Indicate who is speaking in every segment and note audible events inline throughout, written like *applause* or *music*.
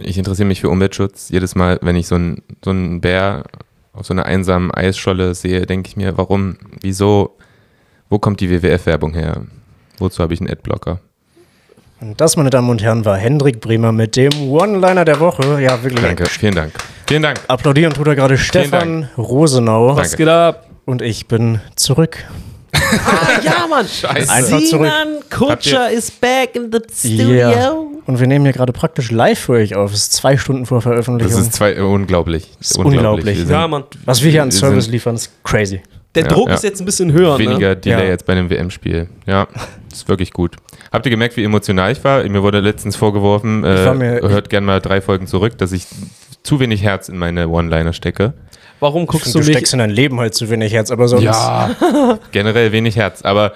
Speaker 1: ich interessiere mich für Umweltschutz. Jedes Mal, wenn ich so einen so einen Bär auf so einer einsamen Eisscholle sehe, denke ich mir, warum, wieso, wo kommt die WWF-Werbung her? Wozu habe ich einen Adblocker?
Speaker 2: Und das, meine Damen und Herren, war Hendrik Bremer mit dem One-Liner der Woche. Ja, wirklich.
Speaker 1: Danke, vielen Dank. Vielen Dank.
Speaker 2: Applaudieren tut er gerade Stefan Rosenau.
Speaker 1: Danke.
Speaker 3: Geht ab.
Speaker 2: Und ich bin zurück.
Speaker 3: Ah, ja, Mann.
Speaker 2: Einfach zurück.
Speaker 3: Sinan Kutscher is back in the studio.
Speaker 2: Yeah. Und wir nehmen hier gerade praktisch live für euch auf. Es ist zwei Stunden vor
Speaker 1: Das
Speaker 2: Veröffentlichung.
Speaker 1: ist zwei, äh, unglaublich.
Speaker 2: ist unglaublich.
Speaker 1: Wir sind
Speaker 3: Ja, Mann.
Speaker 2: Was wir hier an
Speaker 1: wir
Speaker 2: Service
Speaker 1: sind-
Speaker 2: liefern, ist crazy.
Speaker 3: Der
Speaker 1: Ja,
Speaker 3: Druck
Speaker 1: ja.
Speaker 3: ist jetzt ein bisschen höher.
Speaker 1: Weniger
Speaker 3: Ne?
Speaker 1: Delay
Speaker 2: Ja.
Speaker 1: jetzt bei einem WM-Spiel. Ja, ist wirklich gut. Habt ihr gemerkt, wie emotional ich war? Mir wurde letztens vorgeworfen, äh,
Speaker 2: war mir-
Speaker 1: hört gerne mal drei Folgen zurück, dass ich zu wenig Herz in meine One-Liner stecke.
Speaker 3: Warum
Speaker 2: Und
Speaker 3: guckst
Speaker 2: du
Speaker 3: du mich
Speaker 2: steckst in dein Leben halt zu wenig Herz, aber sonst.
Speaker 3: *laughs*
Speaker 1: Generell wenig Herz, aber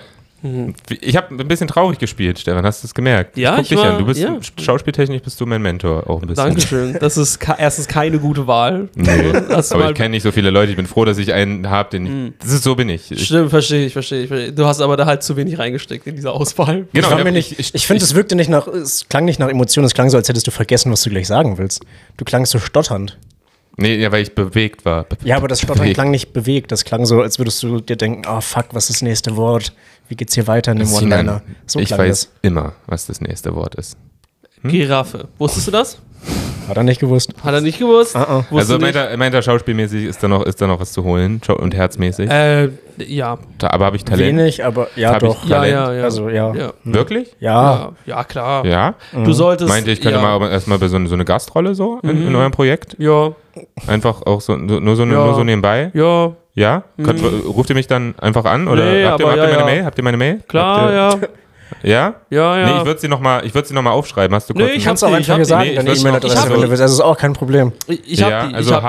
Speaker 1: ich habe ein bisschen traurig gespielt, Stefan, hast du es gemerkt?
Speaker 3: Hm. Ja,
Speaker 1: ich guck
Speaker 3: ich
Speaker 1: dich
Speaker 3: war-
Speaker 1: an, du bist
Speaker 3: ja.
Speaker 1: schauspieltechnisch bist du mein Mentor auch ein bisschen.
Speaker 3: Dankeschön. Das ist ka- erstens keine gute Wahl.
Speaker 1: *laughs* Nee,
Speaker 3: Hast du
Speaker 1: aber
Speaker 3: mal- Hm.
Speaker 1: ich kenne nicht so viele Leute, ich bin froh, dass ich einen habe, den ich, das ist, so bin ich. ich
Speaker 3: Stimmt, verstehe ich, verstehe ich. verstehe ich. Du hast aber da halt zu wenig reingesteckt in diese Auswahl.
Speaker 1: genau,
Speaker 2: ich war
Speaker 1: ich hab-
Speaker 2: mir nicht, ich
Speaker 1: ich-
Speaker 2: finde, es wirkte nicht nach, es klang nicht nach Emotionen, es klang so, als hättest du vergessen, was du gleich sagen willst. Du klangst so stotternd.
Speaker 1: nee, ja, weil ich bewegt war. Be
Speaker 2: Ja, aber das Stottern
Speaker 1: Bewegt.
Speaker 2: klang nicht bewegt. Das klang so, als würdest du dir denken, ah fuck, was ist das nächste Wort? Wie geht's hier weiter in dem One-Liner?
Speaker 1: Sinan,
Speaker 2: So
Speaker 1: ich
Speaker 2: klang
Speaker 1: weiß immer, was das nächste Wort ist. Hm?
Speaker 3: Giraffe. Wusstest du das?
Speaker 2: das. Hat er nicht gewusst.
Speaker 3: Hat er nicht gewusst?
Speaker 2: Ah, ah.
Speaker 1: also
Speaker 3: Wusste
Speaker 1: meint
Speaker 3: nicht.
Speaker 1: er, meint er, schauspielmäßig ist da noch, ist da noch was zu holen schau- und herzmäßig.
Speaker 3: Äh, ja.
Speaker 1: da, aber habe ich Talent.
Speaker 2: Wenig, aber ja
Speaker 1: Hab ich-
Speaker 2: doch.
Speaker 3: Ja,
Speaker 1: Talent.
Speaker 3: ja, ja.
Speaker 2: Also ja.
Speaker 3: ja.
Speaker 1: Wirklich?
Speaker 2: Ja.
Speaker 3: Ja, ja, klar.
Speaker 1: Ja.
Speaker 3: Du solltest.
Speaker 1: Meint ihr, ich könnte
Speaker 3: ja. Mhm.
Speaker 1: mal aber erstmal bei so, so eine Gastrolle so in, in eurem Projekt?
Speaker 3: Ja,
Speaker 1: Einfach auch so, so- nur, so
Speaker 3: Ja.
Speaker 1: nur so nebenbei?
Speaker 3: ja,
Speaker 1: Ja? Könnt, ruft ihr mich dann einfach an? Oder
Speaker 3: Nee,
Speaker 1: habt, ihr,
Speaker 3: aber
Speaker 1: habt
Speaker 3: ja,
Speaker 1: ihr meine
Speaker 3: ja.
Speaker 1: Mail? Habt ihr meine Mail?
Speaker 3: klar,
Speaker 1: habt
Speaker 3: ja.
Speaker 1: ihr, ja.
Speaker 3: Ja, ja.
Speaker 1: Nee, ich würde sie nochmal würd noch aufschreiben. Hast du
Speaker 3: Nee,
Speaker 1: kurz
Speaker 3: ich
Speaker 1: einen-
Speaker 2: Kannst du auch
Speaker 3: die,
Speaker 2: einfach
Speaker 3: ich
Speaker 2: hier sagen,
Speaker 3: hab
Speaker 1: die. Nee,
Speaker 2: deine
Speaker 1: ich weiß
Speaker 2: E-Mail-Adresse,
Speaker 3: noch- ich
Speaker 2: wenn
Speaker 3: hab
Speaker 2: du willst. Das ist auch kein Problem.
Speaker 3: Ich, ich hab
Speaker 1: ja,
Speaker 3: die.
Speaker 1: also
Speaker 3: ich hab die.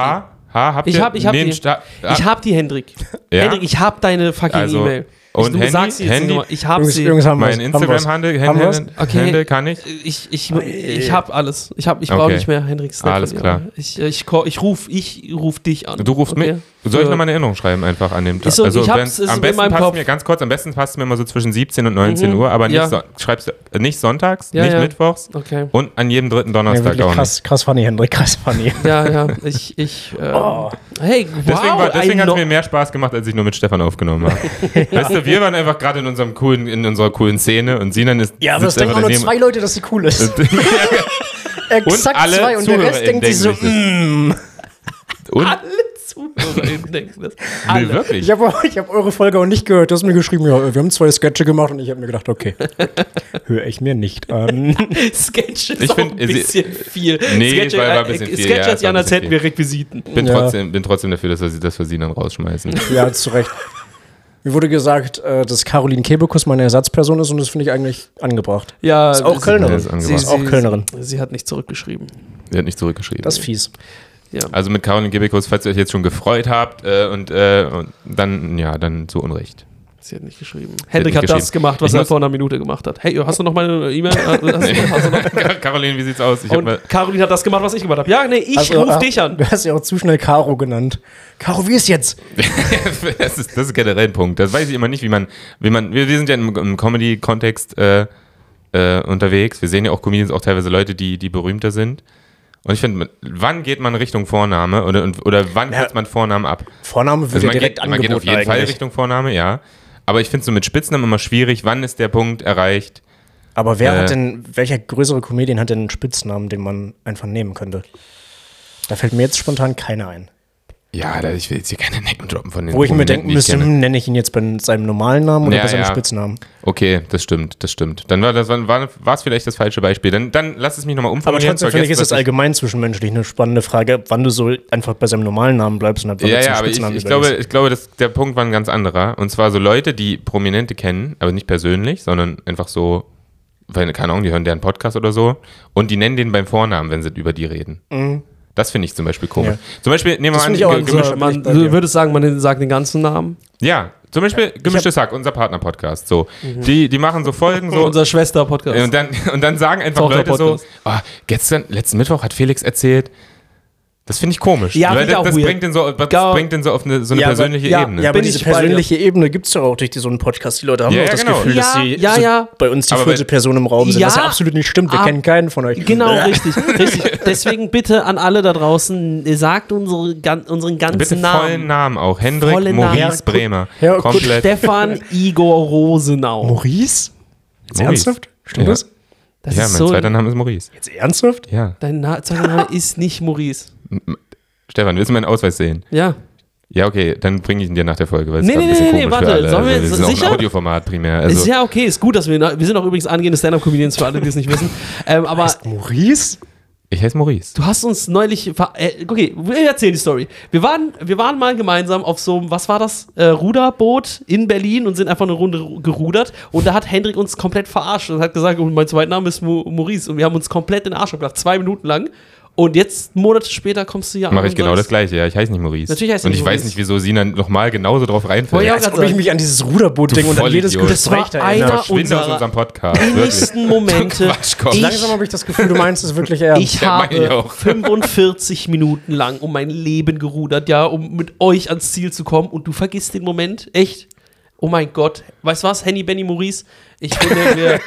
Speaker 1: H, H habt
Speaker 3: Ich
Speaker 1: ihr?
Speaker 3: hab- ich hab
Speaker 1: Nee,
Speaker 3: die.
Speaker 1: Sta- Ah,
Speaker 3: Ich hab die, Hendrik.
Speaker 1: *laughs* Ja?
Speaker 3: Hendrik, ich hab deine fucking
Speaker 1: Also,
Speaker 3: E-Mail.
Speaker 1: und
Speaker 3: du
Speaker 1: Handy?
Speaker 3: sagst sie jetzt
Speaker 1: Handy?
Speaker 3: nicht nochmal. Ich hab
Speaker 2: Jungs,
Speaker 3: sie.
Speaker 2: Jungs haben
Speaker 1: Mein
Speaker 2: wir's, haben wir's.
Speaker 1: Instagram-Handel
Speaker 2: Haben wir's?
Speaker 1: Handel-
Speaker 3: Okay.
Speaker 1: Handel kann ich?
Speaker 3: Ich, ich, ich hab alles. Ich, hab, ich brauche
Speaker 1: Okay.
Speaker 3: nicht mehr Hendrik Snack
Speaker 1: Alles
Speaker 3: von dir.
Speaker 1: klar.
Speaker 3: Ich, äh, ich, ko- ich ruf, ich ruf dich an.
Speaker 1: Du rufst
Speaker 3: Okay?
Speaker 1: mich. Soll ich
Speaker 3: Für-
Speaker 1: nochmal eine Erinnerung schreiben, einfach an dem Tag? Also
Speaker 3: Ist so, ich hab's,
Speaker 1: wenn's-
Speaker 3: ist in
Speaker 1: am besten
Speaker 3: meinem
Speaker 1: passt
Speaker 3: Kopf. Mhm.
Speaker 1: mir ganz kurz, am besten passt mir immer so zwischen 17 und 19 Uhr, aber nicht,
Speaker 3: Ja.
Speaker 1: so, schreibst, du- nicht sonntags,
Speaker 3: Ja,
Speaker 1: nicht
Speaker 3: ja.
Speaker 1: mittwochs
Speaker 3: Okay.
Speaker 1: und an jedem dritten
Speaker 2: Ja,
Speaker 1: Donnerstag
Speaker 2: wirklich
Speaker 1: auch nicht.
Speaker 2: krass, krass funny, Hendrik, krass
Speaker 1: *laughs*
Speaker 2: funny.
Speaker 3: Ja, ja, ich, ich, äh,
Speaker 2: Oh.
Speaker 3: hey, wow,
Speaker 1: Deswegen, war- deswegen
Speaker 3: ein
Speaker 1: hat es
Speaker 3: no
Speaker 1: mir mehr Spaß gemacht, als ich nur mit Stefan aufgenommen habe.
Speaker 3: *laughs*
Speaker 1: Weißt du, wir waren einfach gerade in unserem coolen, in unserer coolen Szene und Sinan ist
Speaker 2: Ja, aber das
Speaker 1: sitzt
Speaker 2: denken
Speaker 1: einfach
Speaker 2: auch nur
Speaker 1: daneben.
Speaker 2: zwei Leute, dass sie cool ist. Exakt
Speaker 1: alle
Speaker 2: zwei und der Rest
Speaker 1: ZuhörerInnen
Speaker 2: denkt sich so,
Speaker 1: denken sich
Speaker 2: mm.
Speaker 1: *laughs* und
Speaker 3: alle ZuhörerInnen denken das.
Speaker 1: nee,
Speaker 3: Alle.
Speaker 1: wirklich.
Speaker 2: Ich habe ich hab eure Folge auch nicht gehört. Du hast mir geschrieben, ja, wir haben zwei Sketche gemacht und ich habe mir gedacht,
Speaker 1: *laughs*
Speaker 2: okay, höre ich mir nicht an.
Speaker 3: Sketch ist
Speaker 1: Ich
Speaker 3: auch
Speaker 1: find,
Speaker 3: ein
Speaker 1: äh, sie-
Speaker 3: bisschen viel.
Speaker 1: Nee,
Speaker 3: Sketch,
Speaker 1: war- war ein
Speaker 3: äh,
Speaker 1: bisschen viel,
Speaker 3: Sketch
Speaker 1: ja,
Speaker 3: hat sich
Speaker 1: war ein
Speaker 3: anders
Speaker 1: bisschen
Speaker 3: hätten wir Requisiten.
Speaker 1: bin,
Speaker 2: Ja.
Speaker 1: trotzdem, bin trotzdem dafür, dass wir, sie- dass wir Sinan rausschmeißen.
Speaker 2: ja, zu Recht. Mir wurde gesagt, äh, dass Caroline Kebekus meine Ersatzperson ist und das finde ich eigentlich angebracht.
Speaker 3: Ja,
Speaker 2: Ist auch
Speaker 3: sie-
Speaker 2: Kölnerin.
Speaker 1: ist angebracht.
Speaker 3: Sie
Speaker 2: Ist auch
Speaker 3: sie-
Speaker 2: Kölnerin.
Speaker 3: Sie hat nicht zurückgeschrieben.
Speaker 1: Er hat nicht zurückgeschrieben.
Speaker 2: Das ist fies.
Speaker 3: Ja.
Speaker 1: Also mit Caroline Gebekus, falls ihr euch jetzt schon gefreut habt äh, und, äh, und dann, ja, dann zu Unrecht.
Speaker 3: Sie hat nicht geschrieben. Hendrik
Speaker 1: nicht
Speaker 3: hat, das
Speaker 1: geschrieben.
Speaker 3: gemacht, was
Speaker 1: Ich
Speaker 3: er
Speaker 1: muss-
Speaker 3: vor einer Minute gemacht hat. Hey, hast du noch
Speaker 1: *laughs*
Speaker 3: meine E-Mail? Hast du-
Speaker 2: Also
Speaker 3: hast du noch-
Speaker 1: Caroline, wie sieht's aus? *laughs* Ich hab mal,
Speaker 3: Und Caroline hat das gemacht, was ich gemacht habe. Ja, nee, ich ruf
Speaker 2: ah,
Speaker 3: dich an.
Speaker 2: Du hast ja auch zu schnell Caro genannt. Caro, wie ist jetzt?
Speaker 1: *laughs* das, ist, das ist generell ein Punkt. Das weiß ich immer nicht, wie man, wie man, wir, wir sind ja im, im Comedy-Kontext äh, äh, unterwegs. Wir sehen ja auch Comedians, auch teilweise Leute, die, die berühmter sind. Und ich finde, wann geht man Richtung Vorname oder, und- oder wann kürzt man Vornamen ab?
Speaker 2: Vorname wird
Speaker 1: Also
Speaker 2: ja
Speaker 1: man,
Speaker 2: direkt
Speaker 1: geht, man geht auf
Speaker 2: angeboten
Speaker 1: jeden Fall
Speaker 2: eigentlich.
Speaker 1: Richtung Vorname, ja. Aber ich finde es so mit Spitznamen immer schwierig. Wann ist der Punkt erreicht?
Speaker 2: Aber wer
Speaker 1: Äh.
Speaker 2: hat denn, welcher größere Comedian hat denn einen Spitznamen, den man einfach nehmen könnte? Da fällt mir jetzt spontan keiner ein.
Speaker 1: Ja, da, ich will jetzt hier keine Namen droppen von den
Speaker 2: Wo ich mir
Speaker 1: Prominenten,
Speaker 2: denken
Speaker 1: die
Speaker 2: müsste,
Speaker 1: kenne.
Speaker 2: hm, nenne ich ihn jetzt bei seinem normalen Namen oder
Speaker 1: Ja,
Speaker 2: bei seinem
Speaker 1: ja.
Speaker 2: Spitznamen?
Speaker 1: Okay, das stimmt, das stimmt. Dann war das war, war es vielleicht das falsche Beispiel. Dann, dann lass es mich nochmal
Speaker 2: Aber
Speaker 1: umformulieren.
Speaker 2: trotzdem finde ich,
Speaker 1: vergesst,
Speaker 2: ist es
Speaker 1: was ich-
Speaker 2: allgemein zwischenmenschlich eine spannende Frage, wann du so einfach bei seinem normalen Namen bleibst und ab wann
Speaker 1: Ja,
Speaker 2: du
Speaker 1: ja, aber ich, ich glaube, ich glaube das, der Punkt war ein ganz anderer. Und zwar so Leute, die Prominente kennen, aber nicht persönlich, sondern einfach so, weil, keine Ahnung, die hören deren Podcast oder so. Und die nennen den beim Vornamen, wenn sie über die reden. Das finde ich zum Beispiel komisch.
Speaker 2: Ja.
Speaker 1: Zum Beispiel, nehmen
Speaker 2: Das
Speaker 1: wir an,
Speaker 2: finde ich auch
Speaker 1: ge-
Speaker 2: ein
Speaker 1: gemisch-
Speaker 2: Gemisch-
Speaker 3: Also, man
Speaker 2: bin ich bei dir.
Speaker 3: würde sagen, man sagt den ganzen Namen.
Speaker 1: ja, zum Beispiel Gemischtes Hack, unser Partner-Podcast. So. Die, die machen so Folgen, so,
Speaker 3: Unser Schwester-Podcast.
Speaker 1: *laughs* Und dann, und dann sagen einfach
Speaker 3: Tochter
Speaker 1: Leute so, ah,
Speaker 3: Podcast.
Speaker 1: oh, gestern, letzten Mittwoch hat Felix erzählt, Das finde ich komisch.
Speaker 3: Ja,
Speaker 1: weil
Speaker 3: find ich
Speaker 1: das,
Speaker 3: auch
Speaker 1: das
Speaker 3: weird.
Speaker 1: bringt den so, das
Speaker 3: Ja.
Speaker 1: bringt den so auf eine, so eine
Speaker 4: Ja, aber-
Speaker 1: persönliche
Speaker 3: ja,
Speaker 1: Ebene.
Speaker 4: Ja, aber
Speaker 3: Bin
Speaker 4: diese
Speaker 3: ich bei dir.
Speaker 4: persönliche Ebene gibt es doch auch durch die- so einen Podcast. Die Leute haben
Speaker 1: Ja,
Speaker 4: auch
Speaker 1: ja,
Speaker 4: das
Speaker 1: genau.
Speaker 4: Gefühl, dass
Speaker 3: Ja,
Speaker 4: sie
Speaker 3: ja,
Speaker 4: so
Speaker 3: ja.
Speaker 4: bei uns die
Speaker 1: Aber
Speaker 4: vierte
Speaker 1: wenn-
Speaker 4: Person im Raum sind.
Speaker 3: Ja.
Speaker 4: was ja
Speaker 2: Was absolut nicht stimmt. Wir
Speaker 3: Ah.
Speaker 2: kennen keinen von euch. Äh,
Speaker 3: Genau, richtig, richtig.
Speaker 1: *laughs*
Speaker 3: Deswegen bitte an alle da draußen, äh, sagt unsere, gan, unseren ganzen
Speaker 1: Bitte vollen
Speaker 3: Namen.
Speaker 1: Namen auch. Hendrik
Speaker 3: Volle Namen.
Speaker 1: Maurice
Speaker 3: Ja,
Speaker 1: Bremer.
Speaker 2: Ja, gut.
Speaker 1: Komplett.
Speaker 3: Stefan Igor Rosenau.
Speaker 2: Maurice? Jetzt
Speaker 1: Maurice.
Speaker 2: ernsthaft? Stimmt
Speaker 1: Ja.
Speaker 2: das?
Speaker 3: Das
Speaker 1: ja,
Speaker 3: ist
Speaker 1: mein
Speaker 3: so.
Speaker 1: zweiter Name ist Maurice.
Speaker 2: Jetzt ernsthaft?
Speaker 1: Ja.
Speaker 3: Dein Na zweiter Name ist nicht Maurice.
Speaker 1: Stefan, willst du meinen Ausweis sehen?
Speaker 3: Ja.
Speaker 1: Ja, okay, dann bringe ich ihn dir nach der Folge, weil es
Speaker 3: Nee,
Speaker 1: nee, ein
Speaker 3: nee,
Speaker 1: bisschen
Speaker 3: nee, nee,
Speaker 1: komisch
Speaker 3: warte,
Speaker 1: für alle. Also,
Speaker 3: sollen wir
Speaker 1: das
Speaker 3: jetzt-
Speaker 1: ist auch
Speaker 3: sicher?
Speaker 1: ein Audioformat primär.
Speaker 3: ist
Speaker 1: Also,
Speaker 3: ja okay, ist gut, dass wir. Wir sind auch übrigens angehende Stand-Up-Comedians für alle, die es nicht wissen. Ähm, aber
Speaker 2: Maurice?
Speaker 1: ich heiße Maurice.
Speaker 3: Du hast uns neulich. ver- Äh, okay, wir erzählen die Story. Wir waren, wir waren mal gemeinsam auf so einem, was war das? Äh, Ruderboot in Berlin und sind einfach eine Runde ru- gerudert. Und da hat Hendrik uns komplett verarscht und hat gesagt: und Mein zweiter Name ist Mo Maurice. Und wir haben uns komplett in den Arsch abgelacht, zwei Minuten lang. Und jetzt, Monate später, kommst du hier an.
Speaker 1: Mache
Speaker 3: und
Speaker 1: ich genau das
Speaker 3: sagst,
Speaker 1: gleiche, ja. Ich heiße nicht Maurice.
Speaker 3: Natürlich heißt du
Speaker 1: Und ich
Speaker 3: nicht
Speaker 1: weiß
Speaker 3: Maurice.
Speaker 1: nicht, wieso Sina nochmal genauso drauf reinfällt.
Speaker 3: Wollte ich auch
Speaker 1: Ja,
Speaker 2: Als ob ich mich an dieses Ruderboot denke und an jedes
Speaker 1: Vollidiot.
Speaker 2: gutes
Speaker 3: Das war
Speaker 2: Recht
Speaker 3: einer-
Speaker 2: erinnere.
Speaker 1: Schwinde aus
Speaker 3: unserer-
Speaker 1: unserem Podcast. Wirklich.
Speaker 3: Innigsten
Speaker 1: *laughs*
Speaker 3: Momente.
Speaker 1: Quatsch, komm.
Speaker 3: Ich-
Speaker 2: Langsam habe ich das Gefühl, du meinst es wirklich ernst.
Speaker 3: Ich
Speaker 1: Ja,
Speaker 3: habe
Speaker 1: meine ich auch. *laughs*
Speaker 3: 45 Minuten lang um mein Leben gerudert, ja, um mit euch ans Ziel zu kommen und du vergisst den Moment, echt? Oh mein Gott, weißt du was, Henny Benny Maurice, ich
Speaker 1: *laughs*
Speaker 3: finde, wir,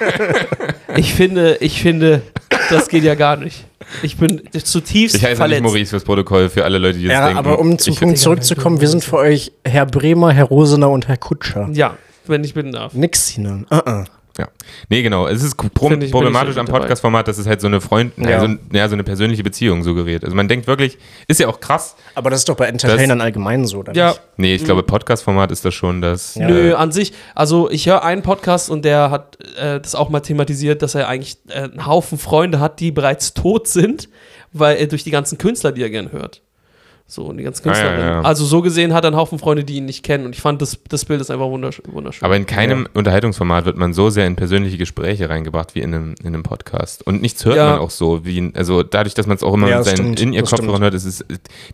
Speaker 3: ich finde, ich finde, das geht ja gar nicht. Ich bin zutiefst
Speaker 1: Ich heiße
Speaker 3: verletzt.
Speaker 1: nicht Maurice fürs Protokoll für alle Leute, die das
Speaker 2: Ja,
Speaker 1: denken.
Speaker 2: aber um zum
Speaker 1: ich,
Speaker 2: Punkt zurückzukommen, wir sind für euch Herr Bremer, Herr Rosener und Herr Kutscher.
Speaker 3: Ja, wenn ich bitten darf.
Speaker 2: Nix hinein. Ah, ah.
Speaker 1: Ja. Nee, genau. Es ist pro
Speaker 3: Finde ich- bin ich
Speaker 1: problematisch
Speaker 3: so
Speaker 1: am
Speaker 3: mit dabei.
Speaker 1: Podcast-Format, dass es halt so eine Freund, ja.
Speaker 2: Ja.
Speaker 1: so, ein- ja, so eine persönliche Beziehung suggeriert. Also man denkt wirklich, ist ja auch krass.
Speaker 2: Aber das ist doch bei Entertainern allgemein so, oder
Speaker 3: Ja,
Speaker 2: nicht?
Speaker 1: Nee, ich glaube, Podcast-Format ist das schon das.
Speaker 2: Ja.
Speaker 3: Nö, an sich. Also ich höre einen Podcast und der hat äh, das auch mal thematisiert, dass er eigentlich äh, einen Haufen Freunde hat, die bereits tot sind, weil äh, durch die ganzen Künstler, die er gern hört. So, und die ganzen
Speaker 1: Ah, ja,
Speaker 3: Künstler.
Speaker 1: ja.
Speaker 3: Also so gesehen hat er einen Haufen Freunde, die ihn nicht kennen. Und ich fand, das, das Bild ist einfach wundersch wunderschön.
Speaker 1: Aber in keinem Unterhaltungsformat wird man so sehr in persönliche Gespräche reingebracht wie in einem, in einem Podcast. Und nichts hört
Speaker 3: Ja.
Speaker 1: man auch so, wie in, also dadurch, dass man es auch immer
Speaker 2: Ja,
Speaker 1: mit
Speaker 2: das
Speaker 1: seinen,
Speaker 2: stimmt,
Speaker 1: in ihr
Speaker 2: das
Speaker 1: Kopfhörern hört, ist es,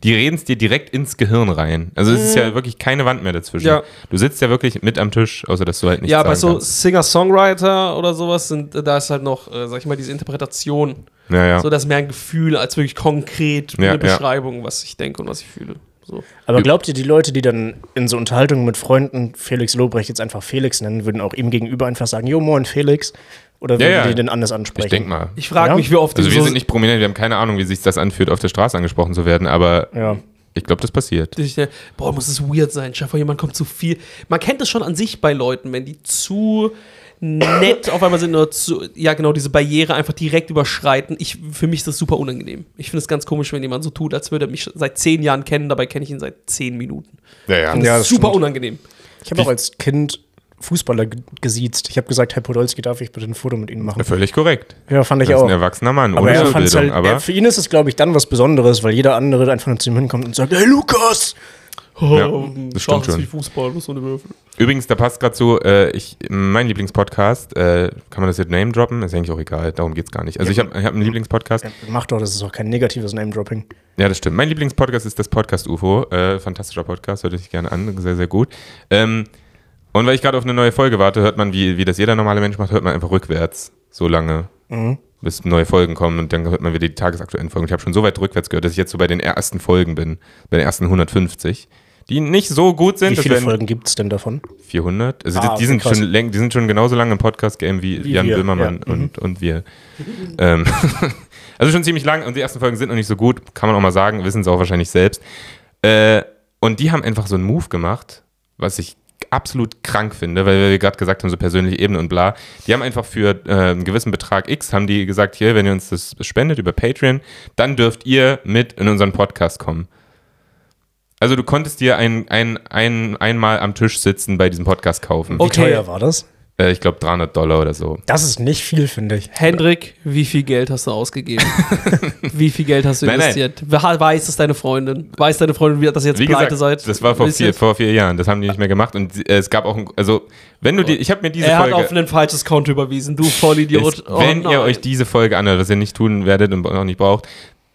Speaker 1: die reden es dir direkt ins Gehirn rein. Also es ist ja wirklich keine Wand mehr dazwischen.
Speaker 3: Mhm. Ja.
Speaker 1: Du sitzt ja wirklich mit am Tisch, außer dass du halt nicht
Speaker 3: ja, bei so
Speaker 1: kannst.
Speaker 3: Singer-Songwriter oder sowas, sind, da ist halt noch, äh, sag ich mal, diese Interpretation.
Speaker 1: Ja, ja.
Speaker 3: So, das ist mehr ein Gefühl als wirklich konkret
Speaker 1: Ja,
Speaker 3: eine
Speaker 1: ja.
Speaker 3: Beschreibung, was ich denke und was ich fühle. So.
Speaker 2: Aber glaubt ihr, die Leute, die dann in so Unterhaltungen mit Freunden Felix Lobrecht jetzt einfach Felix nennen, würden auch ihm gegenüber einfach sagen, jo, moin Felix? Oder würden
Speaker 1: ja.
Speaker 2: die den anders ansprechen?
Speaker 1: ich denk mal.
Speaker 3: Ich frage
Speaker 2: Ja.
Speaker 3: mich, wie oft
Speaker 1: Also
Speaker 3: du
Speaker 1: wir
Speaker 3: so
Speaker 1: sind nicht prominent, wir haben keine Ahnung, wie sich das anfühlt, auf der Straße angesprochen zu werden, aber
Speaker 2: Ja.
Speaker 1: ich glaube, das passiert.
Speaker 3: Ich, äh, boah, muss es weird sein. Schaffer, jemand kommt zu viel. Man kennt es schon an sich bei Leuten, wenn die zu nett auf einmal sind oder zu, ja genau, diese Barriere einfach direkt überschreiten. Ich, für mich ist das super unangenehm. Ich finde es ganz komisch, wenn jemand so tut, als würde er mich seit zehn Jahren kennen, dabei kenne ich ihn seit zehn Minuten.
Speaker 1: Ja, ja.
Speaker 3: Das
Speaker 2: Ja,
Speaker 3: ist
Speaker 2: das
Speaker 3: super
Speaker 2: stimmt.
Speaker 3: unangenehm.
Speaker 2: Ich habe auch als Kind Fußballer ge- gesiezt. Ich habe gesagt, Herr Podolski, darf ich bitte ein Foto mit Ihnen machen?
Speaker 1: Völlig korekt.
Speaker 2: Ja, fand ich
Speaker 1: Das ist
Speaker 2: auch.
Speaker 1: ein erwachsener Mann,
Speaker 2: Aber
Speaker 1: ohne
Speaker 2: er fand's
Speaker 1: Schulbildung,
Speaker 2: halt,
Speaker 1: aber
Speaker 2: er, für ihn ist es, glaube ich, dann was Besonderes, weil jeder andere einfach nur zu ihm hinkommt und sagt, hey Lukas!
Speaker 1: Ja, das
Speaker 3: das
Speaker 1: stimmt schon.
Speaker 3: Oh, wie Fußball, bloß ohne Würfel.
Speaker 1: Übrigens, da passt gerade zu, äh, ich, mein Lieblingspodcast, äh, kann man das jetzt Name droppen? Ist eigentlich auch egal, darum geht's gar nicht. Also ich habe ich hab einen Lieblingspodcast. Ja.
Speaker 2: Mach doch, das ist auch kein negatives Name-Dropping.
Speaker 1: das stimmt. Mein Lieblingspodcast ist das Podcast UFO. Äh, fantastischer Podcast, hört euch gerne an, sehr, sehr gut. Ähm, und weil ich gerade auf eine neue Folge warte, hört man, wie, wie das jeder normale Mensch macht, hört man einfach rückwärts so lange,
Speaker 2: Mhm.
Speaker 1: bis neue Folgen kommen und dann hört man wieder die tagesaktuellen Folgen. Ich habe schon so weit rückwärts gehört, dass ich jetzt so bei den ersten Folgen bin, bei den ersten 150, die nicht so gut sind.
Speaker 2: Wie
Speaker 1: Das
Speaker 2: viele
Speaker 1: werden-
Speaker 2: Folgen gibt es denn davon?
Speaker 1: 400. Also
Speaker 2: Ah,
Speaker 1: die, die,
Speaker 2: okay,
Speaker 1: sind
Speaker 2: krass.
Speaker 1: schon läng, die sind schon genauso lange im Podcast-Game wie,
Speaker 2: Wie
Speaker 1: Jan
Speaker 2: wir,
Speaker 1: Böhmermann
Speaker 2: ja, mhm.
Speaker 1: und, und wir. *laughs* ähm, *laughs* also schon ziemlich lang und die ersten Folgen sind noch nicht so gut, kann man auch mal sagen, wissen sie auch wahrscheinlich selbst. Äh, und die haben einfach so einen Move gemacht, was ich absolut krank finde, weil wir gerade gesagt haben, so persönliche Ebene und bla. Die haben einfach für äh, einen gewissen Betrag X, haben die gesagt, hier, wenn ihr uns das spendet über Patreon, dann dürft ihr mit in unseren Podcast kommen. Also du konntest dir ein, ein, ein, einmal am Tisch sitzen bei diesem Podcast kaufen.
Speaker 2: Wie
Speaker 3: Okay.
Speaker 2: teuer war das?
Speaker 1: Äh, ich glaube 300 Dollar oder so.
Speaker 2: Das ist nicht viel, finde ich.
Speaker 3: Hendrik, wie viel Geld hast
Speaker 1: *laughs*
Speaker 3: du ausgegeben? wie viel Geld hast du
Speaker 1: Nein, nein.
Speaker 3: investiert? Wer Weiß es deine Freundin? Weiß deine Freundin, wie- dass ihr jetzt
Speaker 1: Wie
Speaker 3: pleite
Speaker 1: gesagt,
Speaker 3: seid?
Speaker 1: das war vor
Speaker 3: Wisst ihr?
Speaker 1: vier, vor vier Jahren. Das haben die nicht mehr gemacht. Und äh, es gab auch, ein, also wenn du die, ich habe mir diese
Speaker 3: Oh. er
Speaker 1: Folge,
Speaker 3: hat auf ein falsches Konto überwiesen, du Vollidiot.
Speaker 1: ist, wenn
Speaker 3: Oh
Speaker 1: ihr
Speaker 3: nein.
Speaker 1: euch diese Folge anhört, was ihr nicht tun werdet und auch nicht braucht,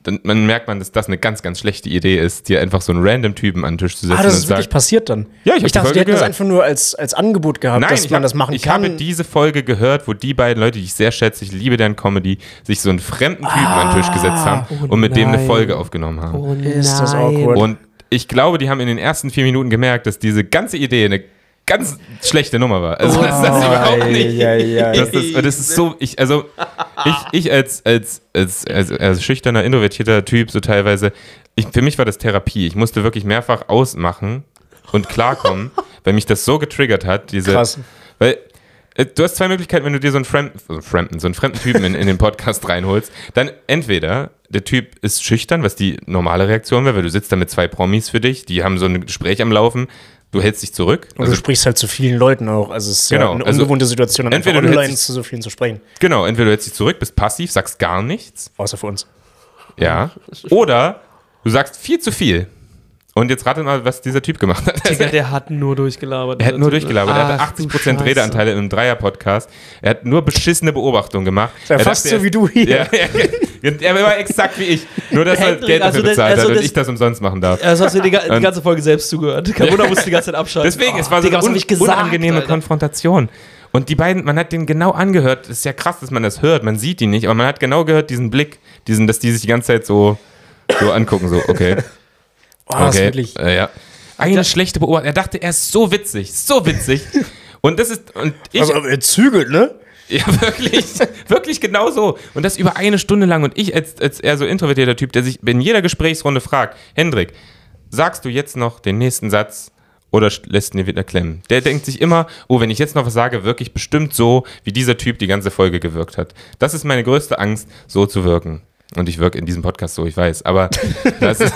Speaker 1: dann man merkt man, dass das eine ganz, ganz schlechte Idee ist, dir einfach so einen random Typen an den Tisch zu setzen
Speaker 2: Ah, das
Speaker 1: und
Speaker 2: ist wirklich
Speaker 1: sagen,
Speaker 2: passiert dann.
Speaker 1: Ja, ich hab die
Speaker 2: dachte,
Speaker 1: Folge
Speaker 2: die hätten das
Speaker 1: gehört.
Speaker 2: einfach nur als, als Angebot gehabt,
Speaker 1: Nein,
Speaker 2: dass
Speaker 1: ich
Speaker 2: man
Speaker 1: hab-
Speaker 2: das machen
Speaker 1: ich
Speaker 2: kann.
Speaker 1: habe diese Folge gehört, wo die beiden Leute, die ich sehr schätze, ich liebe deren Comedy, sich so einen fremden Typen an den Tisch gesetzt haben
Speaker 2: Ah,
Speaker 3: oh
Speaker 1: und mit dem eine
Speaker 3: nein.
Speaker 1: Folge aufgenommen haben.
Speaker 2: Oh
Speaker 3: Oh
Speaker 2: Ist das awkward.
Speaker 1: Und ich glaube, die haben in den ersten vier Minuten gemerkt, dass diese ganze Idee eine ganz schlechte Nummer war.
Speaker 2: Oh
Speaker 1: Also, *laughs* dass *laughs* das überhaupt nicht.
Speaker 2: Äh,
Speaker 1: Das ist, das ist so, ich, also, ich, ich als, als, als, als, als schüchterner, introvertierter Typ, so teilweise, ich, für mich war das Therapie. Ich musste wirklich mehrfach ausmachen und
Speaker 2: *laughs*
Speaker 1: klarkommen, weil mich das so getriggert hat, diese.
Speaker 2: Krass.
Speaker 1: Weil äh, du hast zwei Möglichkeiten, wenn du dir so einen fremden, äh, fremden, so einen fremden Typen in, in den Podcast reinholst, dann entweder der Typ ist schüchtern, was die normale Reaktion wäre, weil du sitzt da mit zwei Promis für dich, die haben so ein Gespräch am Laufen, du hältst dich zurück.
Speaker 2: Und du
Speaker 1: Also,
Speaker 2: sprichst halt zu vielen Leuten auch. Also es ist
Speaker 1: Genau,
Speaker 2: ja eine
Speaker 1: also
Speaker 2: ungewohnte Situation, dann einfach
Speaker 1: entweder du
Speaker 2: online
Speaker 1: hättest-
Speaker 2: zu so vielen zu sprechen.
Speaker 1: genau, entweder du hältst dich zurück, bist passiv, sagst gar nichts,
Speaker 2: Außer für uns.
Speaker 1: ja, oder du sagst viel zu viel. Und jetzt rate mal, was dieser Typ gemacht hat.
Speaker 3: Digga, der hat nur durchgelabert.
Speaker 1: Er hat nur durchgelabert. er
Speaker 3: Ach,
Speaker 1: hatte
Speaker 3: du
Speaker 1: 80%
Speaker 3: Scheiße.
Speaker 1: Redeanteile im Dreier-Podcast. Er hat nur beschissene Beobachtungen gemacht.
Speaker 2: Ja,
Speaker 1: er
Speaker 2: fast
Speaker 1: dachte,
Speaker 2: so wie du hier.
Speaker 1: Ja, ja, er war exakt wie ich. Nur, dass er
Speaker 3: Hendrik,
Speaker 1: Geld
Speaker 3: also
Speaker 1: dafür
Speaker 3: das-
Speaker 1: bezahlt
Speaker 3: also
Speaker 1: hat und
Speaker 3: das-
Speaker 1: ich das umsonst machen darf.
Speaker 3: Also hast du die, ga- die
Speaker 1: Und-
Speaker 3: ganze Folge selbst zugehört. Kein Wunder, musst du die ganze Zeit abschalten.
Speaker 1: Deswegen,
Speaker 3: Oh,
Speaker 1: es war so
Speaker 3: Digga, was
Speaker 1: eine
Speaker 3: hab
Speaker 1: un
Speaker 3: ich gesagt,
Speaker 1: unangenehme
Speaker 3: Alter?
Speaker 1: Konfrontation. Und die beiden, man hat den genau angehört. Es ist ja krass, dass man das hört. Man sieht die nicht, aber man hat genau gehört, diesen Blick, diesen, dass die sich die ganze Zeit so, so angucken. So, okay.
Speaker 2: Oh, das ist
Speaker 1: Okay.
Speaker 2: wirklich.
Speaker 1: Äh, ja. Eine schlechte Beobachtung. Er dachte, er ist so witzig, so *laughs* witzig. Und das ist, und ich,
Speaker 2: Also er zügelt, ne?
Speaker 1: *laughs* ja, wirklich. wirklich genau so. Und das über eine Stunde lang. Und ich als, als eher so introvertierter Typ, der sich in jeder Gesprächsrunde fragt, Hendrik, sagst du jetzt noch den nächsten Satz oder sch- lässt ihn dir wieder klemmen? Der denkt sich immer, oh, wenn ich jetzt noch was sage, wirke ich bestimmt so, wie dieser Typ die ganze Folge gewirkt hat. Das ist meine größte Angst, so zu wirken. Und ich wirke in diesem Podcast so, ich weiß.
Speaker 3: *laughs*
Speaker 1: Aber das ist,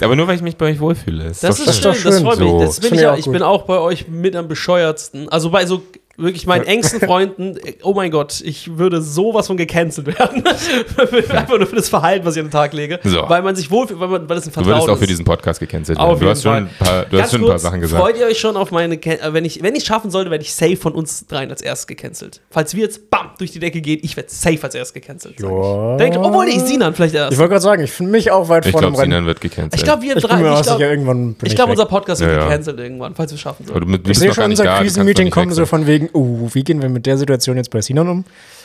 Speaker 1: aber nur, weil ich mich bei euch wohlfühle. Ist
Speaker 3: Das
Speaker 1: doch
Speaker 3: ist
Speaker 1: schön.
Speaker 2: doch
Speaker 3: schön, das
Speaker 2: schön.
Speaker 3: freut mich.
Speaker 1: So.
Speaker 3: Das bin
Speaker 2: Finde
Speaker 3: ich,
Speaker 2: ich
Speaker 3: auch,
Speaker 2: auch
Speaker 3: ich
Speaker 2: gut.
Speaker 3: bin auch bei euch mit am bescheuertsten. Also bei so wirklich meinen engsten Freunden, oh mein Gott, ich würde sowas von gecancelt werden. *laughs* Einfach nur für das Verhalten, was ich an den Tag lege.
Speaker 1: So.
Speaker 3: Weil man sich wohlfühlt, weil, man, weil das ein
Speaker 1: Du
Speaker 3: Vertrauen
Speaker 1: würdest auch
Speaker 3: ist.
Speaker 1: für diesen Podcast gecancelt werden.
Speaker 3: Auf
Speaker 1: Du
Speaker 3: jeden
Speaker 1: hast schon
Speaker 3: Fall.
Speaker 1: ein paar, du
Speaker 3: Ganz
Speaker 1: hast schon ein paar
Speaker 3: kurz,
Speaker 1: Sachen gesagt.
Speaker 3: Freut ihr euch schon auf meine, Can- äh, wenn ich wenn ich schaffen sollte, werde ich safe von uns dreien als erstes gecancelt. Falls wir jetzt bam durch die Decke gehen, ich werde safe als erstes gecancelt. sag
Speaker 2: Ja.
Speaker 3: ich. Denk, obwohl ich Sinan vielleicht erst.
Speaker 2: Ich wollte gerade sagen, ich finde mich auch weit
Speaker 1: Ich
Speaker 2: vorne
Speaker 1: glaube,
Speaker 2: im Rennen.
Speaker 1: Sinan wird gecancelt.
Speaker 3: Ich glaube, wir
Speaker 2: Ich bin
Speaker 3: drei.
Speaker 2: mir
Speaker 3: Ich
Speaker 2: auch sicher,
Speaker 3: glaube,
Speaker 2: irgendwann bin ich,
Speaker 3: glaub, unser
Speaker 2: weg.
Speaker 3: Podcast
Speaker 1: Ja,
Speaker 3: wird
Speaker 1: ja.
Speaker 3: gecancelt irgendwann, falls wir es schaffen
Speaker 1: Aber
Speaker 3: sollten.
Speaker 1: du, du
Speaker 2: Ich
Speaker 1: bist
Speaker 2: sehe
Speaker 1: noch gar
Speaker 2: schon
Speaker 1: nicht
Speaker 2: unser
Speaker 1: da, du kannst noch
Speaker 2: Krisenmeeting
Speaker 1: nicht
Speaker 2: kommen, so
Speaker 1: wechseln.
Speaker 2: von wegen, uh, wie gehen wir mit der Situation jetzt bei Sinan um?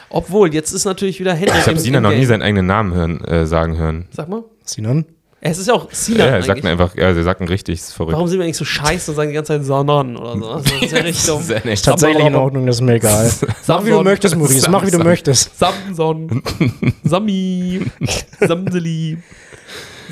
Speaker 3: Obwohl, jetzt ist natürlich wieder Hendrik.
Speaker 1: Ich habe
Speaker 3: im-
Speaker 1: Sina
Speaker 3: im
Speaker 1: noch nie
Speaker 3: Game.
Speaker 1: seinen eigenen Namen hören, äh, sagen hören.
Speaker 3: Sag mal.
Speaker 2: Sinan?
Speaker 3: Es ist ja auch Sinan.
Speaker 1: Ja, er sagt
Speaker 3: eigentlich.
Speaker 1: einfach, ja, sie sagten richtig, ist verrückt.
Speaker 3: Warum sind wir eigentlich so scheiße und sagen die ganze Zeit Sanan oder so? Das ist ja
Speaker 1: *laughs*
Speaker 3: richtig dumm.
Speaker 1: Das ist echt-
Speaker 2: Ist tatsächlich in Ordnung, das ist
Speaker 1: *laughs*
Speaker 2: mir egal. Mach wie du
Speaker 3: Samson.
Speaker 2: möchtest, Maurice, mach wie du
Speaker 1: Samson.
Speaker 2: möchtest.
Speaker 3: Samson.
Speaker 1: *laughs*
Speaker 3: Sami. Samseli.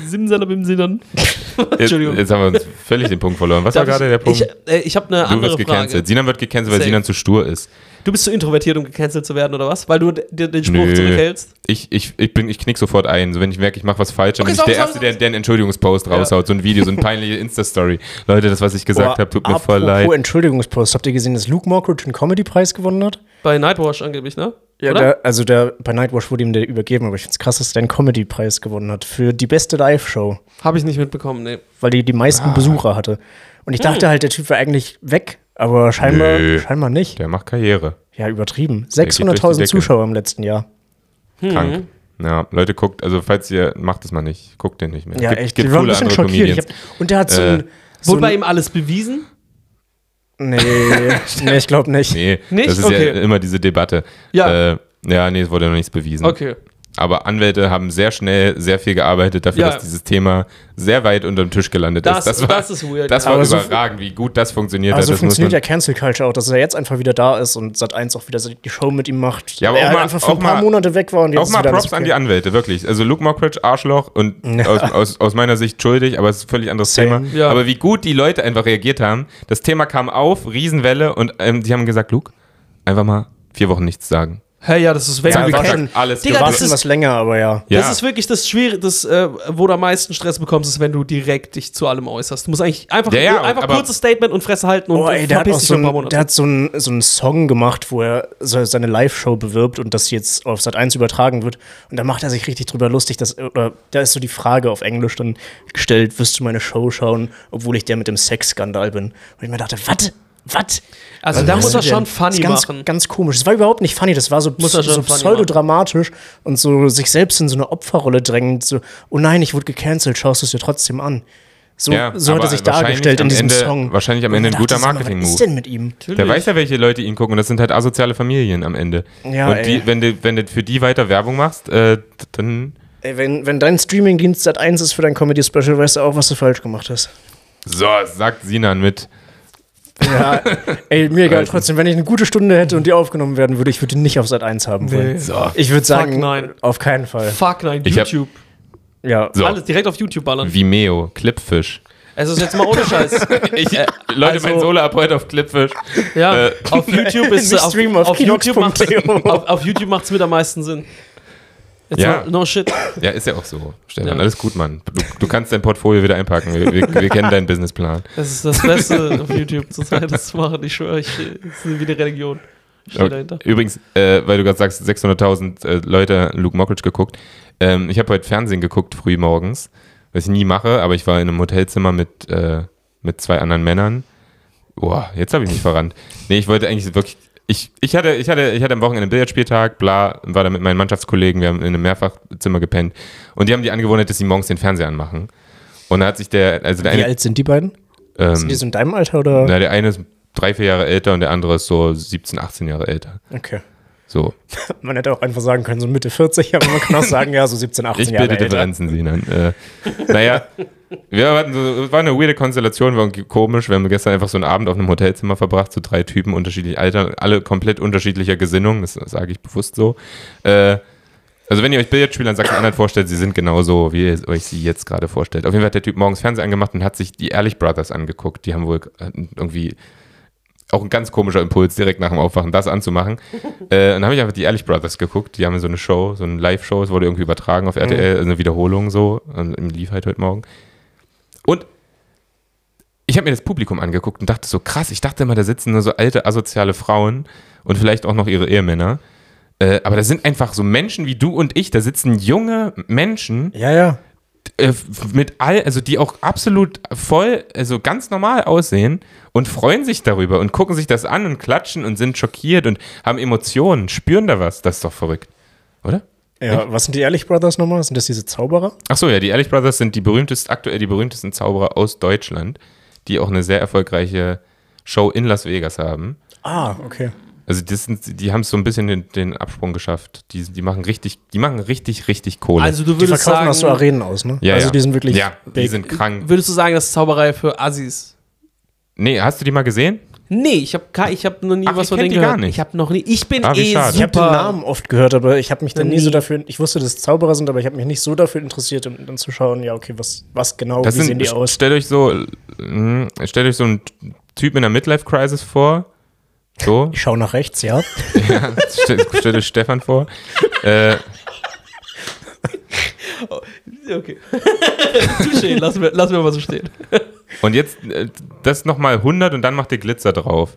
Speaker 3: Simsalabim Sinan.
Speaker 1: jetzt,
Speaker 3: Entschuldigung.
Speaker 1: jetzt haben wir uns völlig den Punkt verloren. Was war gerade der Punkt?
Speaker 3: Ich, äh, ich habe eine
Speaker 1: du
Speaker 3: andere
Speaker 1: wirst
Speaker 3: Frage.
Speaker 1: gecancelt. Sinan wird gecancelt, weil
Speaker 3: Safe.
Speaker 1: Sinan zu stur ist.
Speaker 3: Du bist zu introvertiert, um gecancelt zu werden, oder was? Weil du d- dir den Spruch
Speaker 1: Nö.
Speaker 3: zurückhältst?
Speaker 1: Ich, ich, ich, bin, ich knick sofort ein. So, wenn ich merke, ich mache was falsch, dann
Speaker 3: Okay,
Speaker 1: bin ich der
Speaker 3: so- so-
Speaker 1: Erste, der, der einen Entschuldigungspost raushaut. So ein Video, so eine peinliche Insta-Story. Leute, das, was ich gesagt habe, tut mir voll leid.
Speaker 2: Oh, Entschuldigungspost. Habt ihr gesehen, dass Luke Mockridge einen Comedy-Preis gewonnen hat?
Speaker 3: Bei Nightwash angeblich, ne?
Speaker 2: Ja,
Speaker 3: oder?
Speaker 2: der, also der, bei Nightwatch wurde ihm der übergeben, aber ich finde es krass, dass der einen Comedy-Preis gewonnen hat für die beste Live-Show,
Speaker 3: Habe ich nicht mitbekommen, nee.
Speaker 2: weil die die meisten
Speaker 1: Ah.
Speaker 2: Besucher hatte. Und ich dachte halt, der Typ wäre eigentlich weg, aber scheinbar,
Speaker 1: Nö.
Speaker 2: scheinbar nicht.
Speaker 1: Der macht Karriere.
Speaker 2: Ja, übertrieben.
Speaker 1: geht durch die
Speaker 2: 600.000
Speaker 1: Decke.
Speaker 2: Zuschauer im letzten Jahr.
Speaker 1: Krank.
Speaker 2: Mhm.
Speaker 1: Ja, Leute, guckt, also falls ihr, macht es mal nicht. Guckt den nicht mehr.
Speaker 2: Ja,
Speaker 1: Gibt-
Speaker 2: echt.
Speaker 1: gibt
Speaker 2: ich war ein
Speaker 1: coole
Speaker 2: bisschen
Speaker 1: andere
Speaker 2: schockiert. Ich
Speaker 1: Comedians.
Speaker 2: hab, und der hat so
Speaker 1: Äh,
Speaker 2: ein. So
Speaker 3: Wurde bei
Speaker 2: ein
Speaker 3: ihm alles bewiesen?
Speaker 2: nee, nee, ich glaube nicht.
Speaker 1: Nee,
Speaker 3: Nicht?
Speaker 1: das ist ja
Speaker 3: Okay.
Speaker 1: immer diese Debatte.
Speaker 3: Ja.
Speaker 1: Äh, ja, nee, es wurde noch nichts bewiesen.
Speaker 3: Okay.
Speaker 1: Aber Anwälte haben sehr schnell sehr viel gearbeitet dafür,
Speaker 3: Ja.
Speaker 1: dass dieses Thema sehr weit unterm Tisch gelandet
Speaker 3: Das-
Speaker 1: ist.
Speaker 3: das ist weird,
Speaker 1: Das
Speaker 3: ja.
Speaker 1: war
Speaker 2: Aber so-
Speaker 1: überragend, wie gut das funktioniert
Speaker 2: Also
Speaker 1: hat. Das
Speaker 2: funktioniert ja
Speaker 1: muss
Speaker 2: Cancel Culture auch, dass er jetzt einfach wieder da ist und Sat1 auch wieder die Show mit ihm macht.
Speaker 1: Ja, aber
Speaker 2: er
Speaker 1: auch
Speaker 2: halt
Speaker 1: mal-
Speaker 2: einfach für
Speaker 1: auch
Speaker 2: ein paar
Speaker 1: mal-
Speaker 2: Monate weg war und
Speaker 1: man,
Speaker 2: jetzt
Speaker 1: auch
Speaker 2: ist
Speaker 1: mal
Speaker 2: wieder alles
Speaker 1: Props an
Speaker 2: okay.
Speaker 1: die Anwälte, wirklich. Also Luke Mockridge, Arschloch
Speaker 2: *laughs*
Speaker 1: und aus, aus, aus meiner Sicht schuldig, aber es ist ein völlig anderes
Speaker 2: Same.
Speaker 1: Thema.
Speaker 3: Ja.
Speaker 1: Aber wie gut die Leute einfach reagiert haben. Das Thema kam auf, Riesenwelle und ähm, die haben gesagt, Luke, einfach mal vier Wochen nichts sagen.
Speaker 3: Hä, ja, das ist weg.
Speaker 2: Ja,
Speaker 3: Wir
Speaker 2: war
Speaker 3: kennen-
Speaker 2: schon
Speaker 1: alles
Speaker 3: Digga,
Speaker 2: War
Speaker 3: das
Speaker 2: schon
Speaker 3: ist-
Speaker 2: was länger, aber ja.
Speaker 1: Ja.
Speaker 3: Das ist wirklich das Schwierige, das, äh, wo du am meisten Stress bekommst, ist, wenn du direkt dich zu allem äußerst. Du musst eigentlich einfach,
Speaker 1: Ja, ja,
Speaker 3: einfach
Speaker 1: aber-
Speaker 3: kurzes Statement und Fresse halten und
Speaker 2: Oh, ey,
Speaker 3: und
Speaker 2: der hat,
Speaker 3: verpiss
Speaker 2: auch
Speaker 3: dich
Speaker 2: so
Speaker 3: für ein paar
Speaker 2: ein,
Speaker 3: Monate.
Speaker 2: der hat so einen so einen Song gemacht, wo er so seine Live-Show bewirbt und das jetzt auf Sat 1 übertragen wird. Und da macht er sich richtig drüber lustig. Dass, oder, da ist so die Frage auf Englisch dann gestellt: Wirst du meine Show schauen, obwohl ich der mit dem Sexskandal bin? Und ich mir dachte, was? Was?
Speaker 3: Also, da muss er
Speaker 2: das
Speaker 3: schon
Speaker 2: denn?
Speaker 3: funny
Speaker 2: das ist ganz,
Speaker 3: machen.
Speaker 2: Ganz komisch. Es war überhaupt nicht funny. Das war so,
Speaker 3: Muss er schon
Speaker 2: so
Speaker 3: funny
Speaker 2: pseudodramatisch und so sich selbst in so eine Opferrolle drängend. So, oh nein, ich wurde gecancelt. Schaust du es dir trotzdem an? So,
Speaker 1: Ja,
Speaker 2: so hat
Speaker 1: aber
Speaker 2: er sich
Speaker 1: wahrscheinlich
Speaker 2: dargestellt in
Speaker 1: am
Speaker 2: diesem
Speaker 1: Ende-
Speaker 2: Song.
Speaker 1: wahrscheinlich am
Speaker 2: Und
Speaker 1: Ende ein
Speaker 2: ich
Speaker 1: guter
Speaker 2: dachte so, Mann, Was
Speaker 1: Marketing-Move.
Speaker 2: ist denn mit ihm?
Speaker 1: Der weiß ja, welche Leute ihn gucken und das sind halt asoziale Familien am Ende.
Speaker 2: Ja,
Speaker 1: und die,
Speaker 2: ey.
Speaker 1: wenn du wenn du für die weiter Werbung machst, äh, dann
Speaker 2: Ey, wenn, wenn dein Streamingdienst Sat 1 ist für dein Comedy-Special, weißt du auch, was du falsch gemacht hast.
Speaker 1: so sagt Sinan mit.
Speaker 2: Ja, *laughs* ey, mir egal.
Speaker 1: Also-
Speaker 2: Trotzdem, wenn ich eine gute Stunde hätte und die aufgenommen werden würde, ich würde die nicht auf Sat 1 haben wollen.
Speaker 1: So.
Speaker 2: Ich würde sagen,
Speaker 3: nein.
Speaker 2: auf keinen Fall.
Speaker 3: Fuck nein,
Speaker 1: Ich hab-
Speaker 3: YouTube.
Speaker 2: Ja.
Speaker 1: So.
Speaker 3: Alles direkt auf YouTube ballern.
Speaker 1: Vimeo, Clipfish.
Speaker 3: Es ist jetzt mal ohne Scheiß.
Speaker 1: *laughs* Ich, äh, Leute, mein
Speaker 2: Also
Speaker 1: Solo ab heute auf Clipfish.
Speaker 3: Ja,
Speaker 1: Äh,
Speaker 3: auf YouTube ist
Speaker 2: *laughs* Nicht
Speaker 3: auf,
Speaker 2: streamen auf
Speaker 3: YouTube macht's,
Speaker 2: kinox.de.
Speaker 3: auf, auf YouTube macht's mit am meisten Sinn. Jetzt
Speaker 1: Ja.
Speaker 3: mal, no shit.
Speaker 1: Ja, ist ja auch so. Stefan,
Speaker 3: Ja.
Speaker 1: alles gut, Mann. Du, du kannst dein Portfolio wieder einpacken. Wir, wir, wir kennen deinen
Speaker 3: *laughs*
Speaker 1: Businessplan.
Speaker 3: Das ist das Beste auf YouTube zurzeit, das zu machen. Ich schwöre, ich, es ist wie eine Religion. Ich stehe dahinter.
Speaker 1: Übrigens, äh, weil du gerade sagst, 600.000 äh, Leute haben Luke Mockridge geguckt. Ähm, ich habe heute Fernsehen geguckt, früh morgens. Was ich nie mache, aber ich war in einem Hotelzimmer mit, äh, mit zwei anderen Männern. Boah, jetzt habe ich mich verrannt. Nee, ich wollte eigentlich wirklich. Ich, ich, hatte, ich, hatte, ich hatte am Wochenende einen Billardspieltag, bla, war da mit meinen Mannschaftskollegen, wir haben in einem Mehrfachzimmer gepennt. Und die haben die Angewohnheit, dass sie morgens den Fernseher anmachen. Und da hat sich der, also der
Speaker 2: Wie
Speaker 1: eine.
Speaker 2: alt sind die beiden?
Speaker 1: ähm,
Speaker 2: Sind die so in deinem Alter oder?
Speaker 1: na, der eine ist drei, vier Jahre älter und der andere ist so 17, 18 Jahre älter.
Speaker 2: Okay.
Speaker 1: So.
Speaker 2: Man hätte auch einfach sagen können, so Mitte 40, aber man kann
Speaker 3: *laughs*
Speaker 2: auch sagen, ja, so 17, 18
Speaker 1: Ich
Speaker 2: Jahre
Speaker 1: bilde
Speaker 2: älter.
Speaker 1: Differenzen sehen. Äh, naja, wir hatten so, es war eine weirde Konstellation, war irgendwie komisch. Wir haben gestern einfach so einen Abend auf einem Hotelzimmer verbracht, so drei Typen unterschiedlich Alter, alle komplett unterschiedlicher Gesinnung, das sage ich bewusst so. Äh, also wenn ihr euch Billardspieler in Sachsen-Anhalt vorstellt, sie sind genauso, wie ihr euch sie jetzt gerade vorstellt. Auf jeden Fall hat der Typ morgens Fernsehen angemacht und hat sich die Ehrlich Brothers angeguckt. Die haben wohl hatten irgendwie auch ein ganz komischer Impuls, direkt nach dem Aufwachen das anzumachen. äh, und dann habe ich einfach die Ehrlich Brothers geguckt. Die haben so eine Show, so eine Live-Show, es wurde irgendwie übertragen auf RTL, also eine Wiederholung so, und im lief halt heute Morgen. Und ich habe mir das Publikum angeguckt und dachte so, krass, ich dachte immer, da sitzen nur so alte, asoziale Frauen und vielleicht auch noch ihre Ehemänner. Äh, aber da sind einfach so Menschen wie du und ich, da sitzen junge Menschen,
Speaker 2: Ja, ja.
Speaker 1: äh, f- mit all, also die auch absolut voll, also ganz normal aussehen und freuen sich darüber und gucken sich das an und klatschen und sind schockiert und haben Emotionen, spüren da was. Das ist doch verrückt, oder?
Speaker 2: Ja, was sind die Ehrlich Brothers nochmal? Sind das diese Zauberer?
Speaker 1: Ach so, ja, die Ehrlich Brothers sind die berühmtest, aktuell die berühmtesten Zauberer aus Deutschland, die auch eine sehr erfolgreiche Show in Las Vegas haben.
Speaker 2: Ah, okay.
Speaker 1: Also das sind, die haben es so ein bisschen den, den Absprung geschafft. Die, die machen richtig, die machen richtig, richtig Kohle.
Speaker 3: Also du
Speaker 2: Die
Speaker 3: würdest
Speaker 2: verkaufen
Speaker 3: sagen,
Speaker 2: auch so Arenen aus, ne?
Speaker 1: ja,
Speaker 2: also
Speaker 1: ja.
Speaker 2: die sind wirklich
Speaker 1: Ja, die
Speaker 2: big.
Speaker 1: sind krank.
Speaker 3: würdest du sagen, das ist Zauberei für Assis?
Speaker 1: Nee, hast du die mal gesehen?
Speaker 3: Nee, ich habe ich hab noch nie
Speaker 1: Ach, ihr
Speaker 3: was von
Speaker 1: kennt die
Speaker 3: denen
Speaker 1: gar
Speaker 3: gehört.
Speaker 1: nicht.
Speaker 3: Ich habe noch nie. Ich bin
Speaker 1: Ah, wie
Speaker 3: eh
Speaker 1: schade.
Speaker 3: super.
Speaker 1: Ich
Speaker 2: ich habe den Namen oft gehört, aber ich habe mich dann nie so dafür, ich wusste, dass es Zauberer sind, aber ich habe mich nicht so dafür interessiert, um dann zu schauen, ja, okay, was, was genau,
Speaker 1: Das
Speaker 2: wie
Speaker 1: sind,
Speaker 2: sehen die aus?
Speaker 1: Stellt euch so, mm, stellt euch so einen Typ in einer Midlife-Crisis vor. So,
Speaker 2: *laughs* Ich schaue nach rechts,
Speaker 1: *laughs*
Speaker 2: ja.
Speaker 1: ja, stellt, stellt euch Stefan vor. Äh,
Speaker 3: Okay. *laughs* Touché, lass mir, lass mir mal so stehen.
Speaker 1: und jetzt äh, das nochmal 100 und dann macht ihr Glitzer drauf.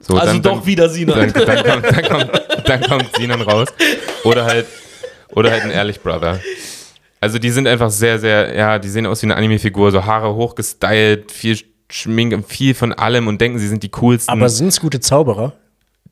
Speaker 1: So,
Speaker 3: Also
Speaker 1: dann,
Speaker 3: doch
Speaker 1: dann,
Speaker 3: wieder
Speaker 2: *laughs*
Speaker 3: Sina.
Speaker 1: Dann, dann, kommt, dann, kommt, dann kommt Sinan raus. Oder halt, oder halt ein Ehrlich Brother. Also die sind einfach sehr, sehr, ja, die sehen aus wie eine Anime-Figur, so Haare hochgestylt, viel Schminke, viel von allem und denken, sie sind die coolsten.
Speaker 2: Aber sind es gute Zauberer?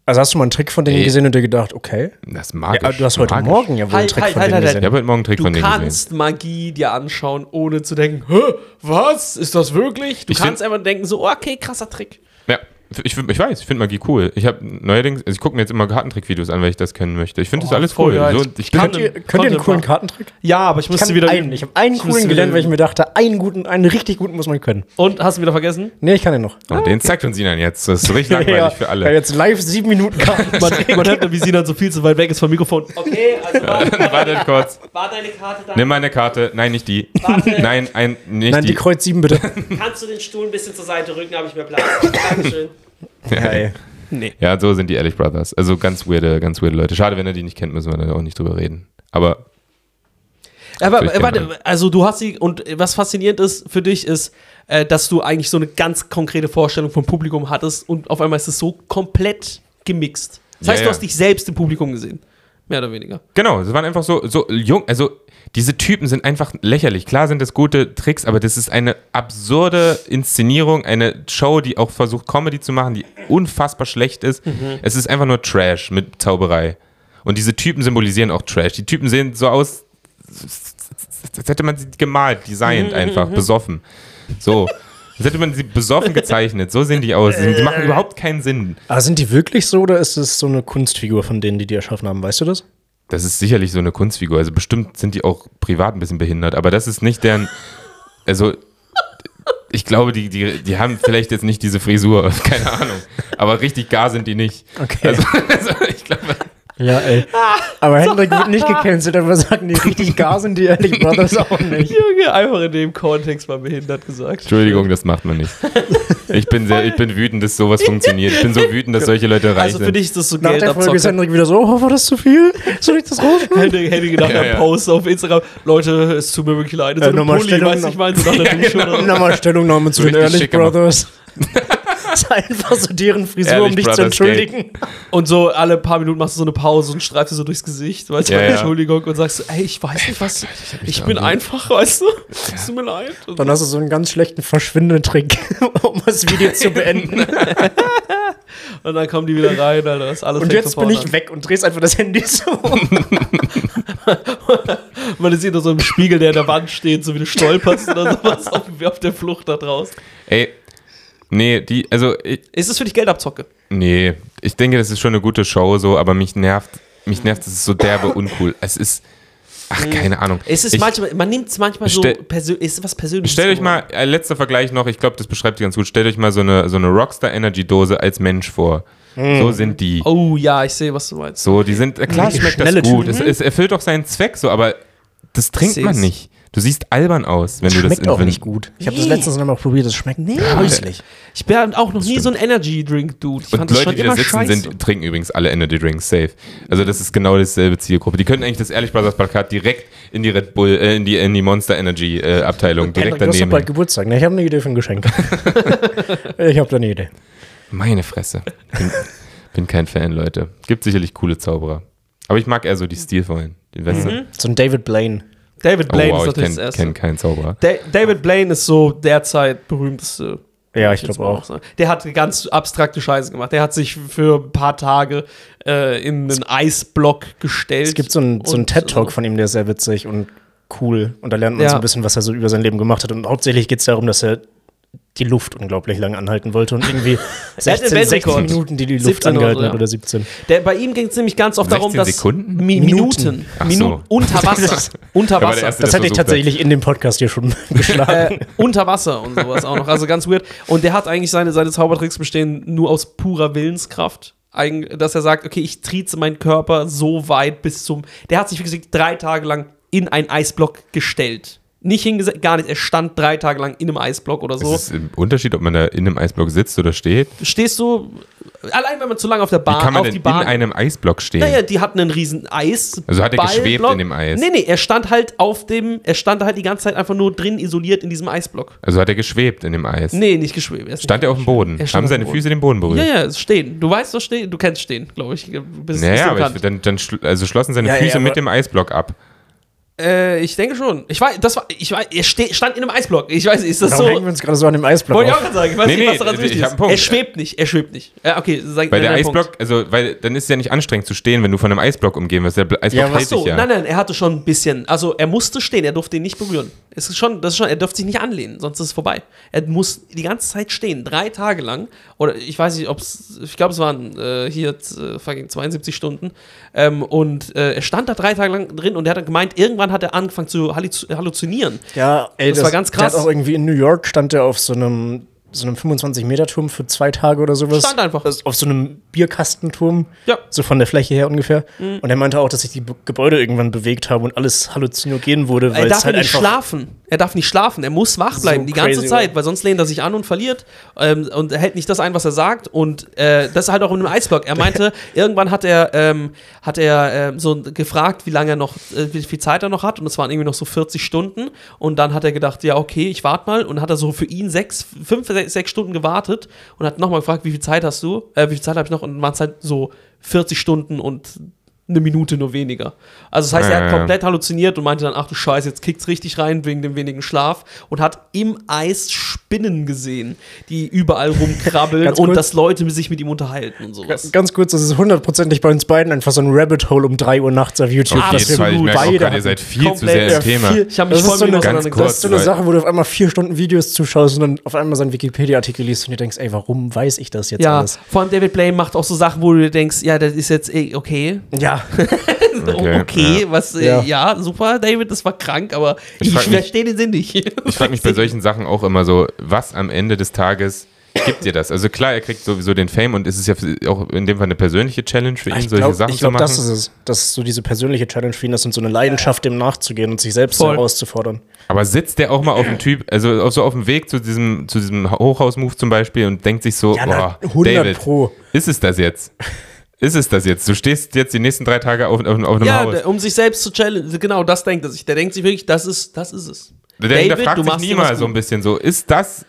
Speaker 2: Also hast du mal einen Trick von denen
Speaker 1: Ey.
Speaker 2: gesehen und dir gedacht, okay.
Speaker 1: Äh, das ist
Speaker 2: Ja,
Speaker 1: magisch.
Speaker 2: aber du hast heute
Speaker 1: magisch.
Speaker 2: Morgen ja wohl einen
Speaker 3: Halt,
Speaker 2: Trick
Speaker 3: halt,
Speaker 2: von
Speaker 3: halt,
Speaker 2: denen
Speaker 3: halt,
Speaker 1: Ich
Speaker 2: gesehen.
Speaker 1: habe heute Morgen einen Trick
Speaker 3: Du
Speaker 1: von denen gesehen.
Speaker 3: kannst Magie dir anschauen, ohne zu denken, Hä, was? Ist das wirklich? Du
Speaker 1: Ich
Speaker 3: kannst einfach denken, so, "Oh, okay, krasser Trick.
Speaker 1: Ja, ich, find- ich weiß, ich finde Magie cool. Ich habe neuerdings, also ich gucke mir jetzt immer Kartentrick-Videos an, weil ich das kennen möchte. Ich finde das alles
Speaker 3: voll
Speaker 1: cool.
Speaker 3: geil.
Speaker 1: So, ich
Speaker 3: Kann-
Speaker 1: kann,
Speaker 2: Könnt ihr,
Speaker 3: Konnte-
Speaker 2: könnt ihr einen
Speaker 3: konnte
Speaker 2: coolen
Speaker 3: machen.
Speaker 2: Kartentrick?
Speaker 3: Ja, aber ich
Speaker 2: Ich,
Speaker 3: musste
Speaker 2: kann
Speaker 3: wieder.
Speaker 2: einen, ich habe einen
Speaker 3: ich musste
Speaker 2: coolen
Speaker 3: wieder
Speaker 2: gelernt, weil ich
Speaker 3: üben.
Speaker 2: mir dachte, einen guten, einen richtig guten muss man können.
Speaker 3: Und hast du wieder *laughs* vergessen?
Speaker 2: Nee, ich kann den noch.
Speaker 1: und den zeigt uns Ihnen jetzt. Das ist
Speaker 2: *laughs*
Speaker 1: richtig langweilig
Speaker 2: Ja,
Speaker 1: für
Speaker 2: weil
Speaker 1: alle. *laughs*
Speaker 2: jetzt live sieben *laughs* Minuten Karten.
Speaker 3: Man, man hört nur, wie Sinan so viel zu weit weg ist vom Mikrofon. Okay,
Speaker 1: *laughs*
Speaker 3: also war,
Speaker 1: Wartet kurz.
Speaker 3: war deine Karte da?
Speaker 1: Nimm meine Karte. Nein, nicht die.
Speaker 3: Warte.
Speaker 1: *laughs* Nein, ein, nicht
Speaker 2: Nein, die
Speaker 1: die.
Speaker 2: Kreuz 7 bitte. *laughs*
Speaker 3: Kannst du den Stuhl ein bisschen zur Seite rücken, habe ich mehr Platz. Dankeschön.
Speaker 2: ja, ey.
Speaker 1: Ja, so sind die Ehrlich Brothers. Also ganz weirde, ganz weirde Leute. Schade, wenn ihr die nicht kennt, müssen wir da auch nicht drüber reden. Aber
Speaker 3: Aber
Speaker 1: Durch den
Speaker 3: äh,
Speaker 1: Mann.
Speaker 3: warte, also du hast sie, und was faszinierend ist für dich, ist, äh, dass du eigentlich so eine ganz konkrete Vorstellung vom Publikum hattest und auf einmal ist es so komplett gemixt. Das
Speaker 1: Ja,
Speaker 3: heißt,
Speaker 1: ja.
Speaker 3: du hast dich selbst im Publikum gesehen. mehr oder weniger.
Speaker 1: Genau, es waren einfach so, so jung, also diese Typen sind einfach lächerlich. Klar sind das gute Tricks, aber das ist eine absurde Inszenierung, eine Show, die auch versucht, Comedy zu machen, die unfassbar schlecht ist. Es ist einfach nur Trash mit Zauberei. Und diese Typen symbolisieren auch Trash. Die Typen sehen so aus, als hätte man sie gemalt, designt einfach, besoffen. So. Als hätte man sie besoffen gezeichnet. So sehen die aus. Sie die machen überhaupt keinen Sinn.
Speaker 2: Aber Ah, sind die wirklich so oder ist es so eine Kunstfigur von denen, die die erschaffen haben? Weißt du das?
Speaker 1: Das ist sicherlich so eine Kunstfigur. Also bestimmt sind die auch privat ein bisschen behindert, aber das ist nicht deren. Also ich glaube, die, die, die haben vielleicht jetzt nicht diese Frisur, *laughs* keine Ahnung. Aber richtig gar sind die nicht.
Speaker 2: Okay.
Speaker 1: Also, also ich glaube,
Speaker 2: Ja, ey. *laughs* Aber Hendrik wird nicht gecancelt, aber sagen die *laughs* richtig gar sind die Ehrlich Brothers auch nicht.
Speaker 3: *laughs* Junge, einfach in dem Kontext mal behindert gesagt.
Speaker 1: Entschuldigung, das macht man nicht. Ich bin sehr, ich bin wütend, dass sowas funktioniert. Ich bin so wütend, dass solche Leute reich
Speaker 3: Also für
Speaker 1: sind.
Speaker 3: dich ist das so
Speaker 2: Nach
Speaker 3: Geld
Speaker 2: der Folge ist
Speaker 3: abzocken.
Speaker 2: Hendrik wieder so, oh, war das zu viel? Soll ich das *laughs* rausnehmen?
Speaker 3: Hätte, hätte gedacht,
Speaker 1: Ja,
Speaker 3: ja,
Speaker 1: ja.
Speaker 3: Post auf Instagram. Leute, es tut mir wirklich leid. So
Speaker 2: Äh,
Speaker 3: eine
Speaker 2: nochmal
Speaker 3: Pulli,
Speaker 2: Stellung
Speaker 3: weißt du, ich
Speaker 2: noch-
Speaker 3: meine, so nach
Speaker 2: *laughs*
Speaker 3: der Dusche oder so.
Speaker 2: Nochmal Stellungnahme zu den
Speaker 1: Richtig
Speaker 2: Ehrlich
Speaker 1: schick gemacht.
Speaker 2: Brothers. *laughs* Das ist einfach so deren Frisur,
Speaker 1: Ehrlich
Speaker 2: um dich zu
Speaker 1: Brothers
Speaker 2: entschuldigen.
Speaker 3: Und so alle paar Minuten machst du so eine Pause und streifst dir so durchs Gesicht, weißt du,
Speaker 1: Ja, ja.
Speaker 3: Entschuldigung, und sagst, ey, ich weiß nicht, was, ich, bin einfach, weißt du, es tut mir leid. Und
Speaker 2: Dann hast du so einen ganz schlechten Verschwindetrick, *laughs* um das Video zu beenden.
Speaker 3: und dann kommen die wieder rein, Alter, das ist alles
Speaker 2: Und
Speaker 3: fängt
Speaker 2: jetzt
Speaker 3: von
Speaker 2: bin
Speaker 3: vorne
Speaker 2: ich weg und drehst einfach das Handy so. *laughs*
Speaker 3: an. Man sieht nur so einen Spiegel, der an der Wand steht, so wie du
Speaker 1: *laughs*
Speaker 3: stolperst oder sowas auf, auf der Flucht da draußen.
Speaker 1: Ey, nee, die, also ich,
Speaker 3: Ist das für dich Geldabzocke?
Speaker 1: Nee, ich denke, das ist schon eine gute Show so, aber mich nervt, mich nervt, es ist so derbe uncool. Es ist, ach, keine Ahnung.
Speaker 3: Mhm. Es ist
Speaker 1: ich,
Speaker 3: manchmal, man nimmt es manchmal so,
Speaker 1: Stell-
Speaker 3: persö ist was Persönliches.
Speaker 1: Stellt euch
Speaker 3: geworden.
Speaker 1: mal, äh, letzter Vergleich noch, ich glaube, das beschreibt ihr ganz gut, stellt euch mal so eine, so eine Rockstar-Energy-Dose als Mensch vor. So sind die.
Speaker 3: Oh ja, ich sehe, was du meinst.
Speaker 1: So, die sind, äh, klar
Speaker 2: Richtig
Speaker 1: schmeckt das
Speaker 2: schnelle
Speaker 1: gut,
Speaker 2: Typen.
Speaker 1: es, es erfüllt doch seinen Zweck so, aber das trinkt
Speaker 3: Ich
Speaker 1: man
Speaker 3: seh's.
Speaker 1: nicht. Du siehst albern aus, wenn du das in- wenn-
Speaker 2: gut. Ich habe das
Speaker 3: Nee.
Speaker 2: letztens noch mal probiert, das schmeckt nee. häuslich.
Speaker 3: Ich bin auch noch nie so ein Energy-Drink-Dude. Ich
Speaker 1: Und
Speaker 3: das
Speaker 1: Leute, die da sitzen, sind, trinken übrigens alle Energy Drinks safe. Also das ist genau dieselbe Zielgruppe. Die könnten eigentlich das Ehrlich Brothers Plakat direkt in die Red Bull, äh, in die in die Monster Energy äh, Abteilung direkt
Speaker 2: du hast doch
Speaker 1: daneben.
Speaker 2: bald
Speaker 1: hin.
Speaker 2: Geburtstag. Ne? Ich habe eine Idee für ein *laughs* Geschenk. ich habe da eine Idee.
Speaker 1: Meine Fresse. Bin, bin kein Fan, Leute. Gibt sicherlich coole Zauberer. Aber ich mag eher so die stilvollen. Die weißt du?
Speaker 2: So ein David Blaine.
Speaker 3: David
Speaker 1: Oh
Speaker 3: Blaine
Speaker 1: wow,
Speaker 3: Mhm. ist
Speaker 1: ich
Speaker 3: natürlich das
Speaker 1: kenne
Speaker 3: Erste.
Speaker 1: kenn keinen Zauberer.
Speaker 3: Da- David Blaine ist so derzeit berühmteste.
Speaker 2: Ja, ich
Speaker 3: jetzt
Speaker 2: glaube
Speaker 3: mal
Speaker 2: auch.
Speaker 3: sagen. Der hat ganz abstrakte Scheiße gemacht. Der hat sich für ein paar Tage äh, in einen Eisblock gestellt.
Speaker 2: Es gibt so einen, so einen
Speaker 3: und,
Speaker 2: TED-Talk von ihm, der ist sehr witzig und cool. Und da lernt man
Speaker 3: Ja.
Speaker 2: so ein bisschen, was er so über sein Leben gemacht hat. Und hauptsächlich geht es darum, dass er die Luft unglaublich lang anhalten wollte und
Speaker 3: *laughs*
Speaker 2: irgendwie
Speaker 3: den
Speaker 2: 16,
Speaker 3: Weltrekord.
Speaker 2: 16 Minuten, die die Luft
Speaker 3: 17 oder
Speaker 2: angehalten
Speaker 3: so,
Speaker 2: hat
Speaker 3: ja.
Speaker 2: oder 17.
Speaker 3: äh, Der, bei ihm ging es nämlich ganz oft darum,
Speaker 1: 16
Speaker 3: dass
Speaker 1: Sekunden?
Speaker 3: Mi Minuten,
Speaker 2: Minuten.
Speaker 1: Ach
Speaker 3: Minu
Speaker 1: so.
Speaker 2: *laughs*
Speaker 3: unter Wasser, unter
Speaker 1: Der war der
Speaker 3: Wasser,
Speaker 1: Erste,
Speaker 2: Das
Speaker 1: der
Speaker 2: hatte ich
Speaker 1: versucht
Speaker 2: tatsächlich in dem Podcast hier schon *laughs* geschlagen.
Speaker 3: äh, unter Wasser und sowas auch noch. Also ganz weird. Und der hat eigentlich seine, seine Zaubertricks bestehen nur aus purer Willenskraft. Eig- Dass er sagt, okay, ich trieze meinen Körper so weit bis zum. Der hat sich, wie gesagt, drei Tage lang in einen Eisblock gestellt. Nicht hingesetzt, gar nicht. Er stand drei Tage lang in einem Eisblock oder so.
Speaker 1: Ist es ein Unterschied, ob man da in einem Eisblock sitzt oder steht?
Speaker 3: Stehst du, allein wenn man zu lange auf der
Speaker 1: Wie
Speaker 3: Bahn,
Speaker 1: kann man
Speaker 3: auf
Speaker 1: denn
Speaker 3: die
Speaker 1: in
Speaker 3: Bahn.
Speaker 1: einem Eisblock stehen?
Speaker 3: Naja, die hatten einen riesen Eis.
Speaker 1: Also hat er
Speaker 3: Ballblock.
Speaker 1: geschwebt in dem Eis?
Speaker 3: Nee, nee, er stand halt auf dem, er stand halt die ganze Zeit einfach nur drin, isoliert in diesem Eisblock.
Speaker 1: Also hat er geschwebt in dem Eis?
Speaker 3: Nee, nicht geschwebt. er ist
Speaker 1: Stand er auf dem Boden?
Speaker 3: Er
Speaker 1: Haben
Speaker 3: stand auf dem
Speaker 1: seine
Speaker 3: Boden.
Speaker 1: Füße den Boden berührt?
Speaker 3: Ja, ja, es ist stehen. Du weißt doch stehen, du kennst stehen, glaube ich. Du Bist, bist
Speaker 1: Naja,
Speaker 3: du
Speaker 1: aber ich,
Speaker 3: bekannt.
Speaker 1: dann, dann schl also schlossen seine
Speaker 2: Ja, ja,
Speaker 1: Füße
Speaker 2: aber-
Speaker 1: mit dem Eisblock ab.
Speaker 3: äh, ich denke schon. Ich weiß, das war, ich weiß, er ste stand in einem Eisblock. Ich weiß, ist das
Speaker 2: Darum hängen wir
Speaker 3: so?
Speaker 2: uns gerade so an dem Eisblock
Speaker 3: Wollte ich auch
Speaker 2: auf.
Speaker 3: gerade sagen. Ich weiß
Speaker 1: Nee,
Speaker 3: nicht, was
Speaker 1: nee,
Speaker 3: daran so
Speaker 1: ich
Speaker 3: wichtig
Speaker 1: hab
Speaker 3: ist.
Speaker 1: einen Punkt.
Speaker 3: Er schwebt nicht, er schwebt nicht. Äh, okay, sag
Speaker 1: Weil der
Speaker 3: dein
Speaker 1: Eisblock,
Speaker 3: Punkt.
Speaker 1: also, weil dann ist es ja nicht anstrengend zu stehen, wenn du von einem Eisblock umgeben wirst. Der Bl-
Speaker 2: Ja,
Speaker 1: Eisblock
Speaker 2: aber-
Speaker 1: hält
Speaker 3: Achso,
Speaker 1: dich ja.
Speaker 3: nein, nein, er hatte schon ein bisschen. Also er musste stehen, er durfte ihn nicht berühren. Es ist schon, das ist schon, er durfte sich nicht anlehnen, sonst ist es vorbei. Er muss die ganze Zeit stehen, drei Tage lang. Oder ich weiß nicht, ob es, ich glaube, es waren äh, hier äh, fucking 72 Stunden. Ähm, und äh, er stand da drei Tage lang drin und er hat dann gemeint, irgendwann hat er angefangen zu halluzi- halluzinieren.
Speaker 2: Ja, ey,
Speaker 3: Das war ganz krass.
Speaker 2: Der hat auch irgendwie in New York stand er auf so einem, so einem 25-Meter-Turm für zwei Tage oder sowas.
Speaker 3: Stand einfach.
Speaker 2: Das- Auf so einem Bierkastenturm.
Speaker 3: Ja. Mhm.
Speaker 2: So von der Fläche her ungefähr. Und er meinte auch, dass sich die Be- Gebäude irgendwann bewegt haben und alles halluzinogen wurde,
Speaker 3: Er
Speaker 2: weil
Speaker 3: darf
Speaker 2: es halt
Speaker 3: nicht
Speaker 2: einfach.
Speaker 3: schlafen. Er darf nicht schlafen. Er muss wach bleiben die ganze
Speaker 2: crazy,
Speaker 3: Zeit,
Speaker 2: oder?
Speaker 3: weil sonst lehnt er sich an und verliert ähm, und er hält nicht das ein, was er sagt. Und äh, das ist halt auch in einem Eisblock.
Speaker 2: *laughs*
Speaker 3: Er meinte, irgendwann hat er, ähm, hat er ähm, so gefragt, wie lange er noch, äh, wie viel Zeit er noch hat. Und es waren irgendwie noch so 40 Stunden. Und dann hat er gedacht, ja, okay, ich warte mal. Und hat er so für ihn sechs, fünf, sechs, sechs Stunden gewartet und hat nochmal gefragt, wie viel Zeit hast du? Äh, wie viel Zeit habe ich noch? Und waren es halt so 40 Stunden und eine Minute nur weniger. Also das heißt,
Speaker 1: Ja,
Speaker 3: er
Speaker 1: ja,
Speaker 3: hat
Speaker 2: Äh.
Speaker 1: ja.
Speaker 3: komplett halluziniert und meinte dann, ach du Scheiße, jetzt kickt's richtig rein wegen dem wenigen Schlaf und hat im Eis Spinnen gesehen, die
Speaker 1: *laughs*
Speaker 3: überall rumkrabbeln
Speaker 2: Ganz
Speaker 3: und
Speaker 2: kurz.
Speaker 3: dass Leute sich mit ihm unterhalten und sowas.
Speaker 2: Ganz kurz, das ist hundertprozentig bei uns beiden einfach so ein Rabbit Hole um 3 Uhr nachts auf YouTube.
Speaker 1: Auf
Speaker 3: Ah, das
Speaker 1: jeden
Speaker 3: wir
Speaker 1: Fall, ich merke auch
Speaker 2: beide
Speaker 1: gerade, ihr
Speaker 2: hatten.
Speaker 1: seid viel zu
Speaker 3: Komplett,
Speaker 1: sehr im
Speaker 3: ja,
Speaker 1: Thema.
Speaker 2: viel-
Speaker 3: Ich habe mich
Speaker 2: Das ist
Speaker 3: voll
Speaker 2: so
Speaker 3: mit ihm
Speaker 2: eine-
Speaker 1: ganz
Speaker 2: Das ist
Speaker 3: auseinandergesetzt.
Speaker 2: so eine
Speaker 1: Leute.
Speaker 2: Sache, wo du auf einmal vier Stunden Videos zuschaust und dann auf einmal seinen Wikipedia-Artikel liest und dir denkst, ey, warum weiß ich das jetzt
Speaker 3: Ja,
Speaker 2: alles?
Speaker 3: vor allem David Blaine macht auch so Sachen, wo du dir denkst, ja, das ist jetzt eh *laughs* okay.
Speaker 2: *laughs* Ja,
Speaker 1: Okay,
Speaker 3: Okay, was, äh, ja.
Speaker 2: Ja.
Speaker 3: super, David, das war krank, aber
Speaker 1: Ich
Speaker 3: ich,
Speaker 1: frag mich-
Speaker 3: verstehe den Sinn nicht.
Speaker 1: Ich frage
Speaker 3: *laughs*
Speaker 1: mich bei solchen Sachen auch immer so, was am Ende des Tages gibt dir das? Also klar, er kriegt sowieso den Fame und es ist ja auch in dem Fall eine persönliche Challenge für ihn,
Speaker 2: ich
Speaker 1: solche
Speaker 2: glaube,
Speaker 1: Sachen zu
Speaker 2: glaub,
Speaker 1: machen.
Speaker 2: das ist es. Das ist so diese persönliche Challenge für ihn ist und so eine Leidenschaft, dem nachzugehen und sich selbst
Speaker 3: Voll.
Speaker 2: herauszufordern.
Speaker 1: Aber sitzt der auch mal auf dem Typ, also auf- so auf dem Weg zu diesem, zu diesem Hochhaus-Move zum Beispiel und denkt sich so,
Speaker 2: Ja, na,
Speaker 1: boah,
Speaker 2: 100
Speaker 1: David,
Speaker 2: pro.
Speaker 1: ist es das jetzt? Ist es das jetzt? Du stehst jetzt die nächsten drei Tage auf, auf, auf einem
Speaker 3: ja,
Speaker 1: Haus.
Speaker 3: der- um sich selbst zu challengen, genau das denkt er sich. Der denkt sich wirklich, das ist, das ist es.
Speaker 1: Der, der fragt sich
Speaker 3: machst dir
Speaker 1: nie mal
Speaker 3: was
Speaker 1: so ein
Speaker 3: gut.
Speaker 1: bisschen so, ist das,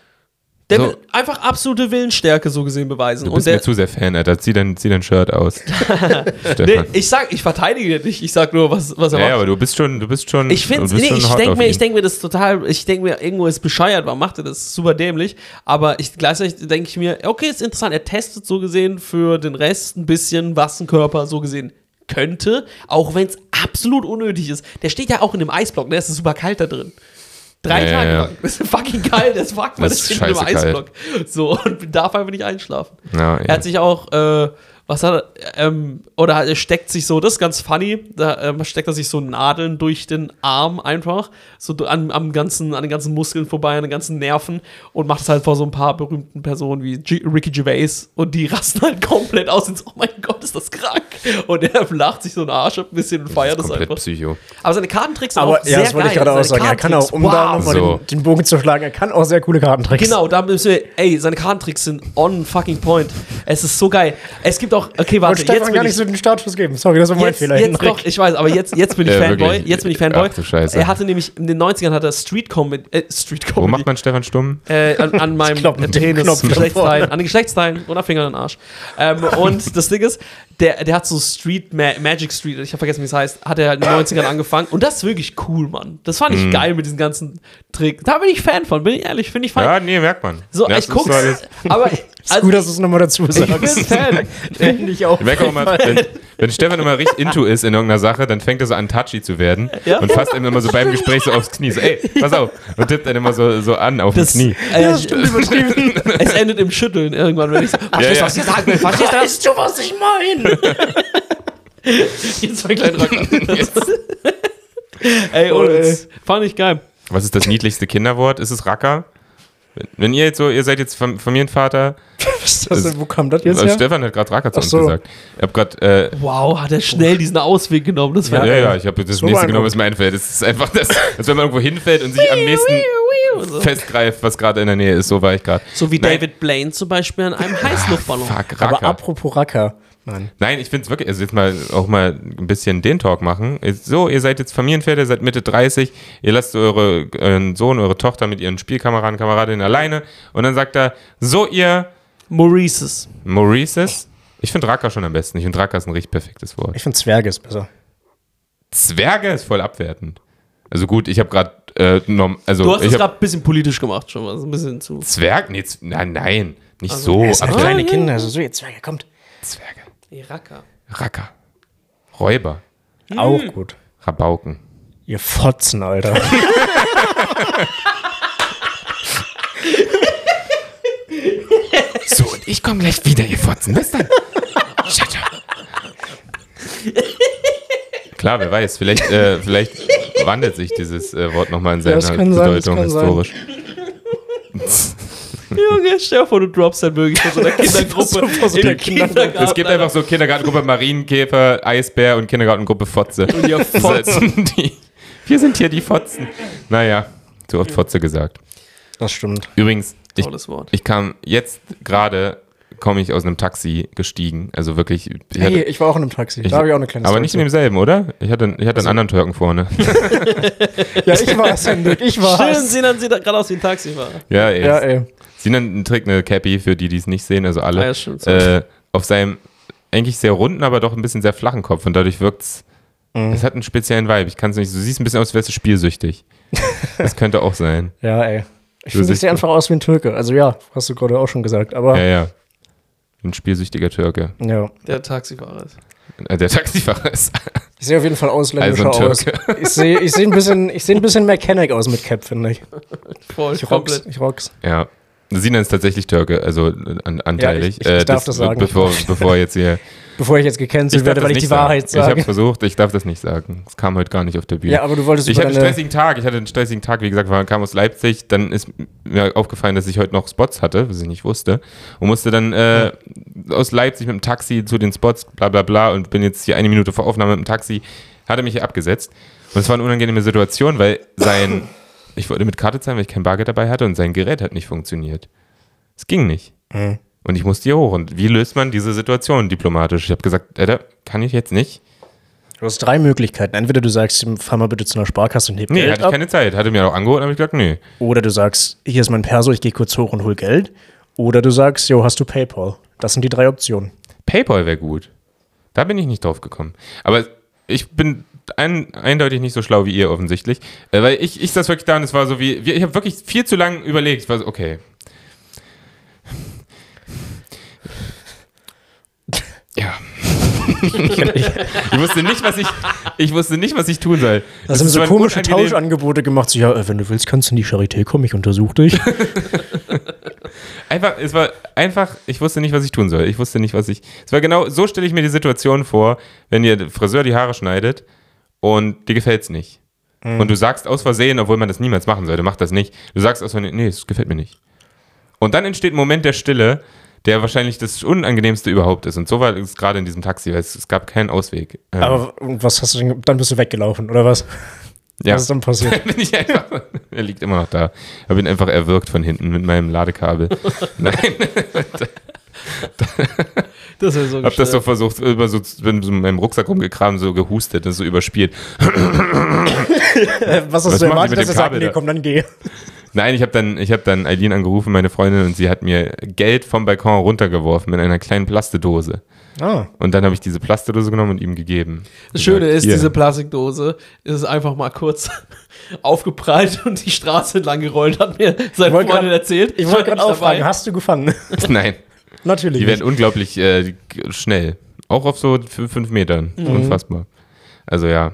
Speaker 3: Der
Speaker 1: so-
Speaker 3: will einfach absolute Willensstärke so gesehen beweisen.
Speaker 1: du
Speaker 3: Und
Speaker 1: bist
Speaker 3: der,
Speaker 1: mir zu sehr Fan, Alter, zieh dein, zieh dein Shirt
Speaker 3: *laughs*
Speaker 1: aus. Stefan.
Speaker 3: nee, ich sag, ich verteidige den nicht, ich sag nur, was, was er
Speaker 1: ja,
Speaker 3: macht.
Speaker 1: ja, aber du bist schon, du bist schon.
Speaker 3: Ich
Speaker 1: du
Speaker 3: finde,
Speaker 1: bist
Speaker 3: nee,
Speaker 1: schon
Speaker 3: ich
Speaker 1: hot
Speaker 3: denke
Speaker 1: auf
Speaker 3: mir,
Speaker 1: ihn.
Speaker 3: ich denke mir, das ist total, ich denke mir, irgendwo ist bescheuert, warum macht er das? Ist Super dämlich. Aber ich, gleichzeitig denke ich mir, okay, ist interessant, er testet so gesehen für den Rest ein bisschen, was ein Körper so gesehen könnte, auch wenn es absolut unnötig ist. Der steht ja auch in dem Eisblock, ne? Es ist super kalt da drin. Drei
Speaker 1: Ja, ja,
Speaker 3: Tage
Speaker 1: ja.
Speaker 3: lang. *laughs* Das ist fucking geil, das fuckt man,
Speaker 1: Das
Speaker 3: das
Speaker 1: ist
Speaker 3: steht in einem
Speaker 1: scheiße kalt.
Speaker 3: Eisblock. *laughs* So, und darf einfach nicht einschlafen.
Speaker 1: Ja,
Speaker 3: Er
Speaker 1: ja.
Speaker 3: hat sich auch, äh, was hat er, ähm, oder hat- er steckt sich so, das ist ganz funny, da ähm, steckt er sich so Nadeln durch den Arm einfach, so du- an, am ganzen, an den ganzen Muskeln vorbei, an den ganzen Nerven und macht es halt vor so ein paar berühmten Personen wie G Ricky Gervais und die *laughs* rasten halt komplett aus und so, oh mein Gott, ist das krank. Und er lacht sich so einen Arsch ab ein bisschen und feiert
Speaker 1: Das ist
Speaker 3: das,
Speaker 1: komplett
Speaker 3: einfach.
Speaker 1: Psycho.
Speaker 3: Aber seine Kartentricks sind
Speaker 2: Aber
Speaker 3: auch
Speaker 2: ja,
Speaker 3: sehr
Speaker 2: das wollte ich
Speaker 3: geil.
Speaker 2: gerade auch sagen.
Speaker 3: Seine
Speaker 2: Er kann
Speaker 3: Kartentricks,
Speaker 2: auch, um da
Speaker 3: wow.
Speaker 2: nochmal
Speaker 1: So.
Speaker 2: den, den Bogen zu schlagen, er kann auch sehr coole Kartentricks.
Speaker 3: Genau, da müssen wir, ey, seine Kartentricks sind on fucking point. Es ist so geil. Es gibt auch, okay,
Speaker 2: Und
Speaker 3: warte,
Speaker 2: Stefan
Speaker 3: jetzt
Speaker 2: gar
Speaker 3: bin
Speaker 2: nicht
Speaker 3: ich,
Speaker 2: so den Startschuss geben. Sorry, das war mein
Speaker 3: jetzt,
Speaker 2: Fehler.
Speaker 3: jetzt
Speaker 2: Henrik.
Speaker 3: doch, ich weiß, aber jetzt, jetzt bin
Speaker 1: *laughs*
Speaker 3: ich
Speaker 1: Ja,
Speaker 3: Fanboy,
Speaker 1: wirklich.
Speaker 3: jetzt bin ich Fanboy.
Speaker 1: Ach du Scheiße.
Speaker 3: Er hatte nämlich, in den 90ern hat er Street Comedy, äh, Street
Speaker 1: Wo
Speaker 3: Comedy,
Speaker 1: macht man Stefan stumm?
Speaker 3: äh,
Speaker 2: *laughs*
Speaker 3: an, an meinem
Speaker 2: Klopfen.
Speaker 3: äh, Penis,
Speaker 2: Klopfen.
Speaker 3: Geschlechtsteilen, an den Geschlechtsteilen oder Fingern in den Arsch. Ähm, und das Ding ist, der, der hat so Street, Ma Magic Street, ich habe vergessen, wie es heißt, hat er halt in den 90ern angefangen. Und das ist wirklich cool, Mann. Das fand
Speaker 1: Mhm.
Speaker 3: ich geil mit diesen ganzen Tricks. Da bin ich Fan von, bin ich ehrlich, finde ich fein.
Speaker 1: Ja, nee, merkt man.
Speaker 3: So,
Speaker 1: ja,
Speaker 3: ich
Speaker 1: das ist so alles-
Speaker 3: *laughs*
Speaker 1: *laughs*
Speaker 3: guck's, aber
Speaker 2: Ist gut, dass du es nochmal dazu
Speaker 3: also ich *laughs* bin
Speaker 2: sagst.
Speaker 3: Fan.
Speaker 2: Finde ich auch.
Speaker 1: Ich merke auch immer, wenn, wenn Stefan immer richtig into ist in irgendeiner Sache, dann fängt er so an, touchy zu werden
Speaker 3: Ja.
Speaker 1: und fasst einem immer so beim Gespräch so aufs Knie. So, ey, pass auf. Und tippt einen immer so, so an auf das Knie.
Speaker 3: Äh, *laughs* es endet im Schütteln irgendwann, wenn ich so, verstehst
Speaker 1: ja.
Speaker 3: du, halt was ich sagen will? Verstehst du,
Speaker 1: *laughs*
Speaker 3: das?
Speaker 2: Weißt du, was ich meine?
Speaker 1: halt
Speaker 3: Jetzt zwei kleinen Röcker. *laughs* Ey,
Speaker 1: Oh,
Speaker 3: und fand ich geil.
Speaker 1: Was ist das niedlichste Kinderwort? Ist es Racker? Wenn- Wenn ihr jetzt so, ihr seid jetzt Fam- Familienvater,
Speaker 2: Ist *laughs* das, wo kam das jetzt
Speaker 1: also
Speaker 2: her?
Speaker 1: Stefan hat gerade Racker zu
Speaker 2: Ach
Speaker 1: uns
Speaker 2: so.
Speaker 1: gesagt. Ich hab gerade äh,
Speaker 3: Wow, hat er schnell diesen Ausweg genommen. Das war
Speaker 1: Ja,
Speaker 3: geil.
Speaker 1: ja, ich habe das nächste
Speaker 2: So beeindruckend.
Speaker 1: genommen, was mir einfällt. Es ist einfach das, als wenn man irgendwo hinfällt und sich am nächsten festgreift, was gerade in der Nähe ist. So war ich gerade.
Speaker 3: So wie
Speaker 1: Nein. Ah,
Speaker 3: David Blaine zum Beispiel an einem Heißluftballon.
Speaker 1: Fuck,
Speaker 2: Aber
Speaker 1: Racker.
Speaker 2: apropos Racker. Nein.
Speaker 1: Nein, ich finde es wirklich, also jetzt mal auch mal ein bisschen den Talk machen. Ist So, ihr seid jetzt Familienväter, ihr seid Mitte 30, ihr lasst eure, euren Sohn, eure Tochter mit ihren Spielkameraden, Kameradinnen alleine und dann sagt er, so ihr
Speaker 3: Maurices.
Speaker 1: Maurices. Ich finde Racker schon am besten. Ich finde Racker ist ein richtig perfektes Wort.
Speaker 2: Ich finde Zwerge ist besser.
Speaker 1: Zwerge ist voll abwertend. Also gut, ich habe gerade, äh, norm- also
Speaker 3: Du hast
Speaker 1: ich
Speaker 3: es
Speaker 1: hab-
Speaker 3: gerade ein bisschen politisch gemacht schon, was ein bisschen zu.
Speaker 1: Zwerg? Nee, Z- nein, nein, nicht so.
Speaker 2: Es sind
Speaker 1: aber
Speaker 2: kleine Kinder, also so, ihr Zwerge, kommt.
Speaker 1: Zwerge.
Speaker 3: Iraker.
Speaker 1: Racker. Räuber.
Speaker 2: Auch gut.
Speaker 1: Rabauken.
Speaker 2: Ihr Fotzen, Alter.
Speaker 1: So, und ich komme gleich wieder, ihr Fotzen. Bis dann. Shut up. Klar, wer weiß, vielleicht, äh, vielleicht wandelt sich dieses äh, Wort nochmal in seiner
Speaker 2: das kann sein, das
Speaker 1: Bedeutung
Speaker 2: kann sein.
Speaker 1: historisch.
Speaker 3: Junge, stell dir vor, du droppst dann wirklich von
Speaker 1: *laughs*
Speaker 3: so einer Kindergruppe
Speaker 2: Vor so
Speaker 3: in
Speaker 2: einer
Speaker 3: den Kindergarten.
Speaker 1: Es gibt einfach so Kindergartengruppe Marienkäfer, Eisbär und Kindergartengruppe Fotze. Und *laughs*
Speaker 3: ihr Fotzen.
Speaker 1: Die, wir sind hier die Fotzen. Naja, zu oft Fotze gesagt.
Speaker 2: Das stimmt.
Speaker 1: Übrigens, ich,
Speaker 3: Tolles Wort.
Speaker 1: ich kam jetzt gerade, komme ich aus einem Taxi gestiegen. Also wirklich. Ich hatte,
Speaker 2: Hey, ich war auch in einem Taxi.
Speaker 1: ich,
Speaker 2: da habe ich auch eine kleine
Speaker 1: aber
Speaker 2: Story
Speaker 1: nicht
Speaker 2: zu.
Speaker 1: in demselben, oder? Ich hatte, ich
Speaker 2: Also
Speaker 1: hatte einen anderen Türken vorne.
Speaker 2: Ja, ich war es,
Speaker 1: *laughs*
Speaker 2: Hendrik. Ich war
Speaker 3: Schön
Speaker 2: es.
Speaker 3: sehen, dann sieht er gerade aus wie ein Taxifahrer.
Speaker 1: ja, ey.
Speaker 2: Ja, ey.
Speaker 1: Sinan trägt eine Cappy, für die, die es nicht sehen, also alle.
Speaker 3: Ah, ja, stimmt.
Speaker 1: äh, auf seinem eigentlich sehr runden, aber doch ein bisschen sehr flachen Kopf und dadurch wirkt's.
Speaker 2: Mhm.
Speaker 1: Es hat einen speziellen Vibe. Ich kann es nicht. Du siehst ein bisschen aus, als wärst du
Speaker 2: *laughs*
Speaker 1: spielsüchtig. das könnte auch sein.
Speaker 2: Ja, ey.
Speaker 1: Du
Speaker 2: Ich finde, ich
Speaker 1: siehst-
Speaker 2: sehe einfach aus wie ein Türke. Also ja, hast du gerade auch schon gesagt. Aber
Speaker 1: Ja, ja. Ein spielsüchtiger Türke.
Speaker 2: ja.
Speaker 3: Der Taxifahrer ist.
Speaker 1: Äh, Der Taxifahrer ist *laughs*
Speaker 2: Ich sehe auf jeden Fall
Speaker 1: also
Speaker 2: ausländischer
Speaker 1: ein
Speaker 2: aus.
Speaker 1: Türke.
Speaker 2: *laughs* Ich sehe ich seh ein, bisschen- ich seh ein bisschen Mechanic aus mit Cap, finde ich.
Speaker 3: Voll,
Speaker 2: Ich rocks.
Speaker 3: komplett.
Speaker 2: Ich rocks.
Speaker 1: Ja. Sinan ist tatsächlich Türke, also äh, an, anteilig.
Speaker 2: ich- ich darf das sagen.
Speaker 1: Bevor, bevor jetzt
Speaker 2: *laughs*
Speaker 1: hier.
Speaker 2: Bevor ich jetzt gecancelt werde, weil ich die Wahrheit
Speaker 1: sagen. Ich habe
Speaker 2: sage.
Speaker 1: versucht, ich darf das nicht sagen. Es kam heute gar nicht auf der Bühne.
Speaker 2: Ja, aber du wolltest
Speaker 1: ich
Speaker 2: über
Speaker 1: hatte einen
Speaker 2: deine.
Speaker 1: stressigen Tag. Ich hatte einen stressigen Tag, wie gesagt, wir kam aus Leipzig. Dann ist mir aufgefallen, dass ich heute noch Spots hatte, was ich nicht wusste. Und musste dann äh, aus Leipzig mit dem Taxi zu den Spots, bla bla bla. Und bin jetzt hier eine Minute vor Aufnahme mit dem Taxi. Hatte mich hier abgesetzt. Und es war eine unangenehme Situation, weil sein.
Speaker 2: *coughs*
Speaker 1: Ich wollte mit Karte zahlen, weil ich kein Bargeld dabei hatte und sein Gerät hat nicht funktioniert. Es ging nicht.
Speaker 2: Hm.
Speaker 1: Und ich musste hier hoch. Und wie löst man diese Situation diplomatisch? Ich habe gesagt, Alter, kann ich jetzt nicht.
Speaker 2: Du hast drei Möglichkeiten. Entweder du sagst, ihm, fahr mal bitte zu einer Sparkasse und heb
Speaker 1: Nee,
Speaker 2: Geld
Speaker 1: hatte ich
Speaker 2: ab.
Speaker 1: keine Zeit. Hatte mir auch angehört, habe ich gesagt, nee.
Speaker 2: Oder du sagst, hier ist mein Perso, ich gehe kurz hoch und hol Geld. Oder du sagst, jo, hast du PayPal? Das sind die drei Optionen.
Speaker 1: PayPal wäre gut. Da bin ich nicht drauf gekommen. Aber ich bin ein, eindeutig nicht so schlau wie ihr offensichtlich. Äh, weil ich, ich saß wirklich da und es war so wie, wie ich habe wirklich viel zu lang überlegt. Ich war so, okay. Ja. *laughs* ich wusste nicht, was ich, ich wusste nicht, was ich tun soll.
Speaker 2: Das sind so
Speaker 1: war ein
Speaker 2: komische
Speaker 1: unangenehm-
Speaker 2: Tauschangebote gemacht. So, ja, äh, wenn du willst, kannst du in die Charité kommen, ich untersuche
Speaker 1: *laughs*
Speaker 2: dich.
Speaker 1: Einfach, es war einfach, ich wusste nicht, was ich tun soll. Ich wusste nicht, was ich. Es war genau, so stelle ich mir die Situation vor, wenn dir der Friseur die Haare schneidet und dir gefällt es nicht. Und du sagst aus Versehen, obwohl man das niemals machen sollte, mach das nicht. Du sagst aus Versehen, nee, es gefällt mir nicht. Und dann entsteht ein Moment der Stille, der wahrscheinlich das Unangenehmste überhaupt ist. Und so war es gerade in diesem Taxi, weil es, es gab keinen Ausweg. Ähm,
Speaker 2: Aber was hast du denn? Dann bist du weggelaufen, oder was?
Speaker 1: ja.
Speaker 2: Was ist dann
Speaker 1: *laughs*
Speaker 2: passiert?
Speaker 1: bin ich einfach, er liegt immer noch da. Ich bin einfach erwürgt von hinten mit meinem Ladekabel. Nein.
Speaker 3: Das ist so
Speaker 1: Hab das so versucht, über so, bin so in meinem Rucksack rumgekramt, so gehustet und so überspielt.
Speaker 2: Äh, was
Speaker 1: *laughs*
Speaker 2: hast
Speaker 1: Was
Speaker 2: du
Speaker 1: machen die mit
Speaker 2: erwartet, dass
Speaker 1: dem
Speaker 2: er sagt,
Speaker 1: Kabel
Speaker 2: nee,
Speaker 1: da?
Speaker 2: komm, dann geh.
Speaker 1: Nein, ich habe dann, ich hab dann Eileen angerufen, meine Freundin, und sie hat mir Geld vom Balkon runtergeworfen in einer kleinen Plastedose.
Speaker 2: Ah,
Speaker 1: Und dann habe ich diese Plastedose genommen und ihm gegeben.
Speaker 3: Das Schöne
Speaker 1: Gesagt,
Speaker 3: ist,
Speaker 1: hier. *laughs*
Speaker 3: diese Plastikdose ist einfach mal kurz *laughs* aufgeprallt und die Straße entlang gerollt, hat mir sein
Speaker 2: wollte
Speaker 3: Freund
Speaker 2: grad-
Speaker 3: erzählt.
Speaker 2: ich wollte
Speaker 3: war
Speaker 2: gerade
Speaker 3: nicht
Speaker 2: auffragen,
Speaker 3: dabei.
Speaker 2: hast
Speaker 1: *laughs*
Speaker 2: du gefangen?
Speaker 1: Nein,
Speaker 2: Natürlich.
Speaker 1: die werden
Speaker 2: Nicht.
Speaker 1: unglaublich äh, g- schnell. Auch auf so fü- fünf Metern.
Speaker 3: Mhm.
Speaker 1: Unfassbar. Also ja.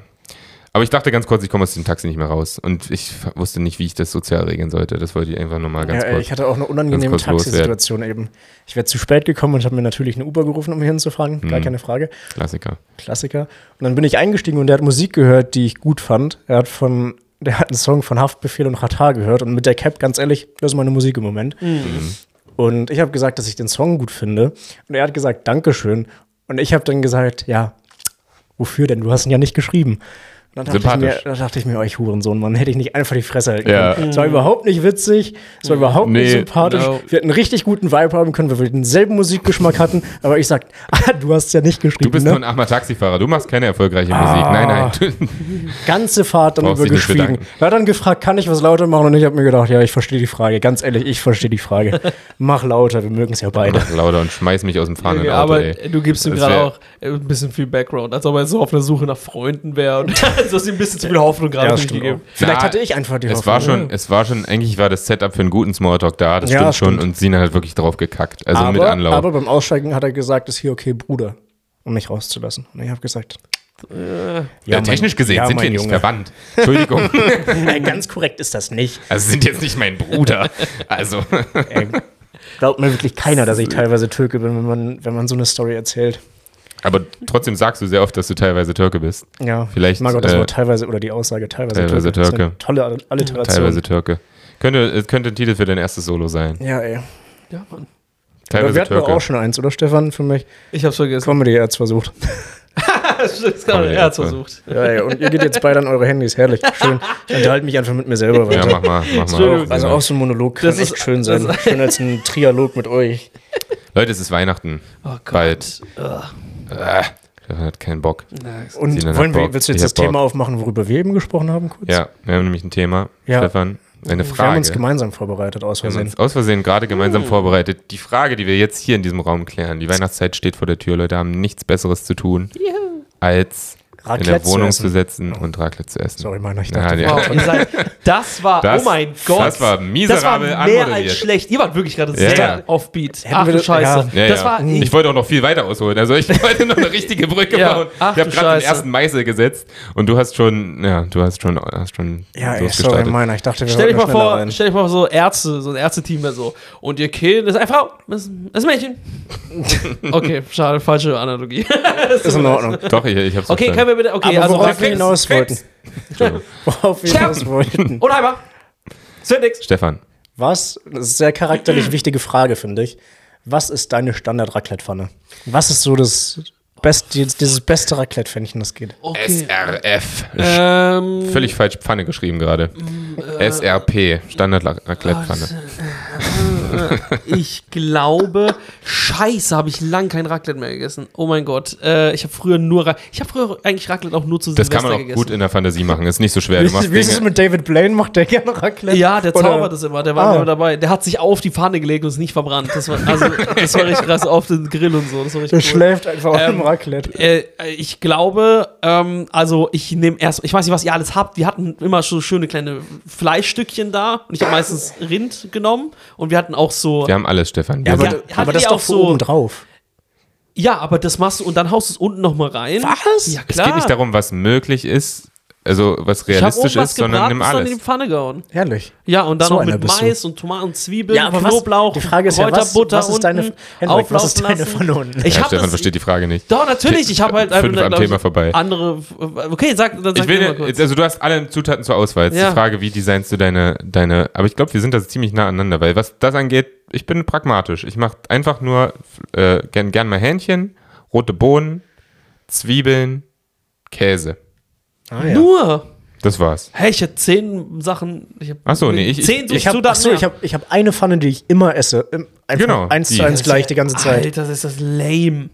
Speaker 1: Aber ich dachte ganz kurz, ich komme aus dem Taxi nicht mehr raus. Und ich wusste nicht, wie ich das sozial regeln sollte. Das wollte ich einfach nochmal ganz
Speaker 2: Ja, ey,
Speaker 1: kurz.
Speaker 2: ich hatte auch eine unangenehme
Speaker 1: ganz kurz
Speaker 2: Taxisituation eben. Ich wäre zu spät gekommen und habe mir natürlich eine Uber gerufen, um hier hinzufahren.
Speaker 1: Hm.
Speaker 2: Gar keine Frage.
Speaker 1: Klassiker.
Speaker 2: Klassiker. Und dann bin ich eingestiegen und der hat Musik gehört, die ich gut fand. Er hat von, der hat einen Song von Haftbefehl und Ratar gehört und mit der Cap, ganz ehrlich, das ist meine Musik im Moment.
Speaker 1: Mhm.
Speaker 2: Und ich habe gesagt, dass ich den Song gut finde. Und er hat gesagt, Dankeschön. Und ich habe dann gesagt, ja, wofür denn? Du hast ihn ja nicht geschrieben. Und dann dachte ich mir,
Speaker 1: Sympathisch.
Speaker 2: da dachte ich mir, euch Hurensohn, Mann, hätte ich nicht einfach die Fresse halten
Speaker 1: Ja. Mhm.
Speaker 2: können. Es war überhaupt nicht witzig, es war überhaupt nicht
Speaker 1: Nee, genau.
Speaker 2: sympathisch.
Speaker 3: no.
Speaker 2: Wir hätten einen richtig guten Vibe haben können, weil wir denselben Musikgeschmack hatten, aber ich sag, *laughs* ah, du hast es ja nicht geschrieben.
Speaker 1: Du bist
Speaker 2: ne?
Speaker 1: nur ein armer Taxifahrer. Du machst keine erfolgreiche Musik. Nein, nein. Du,
Speaker 2: Ah. ganze Fahrt dann
Speaker 1: Brauchst
Speaker 2: über
Speaker 1: dich nicht
Speaker 2: geschwiegen.
Speaker 1: bedanken.
Speaker 2: Er hat dann gefragt, kann ich was lauter machen? Und ich habe mir gedacht, ja, ich verstehe die Frage. Ganz ehrlich, ich verstehe
Speaker 1: *laughs*
Speaker 2: die Frage. Mach lauter, wir mögen es ja *laughs* beide.
Speaker 1: mach lauter und schmeiß mich aus dem fahrenden
Speaker 3: Okay,
Speaker 1: Auto,
Speaker 3: aber
Speaker 1: ey.
Speaker 3: du gibst ihm
Speaker 1: Das
Speaker 3: gerade
Speaker 1: wär-
Speaker 3: auch äh, ein bisschen viel Background, als ob er so auf der Suche nach Freunden wäre und *laughs* du hast ihm ein bisschen zu viel Hoffnung
Speaker 2: Ja,
Speaker 3: gerade
Speaker 2: das stimmt
Speaker 3: gegeben.
Speaker 2: auch. Vielleicht
Speaker 1: Na,
Speaker 2: hatte ich einfach die ne?
Speaker 1: Es war schon, es war schon, eigentlich war das Setup für einen guten Smalltalk da, das
Speaker 2: Ja,
Speaker 1: stimmt schon.
Speaker 2: stimmt.
Speaker 1: Und Sina hat wirklich drauf gekackt. Also
Speaker 2: aber,
Speaker 1: mit Anlauf.
Speaker 2: aber beim Aussteigen hat er gesagt, ist hier okay, Bruder, um mich rauszulassen. Und ich habe gesagt,
Speaker 1: Äh, ja,
Speaker 2: mein-
Speaker 1: technisch gesehen
Speaker 2: ja,
Speaker 1: sind
Speaker 2: mein
Speaker 1: wir nicht
Speaker 2: Junge.
Speaker 1: verwandt.
Speaker 2: *laughs*
Speaker 1: Entschuldigung.
Speaker 2: "Äh, ganz korrekt ist das
Speaker 1: *laughs*
Speaker 2: nicht.
Speaker 1: also sind jetzt nicht mein Bruder. Also,
Speaker 2: Ey, glaubt mir wirklich
Speaker 1: *laughs*
Speaker 2: keiner, dass ich teilweise Türke bin, wenn man, wenn man so eine Story erzählt.
Speaker 1: aber trotzdem sagst du sehr oft, dass du teilweise Türke bist.
Speaker 2: Ja,
Speaker 1: Vielleicht,
Speaker 2: ich mag auch das
Speaker 1: äh,
Speaker 2: Wort teilweise oder die Aussage teilweise,
Speaker 1: teilweise
Speaker 2: Das ist eine
Speaker 1: Türke.
Speaker 2: Tolle All- Alliteration.
Speaker 1: Teilweise Türke. Könnte, es könnte ein Titel für dein erstes Solo sein.
Speaker 2: Ja, ey.
Speaker 3: Ja, Mann.
Speaker 2: Aber
Speaker 1: Teilweise
Speaker 2: wir hatten doch
Speaker 1: Türke.
Speaker 2: auch schon eins, oder Stefan, für mich?
Speaker 3: Ich hab's vergessen.
Speaker 2: Comedy hat's versucht.
Speaker 3: *laughs* Das ist gerade-
Speaker 1: Komm,
Speaker 3: er hat's
Speaker 1: ja,
Speaker 3: versucht.
Speaker 2: Ja, ey, und ihr geht jetzt beide an eure Handys. Herrlich. Schön. Ich unterhalte mich einfach mit mir selber
Speaker 1: Ja,
Speaker 2: weiter.
Speaker 1: mach mal, mach mal.
Speaker 3: Entschuldigung.
Speaker 2: also auch so ein Monolog kann
Speaker 3: Das ist-
Speaker 2: echt schön sein.
Speaker 3: das-
Speaker 2: Schön als ein Trialog mit euch.
Speaker 1: Leute, es ist Weihnachten.
Speaker 3: Oh Gott.
Speaker 1: Bald.
Speaker 3: Ah,
Speaker 1: Äh, der hat keinen Bock.
Speaker 3: nice.
Speaker 2: Und
Speaker 1: Sinan hat
Speaker 2: wollen wir,
Speaker 1: Bock.
Speaker 2: willst du jetzt
Speaker 1: Ich
Speaker 2: das
Speaker 1: hab Bock.
Speaker 2: Thema aufmachen, worüber wir eben gesprochen haben? Kurz?
Speaker 1: Ja, wir haben nämlich ein Thema,
Speaker 2: Ja.
Speaker 1: Stefan. Eine
Speaker 2: Wir haben
Speaker 1: Frage.
Speaker 2: uns gemeinsam vorbereitet, aus
Speaker 1: Wir haben
Speaker 2: Versehen.
Speaker 1: uns aus Versehen gerade gemeinsam vorbereitet. Die Frage, die wir jetzt hier in diesem Raum klären, die Weihnachtszeit steht vor der Tür, Leute haben nichts Besseres zu tun, als in
Speaker 2: Raclette
Speaker 1: der
Speaker 2: zu
Speaker 1: Wohnung
Speaker 2: essen.
Speaker 1: zu sitzen und Raclette zu essen.
Speaker 2: Sorry, Mann, ich
Speaker 1: Ja,
Speaker 2: dachte,
Speaker 1: ja.
Speaker 3: Wow, ihr seid, das war,
Speaker 1: Das-
Speaker 3: oh mein Gott.
Speaker 1: das war miserabel
Speaker 3: Das war mehr als
Speaker 1: anmoderiert.
Speaker 3: schlecht. Ihr wart wirklich gerade
Speaker 1: Ja,
Speaker 3: sehr
Speaker 1: ja.
Speaker 3: offbeat.
Speaker 2: Hätten
Speaker 3: Ach
Speaker 2: wir
Speaker 3: du
Speaker 2: das- Hm.
Speaker 3: Scheiße.
Speaker 1: Ja,
Speaker 3: das
Speaker 1: ja.
Speaker 3: war,
Speaker 1: ich wollte auch noch viel weiter ausholen. Also ich *laughs* wollte noch eine richtige Brücke
Speaker 3: Ja.
Speaker 1: bauen.
Speaker 3: Ach,
Speaker 1: ich habe
Speaker 3: du
Speaker 1: gerade
Speaker 3: Scheiße.
Speaker 1: den ersten Meißel gesetzt und du hast schon, ja, du hast schon, hast schon
Speaker 2: *laughs* ja, ey, sorry,
Speaker 1: losgestartet.
Speaker 2: meiner. Ich dachte, wir
Speaker 3: Stell dich mal
Speaker 2: wollten schneller
Speaker 3: vor,
Speaker 2: rein.
Speaker 3: stell dich mal vor, so Ärzte, so ein Ärzteteam wäre so. Und ihr Kind ist eine Frau, ist ein ist ein Mädchen.
Speaker 2: *laughs*
Speaker 3: Okay, schade, falsche Analogie.
Speaker 2: Ist in Ordnung.
Speaker 1: Doch, ich, ich hab's
Speaker 3: Okay, können
Speaker 1: verstanden.
Speaker 3: wir bitte, okay,
Speaker 2: Aber
Speaker 3: also
Speaker 2: worauf wir
Speaker 1: Krebs,
Speaker 2: hinaus wollten.
Speaker 1: Krebs.
Speaker 2: *laughs* Worauf wir
Speaker 3: Sterben.
Speaker 2: hinaus wollten.
Speaker 3: Und einmal. Es wird nix.
Speaker 1: Stefan,
Speaker 2: Was, das ist eine sehr charakterlich wichtige Frage, finde ich. Was ist deine Standard-Raclette-Pfanne? Was ist so das best, dieses, dieses beste Raclette-Pfännchen, das geht?
Speaker 3: Okay.
Speaker 1: SRF.
Speaker 3: Ähm,
Speaker 1: Völlig falsch Pfanne geschrieben gerade. SRP, Standard-Raclette-Pfanne.
Speaker 3: Äh, ich glaube, scheiße, habe ich lang kein Raclette mehr gegessen. Oh mein Gott. Äh, ich habe früher nur Ra Ich habe früher eigentlich Raclette auch nur zu
Speaker 1: Das
Speaker 3: Silvester
Speaker 1: kann man auch
Speaker 3: gegessen.
Speaker 1: gut in der Fantasie machen, ist nicht so schwer. Du machst
Speaker 2: Wie, wie ist es
Speaker 1: Dinge.
Speaker 2: mit David Blaine? Macht der gerne Raclette?
Speaker 3: Ja, der
Speaker 2: Oder-
Speaker 3: zaubert das immer, der war
Speaker 2: Ah.
Speaker 3: immer dabei. Der hat sich auf die Pfanne gelegt und ist nicht verbrannt. Das war, also, das war richtig krass auf den Grill und so. Das war
Speaker 2: Der
Speaker 3: richtig cool.
Speaker 2: schläft einfach auf
Speaker 3: Ähm,
Speaker 2: dem Raclette.
Speaker 3: Äh, äh, ich glaube, ähm, also ich nehme erst, ich weiß nicht, was ihr alles habt. Wir hatten immer so schöne kleine Fleischstückchen da und ich habe meistens Rind genommen und wir hatten auch so.
Speaker 1: Wir
Speaker 3: Ja.
Speaker 1: haben alles, Stefan.
Speaker 2: Ja,
Speaker 1: Wir
Speaker 2: aber,
Speaker 1: sind-
Speaker 3: ja,
Speaker 2: aber
Speaker 3: hatte
Speaker 2: das
Speaker 3: die
Speaker 2: ist doch
Speaker 3: auch
Speaker 2: so
Speaker 3: so-
Speaker 2: oben drauf.
Speaker 3: aber das machst du und dann haust du es unten nochmal rein.
Speaker 2: Was?
Speaker 3: Ja,
Speaker 1: es
Speaker 3: klar.
Speaker 1: geht nicht darum, was möglich ist, also was
Speaker 3: ich habe
Speaker 1: realistisch
Speaker 3: oben was
Speaker 1: ist, sondern
Speaker 3: gebraten,
Speaker 1: nimm
Speaker 3: ist dann in
Speaker 1: alles.
Speaker 3: die Pfanne gehauen.
Speaker 2: Herrlich.
Speaker 3: Ja, und dann
Speaker 2: So
Speaker 3: noch
Speaker 2: einer
Speaker 3: mit
Speaker 2: bist du.
Speaker 3: Mais und Tomaten, Zwiebeln,
Speaker 2: Ja, aber was-
Speaker 3: Knoblauch,
Speaker 2: die Frage ist ja, was-
Speaker 3: Kräuterbutter
Speaker 2: was ist deine-
Speaker 3: unten
Speaker 2: Henrik, was ist
Speaker 3: auflaufen
Speaker 2: deine
Speaker 3: lassen.
Speaker 2: Pfanne unten?
Speaker 3: Ich
Speaker 1: Ja,
Speaker 3: hab
Speaker 1: Stefan
Speaker 3: das,
Speaker 1: versteht die Frage nicht.
Speaker 3: Doch, natürlich. Ich habe halt
Speaker 1: Fünf am
Speaker 3: glaub ich,
Speaker 1: Thema vorbei.
Speaker 3: andere. Okay, sag, dann sag
Speaker 1: Ich will,
Speaker 3: du mal kurz.
Speaker 1: jetzt- also du hast alle Zutaten zur Auswahl. Jetzt
Speaker 3: Ja.
Speaker 1: Die Frage, wie designst du deine, deine, aber ich glaube, wir sind da ziemlich nah aneinander, weil was das angeht, ich bin pragmatisch. Ich mache einfach nur äh, gern, gern mal Hähnchen, rote Bohnen, Zwiebeln, Käse.
Speaker 2: Ah, ja.
Speaker 3: Nur.
Speaker 1: Das war's.
Speaker 3: Hey, ich hätte zehn Sachen. Ich hab
Speaker 1: Ach so, nee, ich-
Speaker 3: zehn
Speaker 1: ich-
Speaker 2: ich habe
Speaker 3: Zutaten
Speaker 2: achso,
Speaker 3: mehr.
Speaker 2: ich hab, ich hab eine Pfanne, die ich immer esse. Im- Einfach
Speaker 1: Genau,
Speaker 2: Eins
Speaker 1: die.
Speaker 2: zu eins gleich die ganze Zeit.
Speaker 3: Alter, das ist das lame.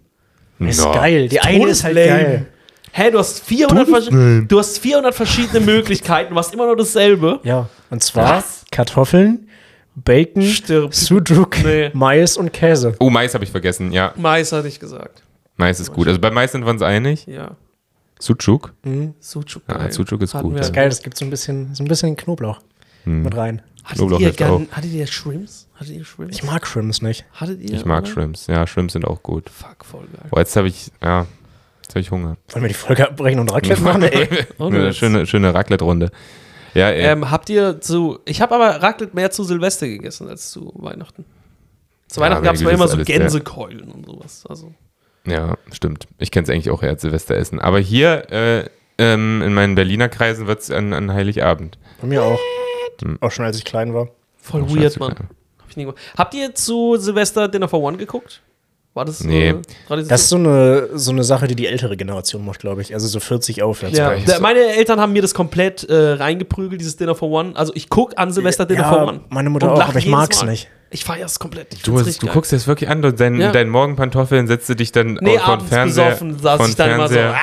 Speaker 2: Ist
Speaker 1: Ja.
Speaker 2: geil. Die eine ist halt
Speaker 3: Todeslame.
Speaker 2: geil.
Speaker 3: Hey, du hast 400, versch- du hast 400 verschiedene Möglichkeiten, du machst immer nur dasselbe.
Speaker 2: Ja. Und zwar Kartoffeln, Bacon,
Speaker 3: Stirb.
Speaker 2: Sujuk,
Speaker 3: Nee.
Speaker 2: Mais und Käse.
Speaker 1: Oh, Mais habe ich vergessen, ja.
Speaker 3: Mais hatte ich gesagt.
Speaker 1: Mais ist gut. Also bei Mais sind wir uns einig.
Speaker 3: Ja.
Speaker 1: Sucuk.
Speaker 3: Sucuk.
Speaker 1: Ja,
Speaker 3: geil.
Speaker 1: Sucuk ist
Speaker 3: Hatten
Speaker 1: gut,
Speaker 3: wir.
Speaker 1: ja.
Speaker 2: Geil, das gibt so ein bisschen, so ein bisschen Knoblauch mit rein.
Speaker 3: Hattet
Speaker 1: Knoblauch
Speaker 3: ihr,
Speaker 1: hilft
Speaker 3: gern, hattet ihr Shrimps? Hattet ihr Shrimps?
Speaker 2: Ich mag Shrimps nicht.
Speaker 3: hattet ihr,
Speaker 1: Ich mag
Speaker 3: oder?
Speaker 1: Shrimps. Ja, Shrimps sind auch gut.
Speaker 3: Fuck, voll geil.
Speaker 1: Boah, jetzt habe ich, ja, jetzt habe ich Hunger.
Speaker 2: Wollen wir die Folge abbrechen und
Speaker 1: *laughs*
Speaker 2: Raclette machen? Ey.
Speaker 3: Ohne
Speaker 1: Eine
Speaker 3: Witz.
Speaker 1: schöne, schöne Raclette-Runde. Ja, ey.
Speaker 3: Ähm, habt ihr zu. Ich habe aber Raclette mehr zu Silvester gegessen als zu Weihnachten. Zu
Speaker 1: Ja,
Speaker 3: Weihnachten
Speaker 1: aber
Speaker 3: gab es
Speaker 1: irgendwie
Speaker 3: zwar immer
Speaker 1: ist
Speaker 3: so
Speaker 1: alles
Speaker 3: Gänsekeulen und sowas. Also.
Speaker 1: Ja, stimmt. Ich kenne es eigentlich auch eher als Silvesteressen. Aber hier äh, ähm, in meinen Berliner Kreisen wird es an, an Heiligabend.
Speaker 2: Bei mir auch. Auch schon als ich klein war.
Speaker 3: Voll
Speaker 1: Ach,
Speaker 3: weird,
Speaker 1: scheiße,
Speaker 3: Mann.
Speaker 1: klar.
Speaker 3: Hab ich nie gemacht. Habt ihr zu Silvester Dinner for One geguckt? War das äh, so
Speaker 1: Nee.
Speaker 3: eine Tradition?
Speaker 2: Das ist so eine, so eine Sache, die die ältere Generation macht, glaube ich. Also so 40 aufwärts.
Speaker 3: ja.
Speaker 1: war ich
Speaker 3: Da-
Speaker 1: so-
Speaker 3: Meine Eltern haben mir das komplett äh, reingeprügelt, dieses Dinner for One. Also ich guck an Silvester Dinner
Speaker 2: Ja,
Speaker 3: for One.
Speaker 2: meine Mutter
Speaker 3: und
Speaker 2: auch,
Speaker 3: lach
Speaker 2: aber ich
Speaker 3: jedes
Speaker 2: mag's
Speaker 3: Mal.
Speaker 2: nicht.
Speaker 3: Ich feier's komplett. Ich
Speaker 1: Du,
Speaker 3: find's
Speaker 1: hast,
Speaker 3: richtig
Speaker 1: du
Speaker 3: geil.
Speaker 1: guckst dir das wirklich an, du, dein,
Speaker 3: Ja.
Speaker 1: deinen Morgenpantoffeln setzt du dich dann
Speaker 3: Nee,
Speaker 1: vor den
Speaker 3: abends besoffen saß
Speaker 1: vor den
Speaker 3: ich dann immer so.
Speaker 1: Fernseher.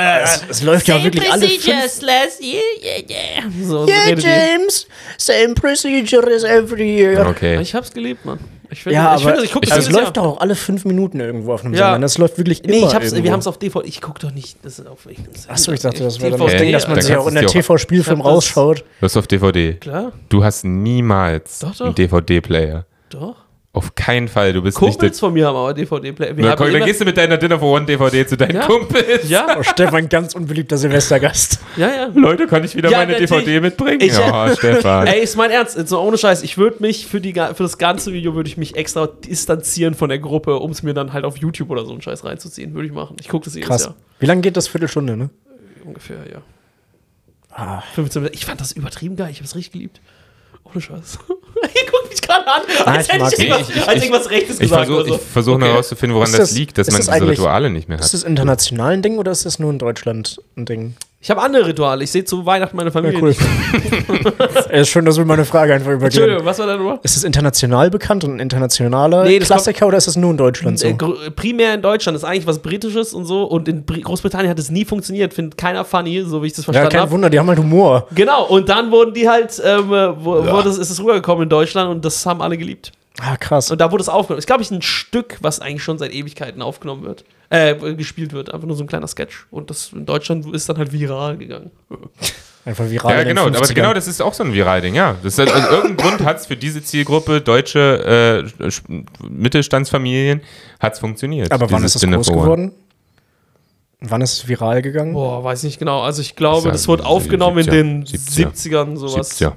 Speaker 3: Ah,
Speaker 2: Es läuft ja wirklich alle fünf.
Speaker 3: last year, yeah, yeah. So, so redet die.
Speaker 4: James, same procedure as every year.
Speaker 1: Okay.
Speaker 3: Ich hab's geliebt, Mann. Ich finde,
Speaker 2: Ja,
Speaker 3: ich,
Speaker 2: aber
Speaker 3: finde, ich guck
Speaker 2: also
Speaker 3: das
Speaker 2: es
Speaker 3: jedes
Speaker 2: läuft
Speaker 3: Jahr.
Speaker 2: doch auch alle fünf Minuten irgendwo auf einem
Speaker 3: Ja.
Speaker 2: Sender. Das läuft wirklich immer
Speaker 3: Nee, ich hab's, wir
Speaker 2: irgendwo.
Speaker 3: haben's auf DVD. Ich guck doch nicht. Das ist auf
Speaker 2: Achso, ich dachte, das wäre dann
Speaker 3: DVD,
Speaker 2: das Ding, dass man
Speaker 1: dann
Speaker 2: sich
Speaker 1: kannst
Speaker 2: auch in
Speaker 1: du's
Speaker 2: der
Speaker 1: dir auch-
Speaker 2: TV-Spielfilm
Speaker 3: Ich hab das- *laughs*
Speaker 2: rausschaut.
Speaker 1: Du hast auf DVD.
Speaker 3: Klar,
Speaker 1: Du hast niemals
Speaker 3: Doch, doch.
Speaker 1: einen DVD-Player.
Speaker 3: doch.
Speaker 1: Auf keinen Fall. Du bist nicht
Speaker 3: Kumpels
Speaker 1: der.
Speaker 3: von mir haben aber DVD-Player. Wir
Speaker 1: Na,
Speaker 3: haben
Speaker 1: komm, dann
Speaker 3: immer-
Speaker 1: gehst du mit deiner Dinner for One DVD zu deinen
Speaker 3: Ja.
Speaker 1: Kumpels.
Speaker 3: ja,
Speaker 2: Oh, Stefan, ganz unbeliebter Silvestergast.
Speaker 3: ja, ja.
Speaker 1: Leute, kann ich wieder
Speaker 3: Ja,
Speaker 1: meine
Speaker 3: natürlich.
Speaker 1: DVD mitbringen?
Speaker 3: Ich-
Speaker 1: ja, Stefan.
Speaker 3: *laughs* Ey, ist mein Ernst, jetzt mal ohne Scheiß. Ich würde mich für, die, ga- für das ganze Video würde ich mich extra distanzieren von der Gruppe, um es mir dann halt auf YouTube oder so einen Scheiß reinzuziehen. Würde ich machen. Ich gucke das jedes
Speaker 2: Krass.
Speaker 3: Jahr.
Speaker 2: Wie lange geht das? Viertelstunde, ne?
Speaker 3: Ungefähr, ja.
Speaker 2: Ah.
Speaker 3: 15 Minuten. Ich fand das übertrieben geil. Ich hab's richtig geliebt. Ohne Scheiß. *laughs* Ihr guckt mich gerade an, als
Speaker 2: ich
Speaker 3: hätte
Speaker 2: mag's.
Speaker 3: ich irgendwas,
Speaker 1: Ich- ich-
Speaker 3: als irgendwas Rechtes
Speaker 1: Ich
Speaker 3: gesagt
Speaker 1: versuche
Speaker 3: oder so.
Speaker 1: versuch
Speaker 3: Okay.
Speaker 1: herauszufinden, woran
Speaker 2: Ist
Speaker 1: das,
Speaker 2: das-
Speaker 1: liegt, dass
Speaker 2: ist
Speaker 1: man
Speaker 2: das
Speaker 1: diese
Speaker 2: eigentlich-
Speaker 1: Rituale nicht mehr hat.
Speaker 2: Ist das international ein Ding oder ist das nur in Deutschland ein Ding?
Speaker 3: Ich habe andere Rituale. Ich sehe zu Weihnachten meine Familie.
Speaker 2: Ja, cool. *laughs*
Speaker 3: nicht.
Speaker 2: Ey, ist schön, dass wir meine Frage einfach übergehen.
Speaker 3: Entschuldigung, was war dein Ritual?
Speaker 2: Ist es international bekannt und ein internationaler
Speaker 3: Nee, das
Speaker 2: Klassiker oder ist es nur in Deutschland
Speaker 3: Äh,
Speaker 2: so?
Speaker 3: gr- primär in Deutschland ist eigentlich was Britisches und so. Und in Bri Großbritannien hat es nie funktioniert. Findet keiner funny, so wie ich das
Speaker 2: Ja,
Speaker 3: verstanden
Speaker 2: kein
Speaker 3: habe.
Speaker 2: Wunder, die haben halt Humor.
Speaker 3: Genau, und dann wurden die halt, ähm, äh, wo, wurde es, ist es rübergekommen in Deutschland und das haben alle geliebt.
Speaker 2: Ah, krass.
Speaker 3: Und da wurde es aufgenommen. Ist, glaube ich, ein Stück, was eigentlich schon seit Ewigkeiten aufgenommen wird. Äh, gespielt wird. Einfach nur so ein kleiner Sketch. Und das in Deutschland ist dann halt viral gegangen.
Speaker 2: Einfach viral.
Speaker 1: Ja,
Speaker 2: in den
Speaker 1: genau, aber
Speaker 2: 50ern.
Speaker 1: genau das ist auch so ein Viral-Ding, ja. Das ist, also, irgendeinen Grund hat es für diese Zielgruppe, deutsche äh, Sch- Mittelstandsfamilien, hat es funktioniert.
Speaker 2: Aber wann
Speaker 1: dieses
Speaker 2: ist es
Speaker 1: Dinner
Speaker 2: groß
Speaker 1: for One.
Speaker 2: geworden? Wann ist es viral gegangen?
Speaker 3: Boah, weiß nicht genau. Also ich glaube,
Speaker 1: Sagen
Speaker 3: das wurde
Speaker 1: Sie
Speaker 3: aufgenommen in den
Speaker 1: 70er.
Speaker 3: 70ern, sowas.
Speaker 1: 70er.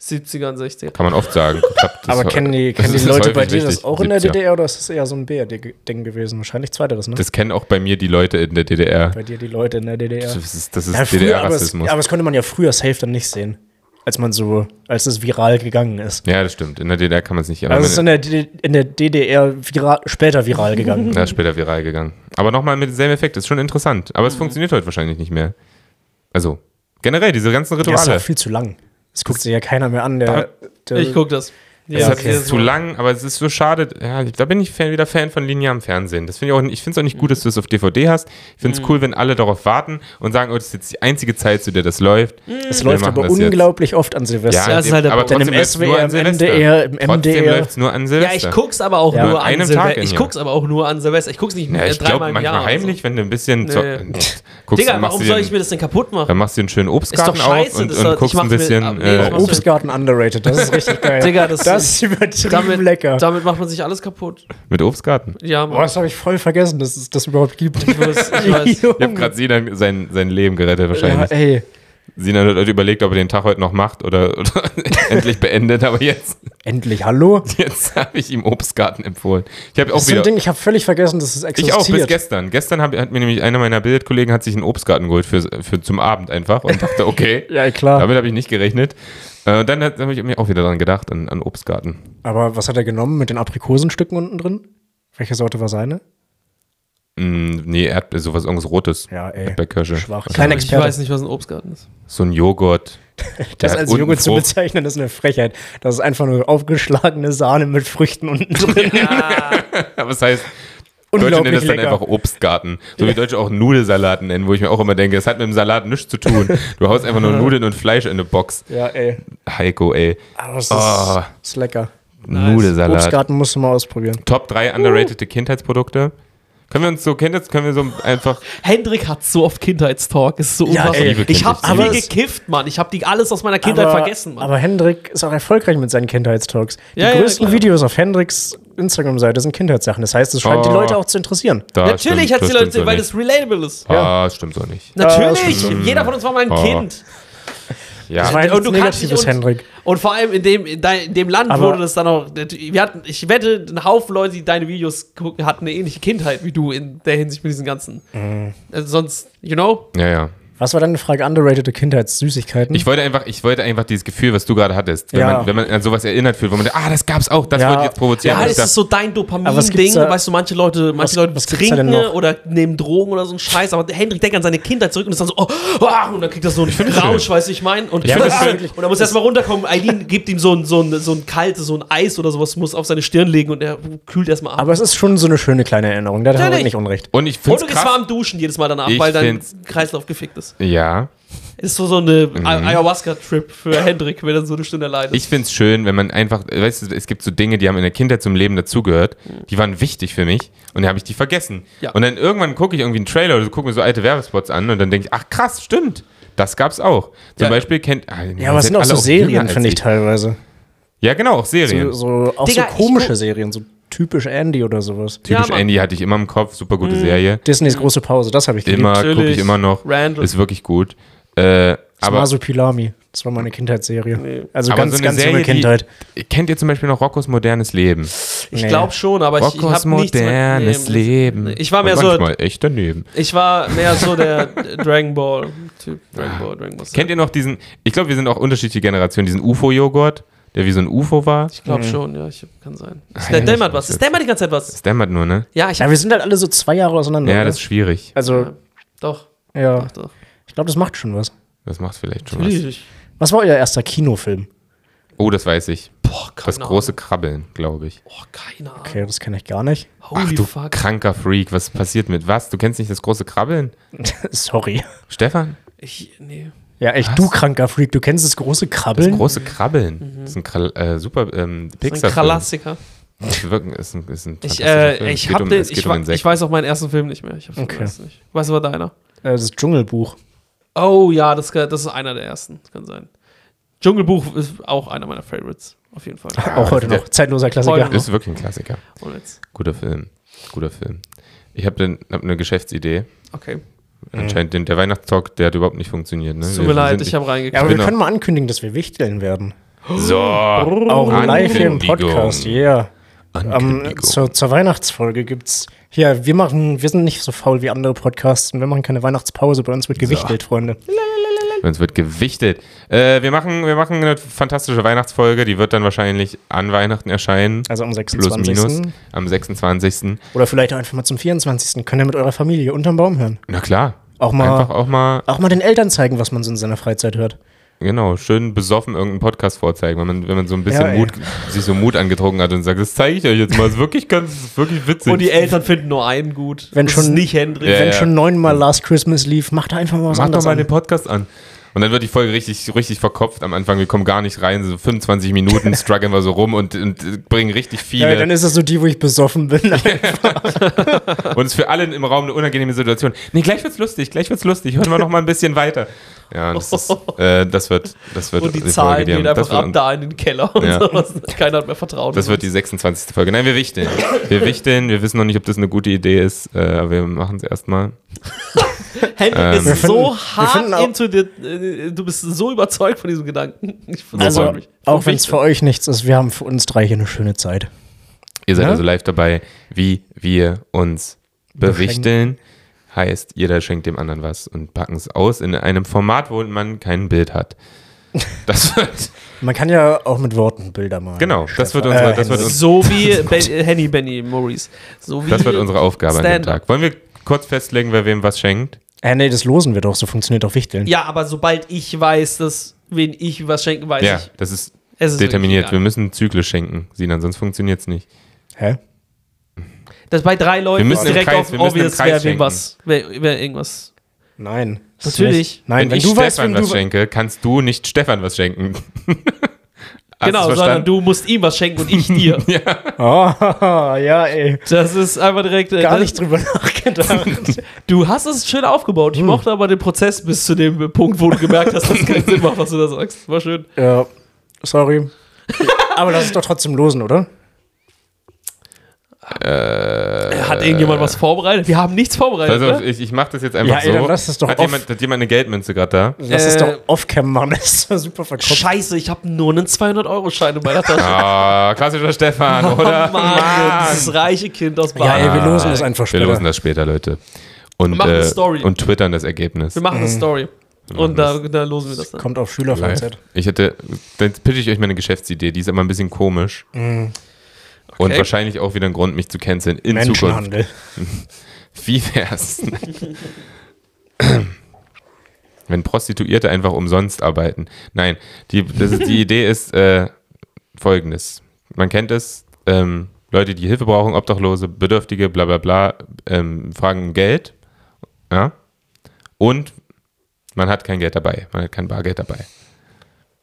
Speaker 3: 70ern, 60ern.
Speaker 1: Kann man oft sagen. Klappt das
Speaker 2: aber
Speaker 1: heu-
Speaker 2: kennen die,
Speaker 1: das
Speaker 2: kennen die
Speaker 1: ist
Speaker 2: Leute
Speaker 1: häufig
Speaker 2: bei dir das
Speaker 1: richtig,
Speaker 2: auch in der
Speaker 1: 70er.
Speaker 2: DDR oder ist das eher so ein BRD-Ding gewesen? Wahrscheinlich zweiteres, ne?
Speaker 1: Das kennen auch bei mir die Leute in der DDR.
Speaker 2: bei dir die Leute in der DDR.
Speaker 1: Das ist, das
Speaker 2: Ja,
Speaker 1: ist
Speaker 2: früher, aber, es,
Speaker 1: DDR-Rassismus.
Speaker 2: aber das konnte man ja früher safe dann nicht sehen, als man so, als es viral gegangen ist.
Speaker 1: Ja, das stimmt. In der DDR kann man es nicht. aber
Speaker 2: Also es ist in
Speaker 1: man-
Speaker 2: der, D- in der DDR viral, später
Speaker 1: *laughs*
Speaker 2: viral gegangen.
Speaker 1: Da ist später viral gegangen. Aber nochmal mit demselben Effekt. Ist schon interessant.
Speaker 2: Mhm.
Speaker 1: Aber es funktioniert heute wahrscheinlich nicht mehr. Also, generell, diese ganzen
Speaker 2: Das ist
Speaker 1: Rituale.
Speaker 2: auch viel zu lang. Das guckt sich ja keiner mehr an. Der, der,
Speaker 3: Ich guck das.
Speaker 1: Es
Speaker 3: Ja,
Speaker 1: hat- es ist zu lang, aber es ist so schade. Ja, ich- da bin ich Fan, wieder Fan von linearem Fernsehen. Das finde ich auch, ich finde es auch nicht gut, dass du es auf DVD hast. Ich finde es cool, wenn alle darauf warten und sagen, oh, das ist jetzt die einzige Zeit, zu der das läuft.
Speaker 2: Es
Speaker 1: Wir
Speaker 2: läuft
Speaker 1: machen
Speaker 2: aber
Speaker 1: das jetzt.
Speaker 2: unglaublich oft an Silvester.
Speaker 3: Ja, das ist halt der
Speaker 1: aber
Speaker 3: Punkt. Denn
Speaker 2: im
Speaker 1: trotzdem läuft's nur
Speaker 2: SWR,
Speaker 1: an
Speaker 2: im
Speaker 1: Silvester.
Speaker 2: NDR, im
Speaker 1: Trotzdem
Speaker 2: MDR.
Speaker 1: läuft es nur an
Speaker 3: ja,
Speaker 1: Silvester.
Speaker 3: ich guck's aber auch
Speaker 2: Ja,
Speaker 3: nur
Speaker 1: an
Speaker 3: an
Speaker 1: einem
Speaker 3: Silvester.
Speaker 1: Tag in
Speaker 3: Ich
Speaker 1: hier.
Speaker 3: guck's aber auch nur an Silvester. Ich guck's nicht
Speaker 1: ja, ich glaube,
Speaker 3: dreimal im
Speaker 1: manchmal
Speaker 3: Jahr oder
Speaker 1: heimlich, wenn du ein bisschen
Speaker 3: Nee.
Speaker 1: zu, guckst,
Speaker 3: So. Digga,
Speaker 1: dann machst
Speaker 3: warum
Speaker 1: du
Speaker 3: soll
Speaker 1: dir-
Speaker 3: ich mir das denn kaputt machen?
Speaker 1: dann machst du dir einen schönen Obstgarten
Speaker 3: scheiße,
Speaker 1: auf und,
Speaker 3: das
Speaker 1: und
Speaker 3: soll- ich
Speaker 1: guckst ein
Speaker 3: mach's mir-
Speaker 1: bisschen.
Speaker 3: ah, nee, ich
Speaker 1: äh,
Speaker 3: mach's mir-
Speaker 2: Obstgarten underrated, das ist richtig geil.
Speaker 3: *laughs* Digga, das-
Speaker 2: das ist übertrieben
Speaker 3: Damit,
Speaker 2: lecker.
Speaker 3: damit macht man sich alles kaputt.
Speaker 1: mit Obstgarten.
Speaker 3: Ja,
Speaker 2: Boah,
Speaker 3: Mann.
Speaker 2: das habe ich voll vergessen, dass es das überhaupt gibt.
Speaker 3: Ich weiß,
Speaker 2: *laughs*
Speaker 3: ich weiß.
Speaker 1: Ich habe gerade Sinan sein, sein Leben gerettet
Speaker 2: ja,
Speaker 1: wahrscheinlich.
Speaker 2: ey.
Speaker 1: Sinan hat heute überlegt, ob er den Tag heute noch macht oder, *laughs* oder endlich beendet, aber jetzt,
Speaker 2: Endlich, hallo?
Speaker 1: jetzt *laughs* habe ich ihm Obstgarten empfohlen. Ich habe
Speaker 2: Das
Speaker 1: auch
Speaker 2: ist so ein
Speaker 1: wieder.
Speaker 2: Ding, ich habe völlig vergessen, dass es
Speaker 1: Ich
Speaker 2: existiert.
Speaker 1: auch, bis gestern. Gestern hab, hat mir nämlich einer meiner Bildkollegen hat sich einen Obstgarten geholt für, für zum Abend einfach und dachte, okay,
Speaker 2: *laughs* Ja, klar.
Speaker 1: damit habe ich nicht gerechnet. Äh, und dann habe ich mir auch wieder dran gedacht, an, an Obstgarten.
Speaker 2: Aber was hat er genommen mit den Aprikosenstücken unten drin? Welche Sorte war seine?
Speaker 1: Mm, nee, er hat sowas irgendwas Rotes.
Speaker 2: Ja, ey.
Speaker 1: Erdbeerkirsche.
Speaker 2: Schwach.
Speaker 1: Was
Speaker 2: Kein
Speaker 1: war
Speaker 3: Ich
Speaker 2: Experte.
Speaker 3: weiß nicht, was ein Obstgarten ist.
Speaker 1: So ein Joghurt.
Speaker 2: *laughs*
Speaker 1: Der
Speaker 2: Das
Speaker 1: hat
Speaker 2: als
Speaker 1: unten
Speaker 2: Joghurt zu
Speaker 1: Frucht.
Speaker 2: bezeichnen, ist eine Frechheit. Das ist einfach nur aufgeschlagene Sahne mit Früchten unten drin.
Speaker 1: *laughs* Aber es heißt, Deutsche nennen
Speaker 2: Unglaublich
Speaker 1: das dann
Speaker 2: lecker.
Speaker 1: einfach Obstgarten. So wie Deutsche auch Nudelsalaten nennen, wo ich mir auch immer denke, das hat mit dem Salat nichts zu tun. Du haust einfach
Speaker 3: *laughs*
Speaker 1: nur Nudeln und Fleisch in eine Box.
Speaker 2: Ja, ey.
Speaker 1: Heiko, ey.
Speaker 2: Aber es ist,
Speaker 1: Oh.
Speaker 2: ist lecker.
Speaker 1: Nudelsalat.
Speaker 2: Obstgarten musst du mal ausprobieren.
Speaker 1: Top 3
Speaker 3: Uh.
Speaker 1: underratede Kindheitsprodukte. Können wir uns so Kindheits, können wir so einfach.
Speaker 3: Hendrik hat so oft Kindheitstalk. Ist so
Speaker 2: Ja,
Speaker 3: unfassbar.
Speaker 2: ey,
Speaker 1: liebe
Speaker 3: ich hab
Speaker 2: Kindheit.
Speaker 3: nie gekifft, Mann. Ich hab die alles aus meiner Kindheit
Speaker 2: aber,
Speaker 3: vergessen, Mann.
Speaker 2: aber Hendrik ist auch erfolgreich mit seinen Kindheitstalks. Die
Speaker 3: Ja, ja,
Speaker 2: größten
Speaker 3: klar.
Speaker 2: Videos auf Hendriks Instagram-Seite sind Kindheitssachen. Das heißt, es scheint die
Speaker 1: Oh.
Speaker 2: Leute auch zu interessieren.
Speaker 1: Da
Speaker 3: *laughs* Natürlich
Speaker 1: stimmt-
Speaker 3: hat's die
Speaker 1: das
Speaker 3: Leute,
Speaker 1: stimmt so
Speaker 3: weil
Speaker 1: nicht.
Speaker 3: das relatable ist.
Speaker 1: Ah, stimmt so nicht.
Speaker 3: Natürlich. Jeder von uns war mal ein
Speaker 1: Ah.
Speaker 3: Kind.
Speaker 2: Das
Speaker 1: Ja,
Speaker 2: war jetzt
Speaker 3: Und du kannst
Speaker 2: negatives
Speaker 3: dich und-
Speaker 2: Hendrik.
Speaker 3: Und vor allem in dem, in dein- in dem Land
Speaker 2: Aber-
Speaker 3: wurde das dann auch. Wir hatten, ich wette, ein Haufen Leute, die deine Videos gucken, hatten eine ähnliche Kindheit wie du in der Hinsicht mit diesen ganzen.
Speaker 2: Mhm.
Speaker 3: Also sonst, you know?
Speaker 1: ja, ja.
Speaker 2: Was war deine Frage? Underrated Kindheitssüßigkeiten?
Speaker 1: Ich wollte einfach, ich wollte einfach dieses Gefühl, was du gerade hattest, wenn,
Speaker 2: Ja.
Speaker 1: man, wenn man an sowas erinnert fühlt, wo man denkt, ah, das gab's auch, das
Speaker 2: Ja.
Speaker 1: wollte ich jetzt provozieren.
Speaker 3: Ja,
Speaker 1: Und
Speaker 3: das
Speaker 1: ich dachte,
Speaker 3: ist so dein
Speaker 2: Aber was gibt's
Speaker 3: Dopamin-Ding.
Speaker 2: da-
Speaker 3: Weißt du, manche Leute, manche
Speaker 2: Was-
Speaker 3: Leute
Speaker 2: was gibt's da denn
Speaker 3: trinken
Speaker 2: noch?
Speaker 3: oder nehmen Drogen oder so einen Scheiß. Aber Hendrik denkt an seine Kindheit zurück und ist dann so, oh, ah, und dann kriegt er so einen
Speaker 1: das
Speaker 3: Rausch,
Speaker 1: schön.
Speaker 3: weißt du, ich mein. Und, *laughs*
Speaker 1: find das
Speaker 2: schön.
Speaker 3: und er muss erstmal runterkommen. Aileen gibt ihm so ein, so ein, so ein kaltes, so ein Eis oder sowas, muss auf seine Stirn legen und er kühlt erstmal ab.
Speaker 2: Aber es ist schon so eine schöne kleine Erinnerung. Da hat Hendrik
Speaker 3: Natürlich.
Speaker 2: nicht unrecht.
Speaker 1: und ich
Speaker 3: Und
Speaker 1: finde
Speaker 3: du
Speaker 1: es
Speaker 3: gehst
Speaker 1: krass.
Speaker 3: warm duschen jedes Mal danach,
Speaker 1: Ich
Speaker 3: weil dein
Speaker 1: find's-
Speaker 3: Kreislauf gefickt ist.
Speaker 1: Ja.
Speaker 3: Ist so so eine Ay- Ayahuasca-Trip für Hendrik, wenn er so eine Stunde leidet.
Speaker 1: Ich finde es schön, wenn man einfach, äh, weißt du, es gibt so Dinge, die haben in der Kindheit zum Leben dazugehört, die waren wichtig für mich und dann habe ich die vergessen.
Speaker 3: Mhm. Ja.
Speaker 1: Und dann irgendwann gucke ich irgendwie einen Trailer oder so, gucke mir so alte Werbespots an und dann denke ich, ach krass, stimmt. Das gab's auch. Zum
Speaker 3: Ja.
Speaker 1: Beispiel kennt. ah,
Speaker 2: Ja, aber es sind auch
Speaker 1: alle
Speaker 2: so
Speaker 1: jünger
Speaker 2: Serien,
Speaker 1: als
Speaker 2: finde ich Also, teilweise.
Speaker 1: Ja, genau, auch Serien.
Speaker 2: So, so, auch
Speaker 3: Digga,
Speaker 2: so
Speaker 3: ich
Speaker 2: komische
Speaker 3: guck-
Speaker 2: Serien, so typisch Andy oder sowas.
Speaker 1: Typisch
Speaker 3: Ja, Mann. Mhm.
Speaker 1: Andy hatte ich immer im Kopf, super gute Serie.
Speaker 2: Disneys große Pause, das habe ich geliebt.
Speaker 1: Immer,
Speaker 3: Natürlich.
Speaker 1: gucke ich immer noch.
Speaker 3: Randall.
Speaker 1: Ist wirklich gut. Äh,
Speaker 2: Das
Speaker 1: aber,
Speaker 2: war so Pilami. Das war meine Kindheitsserie. Also
Speaker 1: aber
Speaker 2: ganz,
Speaker 1: so eine
Speaker 2: ganz
Speaker 1: Serie,
Speaker 2: junge Kindheit.
Speaker 1: Die, kennt ihr zum Beispiel noch Roccos modernes Leben?
Speaker 3: Ich
Speaker 2: Nee.
Speaker 3: glaube schon, aber ich, ich
Speaker 1: Roccos
Speaker 3: habe nichts
Speaker 1: modernes
Speaker 3: mitnehmen.
Speaker 1: Leben.
Speaker 3: Ich war mehr
Speaker 1: Und
Speaker 3: so-
Speaker 1: Manchmal echt daneben.
Speaker 3: Ich war mehr so der Dragon Ball-Typ. Dragon Ball, Dragon Ball.
Speaker 1: Ah. Kennt ihr noch diesen, ich glaube, wir sind auch unterschiedliche Generationen, diesen UFO-Joghurt, der wie so ein UFO war?
Speaker 3: ich glaube schon, ja, ich, kann sein. Es
Speaker 1: Hm. Ah, ja,
Speaker 3: dämmert
Speaker 1: ich
Speaker 3: was.
Speaker 1: weiß
Speaker 3: Es dämmert die ganze Zeit was.
Speaker 1: Das dämmert nur, ne?
Speaker 3: Ja, ich
Speaker 2: Ja,
Speaker 3: hab,
Speaker 2: wir sind halt alle so zwei Jahre auseinander.
Speaker 1: Ja,
Speaker 2: oder?
Speaker 1: das ist schwierig.
Speaker 2: also,
Speaker 3: Doch,
Speaker 2: ja.
Speaker 3: doch,
Speaker 2: Ich
Speaker 3: doch.
Speaker 2: Ich glaube, das macht schon was.
Speaker 1: Das macht vielleicht schon was.
Speaker 3: Natürlich.
Speaker 2: Was war euer erster Kinofilm?
Speaker 1: Oh, das weiß ich.
Speaker 3: Boah, keine
Speaker 1: Das große Krabbeln, glaube ich.
Speaker 3: Ahnung. Oh, keine Ahnung.
Speaker 2: Okay, das kenne ich gar nicht. *laughs*
Speaker 1: Ach
Speaker 3: Holy
Speaker 1: du
Speaker 3: fuck.
Speaker 1: kranker Freak, was passiert mit was? Du kennst nicht das große Krabbeln?
Speaker 2: Sorry.
Speaker 1: Stefan?
Speaker 3: Ich, nee.
Speaker 2: Ja, echt,
Speaker 1: Was?
Speaker 2: du kranker Freak, du kennst das große
Speaker 1: Das
Speaker 2: Krabbeln?
Speaker 1: große Krabbeln. Das ist ein Kral äh, super ähm,
Speaker 3: Mhm. Das ist ein
Speaker 1: Pixar-Film.
Speaker 3: Klassiker.
Speaker 1: Ist wirklich- Ist ein, ist ein
Speaker 3: Ich,
Speaker 1: fantastischer Film.
Speaker 3: äh,
Speaker 1: Es
Speaker 3: ich
Speaker 1: geht
Speaker 3: hab
Speaker 1: um,
Speaker 3: den,
Speaker 1: es geht
Speaker 3: ich,
Speaker 1: um
Speaker 3: wa-
Speaker 1: Insekten.
Speaker 3: ich weiß auch meinen ersten Film nicht mehr. Ich hab's
Speaker 2: Okay.
Speaker 3: weiß nicht. Was war deiner?
Speaker 2: äh, das
Speaker 1: *laughs*
Speaker 2: Dschungelbuch.
Speaker 3: Oh ja, das, kann- das ist einer der ersten. Das kann sein. Dschungelbuch ist auch einer meiner Favorites. Auf jeden Fall.
Speaker 1: *laughs*
Speaker 2: auch heute
Speaker 1: der-
Speaker 2: noch. Zeitloser Klassiker.
Speaker 3: Heute noch.
Speaker 1: Ist wirklich ein Klassiker.
Speaker 3: Und jetzt.
Speaker 1: Guter Film. Guter Film. Ich habe hab eine Geschäftsidee.
Speaker 3: Okay.
Speaker 1: Anscheinend den, der Weihnachtstalk, der hat überhaupt nicht funktioniert. Ne?
Speaker 3: Es
Speaker 1: Wir
Speaker 3: Mhm. tut mir leid,
Speaker 1: sind
Speaker 3: ich habe
Speaker 2: Ja,
Speaker 3: reingeguckt.
Speaker 2: aber wir
Speaker 1: Genau.
Speaker 2: können mal ankündigen, dass wir wichteln werden.
Speaker 1: nicht- So. Oh,
Speaker 2: Auch live hier im
Speaker 1: Ankündigung.
Speaker 2: Podcast, yeah. Ähm,
Speaker 1: Ankündigung.
Speaker 2: zur, zur Weihnachtsfolge gibt's. Hier, wir machen, wir sind nicht so faul wie andere Podcasts und wir machen keine Weihnachtspause, bei uns wird gewichtelt, Freunde.
Speaker 1: Bei Uns wird gewichtet. Äh, wir, machen, wir machen eine fantastische Weihnachtsfolge, die wird dann wahrscheinlich an Weihnachten erscheinen.
Speaker 2: Also am
Speaker 1: Plus
Speaker 2: 26.
Speaker 1: minus am 26.
Speaker 2: Oder vielleicht auch einfach mal zum 24. Könnt ihr mit eurer Familie unterm Baum hören.
Speaker 1: Na klar.
Speaker 2: Auch mal-
Speaker 1: Einfach auch mal,
Speaker 2: Auch mal den Eltern zeigen, was man so in seiner Freizeit hört.
Speaker 1: genau, schön besoffen irgendeinen Podcast vorzeigen, wenn man, wenn man so ein bisschen
Speaker 2: Ja, ey.
Speaker 1: Mut, sich so Mut angetrunken hat und sagt, das zeige ich euch jetzt mal, ist wirklich ganz, ist wirklich witzig.
Speaker 3: Und die Eltern finden nur einen gut.
Speaker 2: Wenn
Speaker 3: das
Speaker 2: schon-
Speaker 3: ist nicht Hendrik.
Speaker 1: Ja,
Speaker 2: Wenn
Speaker 1: ja.
Speaker 2: schon neunmal Last Christmas lief, macht da einfach mal was
Speaker 1: Mach doch
Speaker 2: anderes.
Speaker 1: mal den
Speaker 2: an.
Speaker 1: Podcast an. Und dann wird die Folge richtig, richtig verkopft am Anfang. Wir kommen gar nicht rein. So 25 Minuten strugglen wir so rum und, und äh, bringen richtig
Speaker 2: ja,
Speaker 1: viele.
Speaker 2: dann ist das so die, wo ich
Speaker 1: *laughs*
Speaker 2: besoffen bin.
Speaker 1: und es ist für alle im Raum eine unangenehme Situation. Nee, gleich wird's lustig, gleich wird's lustig. Hören wir noch mal ein bisschen weiter. Ja, das, ist, äh, das wird, das wird
Speaker 3: Und die
Speaker 1: Folge,
Speaker 3: Zahlen
Speaker 1: die haben-
Speaker 3: gehen einfach
Speaker 1: das wird,
Speaker 3: ab da in den Keller und
Speaker 1: Ja.
Speaker 3: sowas. Keiner hat mehr Vertrauen.
Speaker 1: Das wird die 26. Folge. Nein, wir wichteln. Wir wichteln. Wir wissen noch nicht, ob das eine gute Idee ist, äh, aber wir machen es erstmal.
Speaker 3: Hendrik
Speaker 1: ähm,
Speaker 3: ist
Speaker 2: Wir
Speaker 3: so
Speaker 2: finden- wir finden
Speaker 3: hart
Speaker 2: auch-
Speaker 3: into the, äh, Du bist so überzeugt von diesem Gedanken. *laughs* Ich
Speaker 2: *laughs*
Speaker 3: find's
Speaker 2: also,
Speaker 3: unglaublich.
Speaker 2: auch wenn es für euch nichts ist, wir haben für uns drei hier eine schöne Zeit.
Speaker 1: Ihr seid
Speaker 2: Ja?
Speaker 1: also live dabei, wie wir uns bewichteln. Heißt, jeder schenkt dem anderen was und packen es aus in einem Format, wo man kein Bild hat. Das wird,
Speaker 2: Man kann ja auch mit Worten Bilder malen.
Speaker 1: Genau, das wird unsere-
Speaker 2: unser.
Speaker 1: das wird uns-
Speaker 3: So wie ben, äh, Henny Benny Maurice. Äh, So wie
Speaker 1: das wird unsere Aufgabe an dem
Speaker 3: Stand-up.
Speaker 1: Tag. Wollen wir kurz festlegen, wer wem was schenkt?
Speaker 2: Äh, nee, das losen wir doch, so funktioniert doch Wichteln.
Speaker 3: Ja, aber sobald ich weiß, dass wen ich was schenken weiß,
Speaker 1: ja,
Speaker 3: Also ich,
Speaker 1: das ist
Speaker 3: es ist
Speaker 1: determiniert. Wir
Speaker 3: wirklich
Speaker 1: müssen Zyklen schenken, Sinan, sonst funktioniert es nicht.
Speaker 2: Hä?
Speaker 3: egal. Das bei drei Leuten
Speaker 1: müssen im
Speaker 3: direkt
Speaker 1: Kreis-
Speaker 3: auf
Speaker 1: wir müssen im
Speaker 3: obvious,
Speaker 1: Kreis
Speaker 3: wer wem
Speaker 1: schenken.
Speaker 3: was, wer, wer irgendwas.
Speaker 2: Nein. das ist
Speaker 3: Natürlich.
Speaker 2: nicht- Nein,
Speaker 1: wenn,
Speaker 2: wenn,
Speaker 1: ich
Speaker 2: du weißt,
Speaker 1: Stefan
Speaker 2: wenn du
Speaker 1: was schenke, kannst du nicht Stefan was schenken. *laughs* Hast
Speaker 3: genau,
Speaker 1: du's
Speaker 3: sondern
Speaker 1: verstanden?
Speaker 3: du musst ihm was schenken und ich dir.
Speaker 1: *laughs*
Speaker 2: Oh, *laughs* ja, ey.
Speaker 3: Das ist einfach direkt. äh,
Speaker 2: Gar
Speaker 3: das,
Speaker 2: nicht drüber *laughs* nachgedacht.
Speaker 3: *laughs* Du hast es schön aufgebaut. Ich
Speaker 2: Hm.
Speaker 3: mochte aber den Prozess bis zu dem Punkt, wo du gemerkt hast, dass es keinen Sinn macht, was du da sagst. War schön.
Speaker 2: ja, sorry. Aber lass es doch trotzdem losen, oder?
Speaker 1: Äh,
Speaker 3: Hat irgendjemand was vorbereitet? Wir haben nichts vorbereitet.
Speaker 1: Also
Speaker 3: ne?
Speaker 1: ich, ich mache das jetzt einfach
Speaker 2: Ja,
Speaker 1: so.
Speaker 2: ey, dann lass das doch
Speaker 1: hat,
Speaker 2: off.
Speaker 1: jemand, hat jemand eine Geldmünze gerade da?
Speaker 2: Lass es
Speaker 3: Äh,
Speaker 2: doch off-cam machen, das ist doch super verkopft.
Speaker 3: Scheiße, ich habe nur einen 200-Euro-Schein in meiner Tasche.
Speaker 1: Ah, klassischer Stefan, oder?
Speaker 3: Oh, Mann, dieses reiche Kind aus
Speaker 2: Ja,
Speaker 3: Bayern.
Speaker 2: ey, wir losen das einfach
Speaker 1: Wir
Speaker 2: später.
Speaker 1: losen das später, Leute. Und,
Speaker 3: machen eine
Speaker 1: äh,
Speaker 3: Story.
Speaker 1: und twittern das Ergebnis.
Speaker 3: Wir machen
Speaker 2: Mhm.
Speaker 3: eine Story. Und da, da losen wir das dann.
Speaker 2: Kommt auf
Speaker 1: Live.
Speaker 2: Schülerfreizeit.
Speaker 1: Ich hätte, dann pitche ich euch meine Geschäftsidee, die ist immer ein bisschen komisch. Und
Speaker 3: Mhm. Okay.
Speaker 1: wahrscheinlich auch wieder ein Grund, mich zu canceln in Zukunft.
Speaker 2: Menschenhandel.
Speaker 1: Wie wär's? *laughs* Wenn Prostituierte einfach umsonst arbeiten. Nein, die, das ist, die Idee ist äh, folgendes. Man kennt es, ähm, Leute, die Hilfe brauchen, Obdachlose, Bedürftige, bla bla bla, ähm, fragen um Geld. Ja? Und man hat kein Geld dabei, man hat kein Bargeld dabei.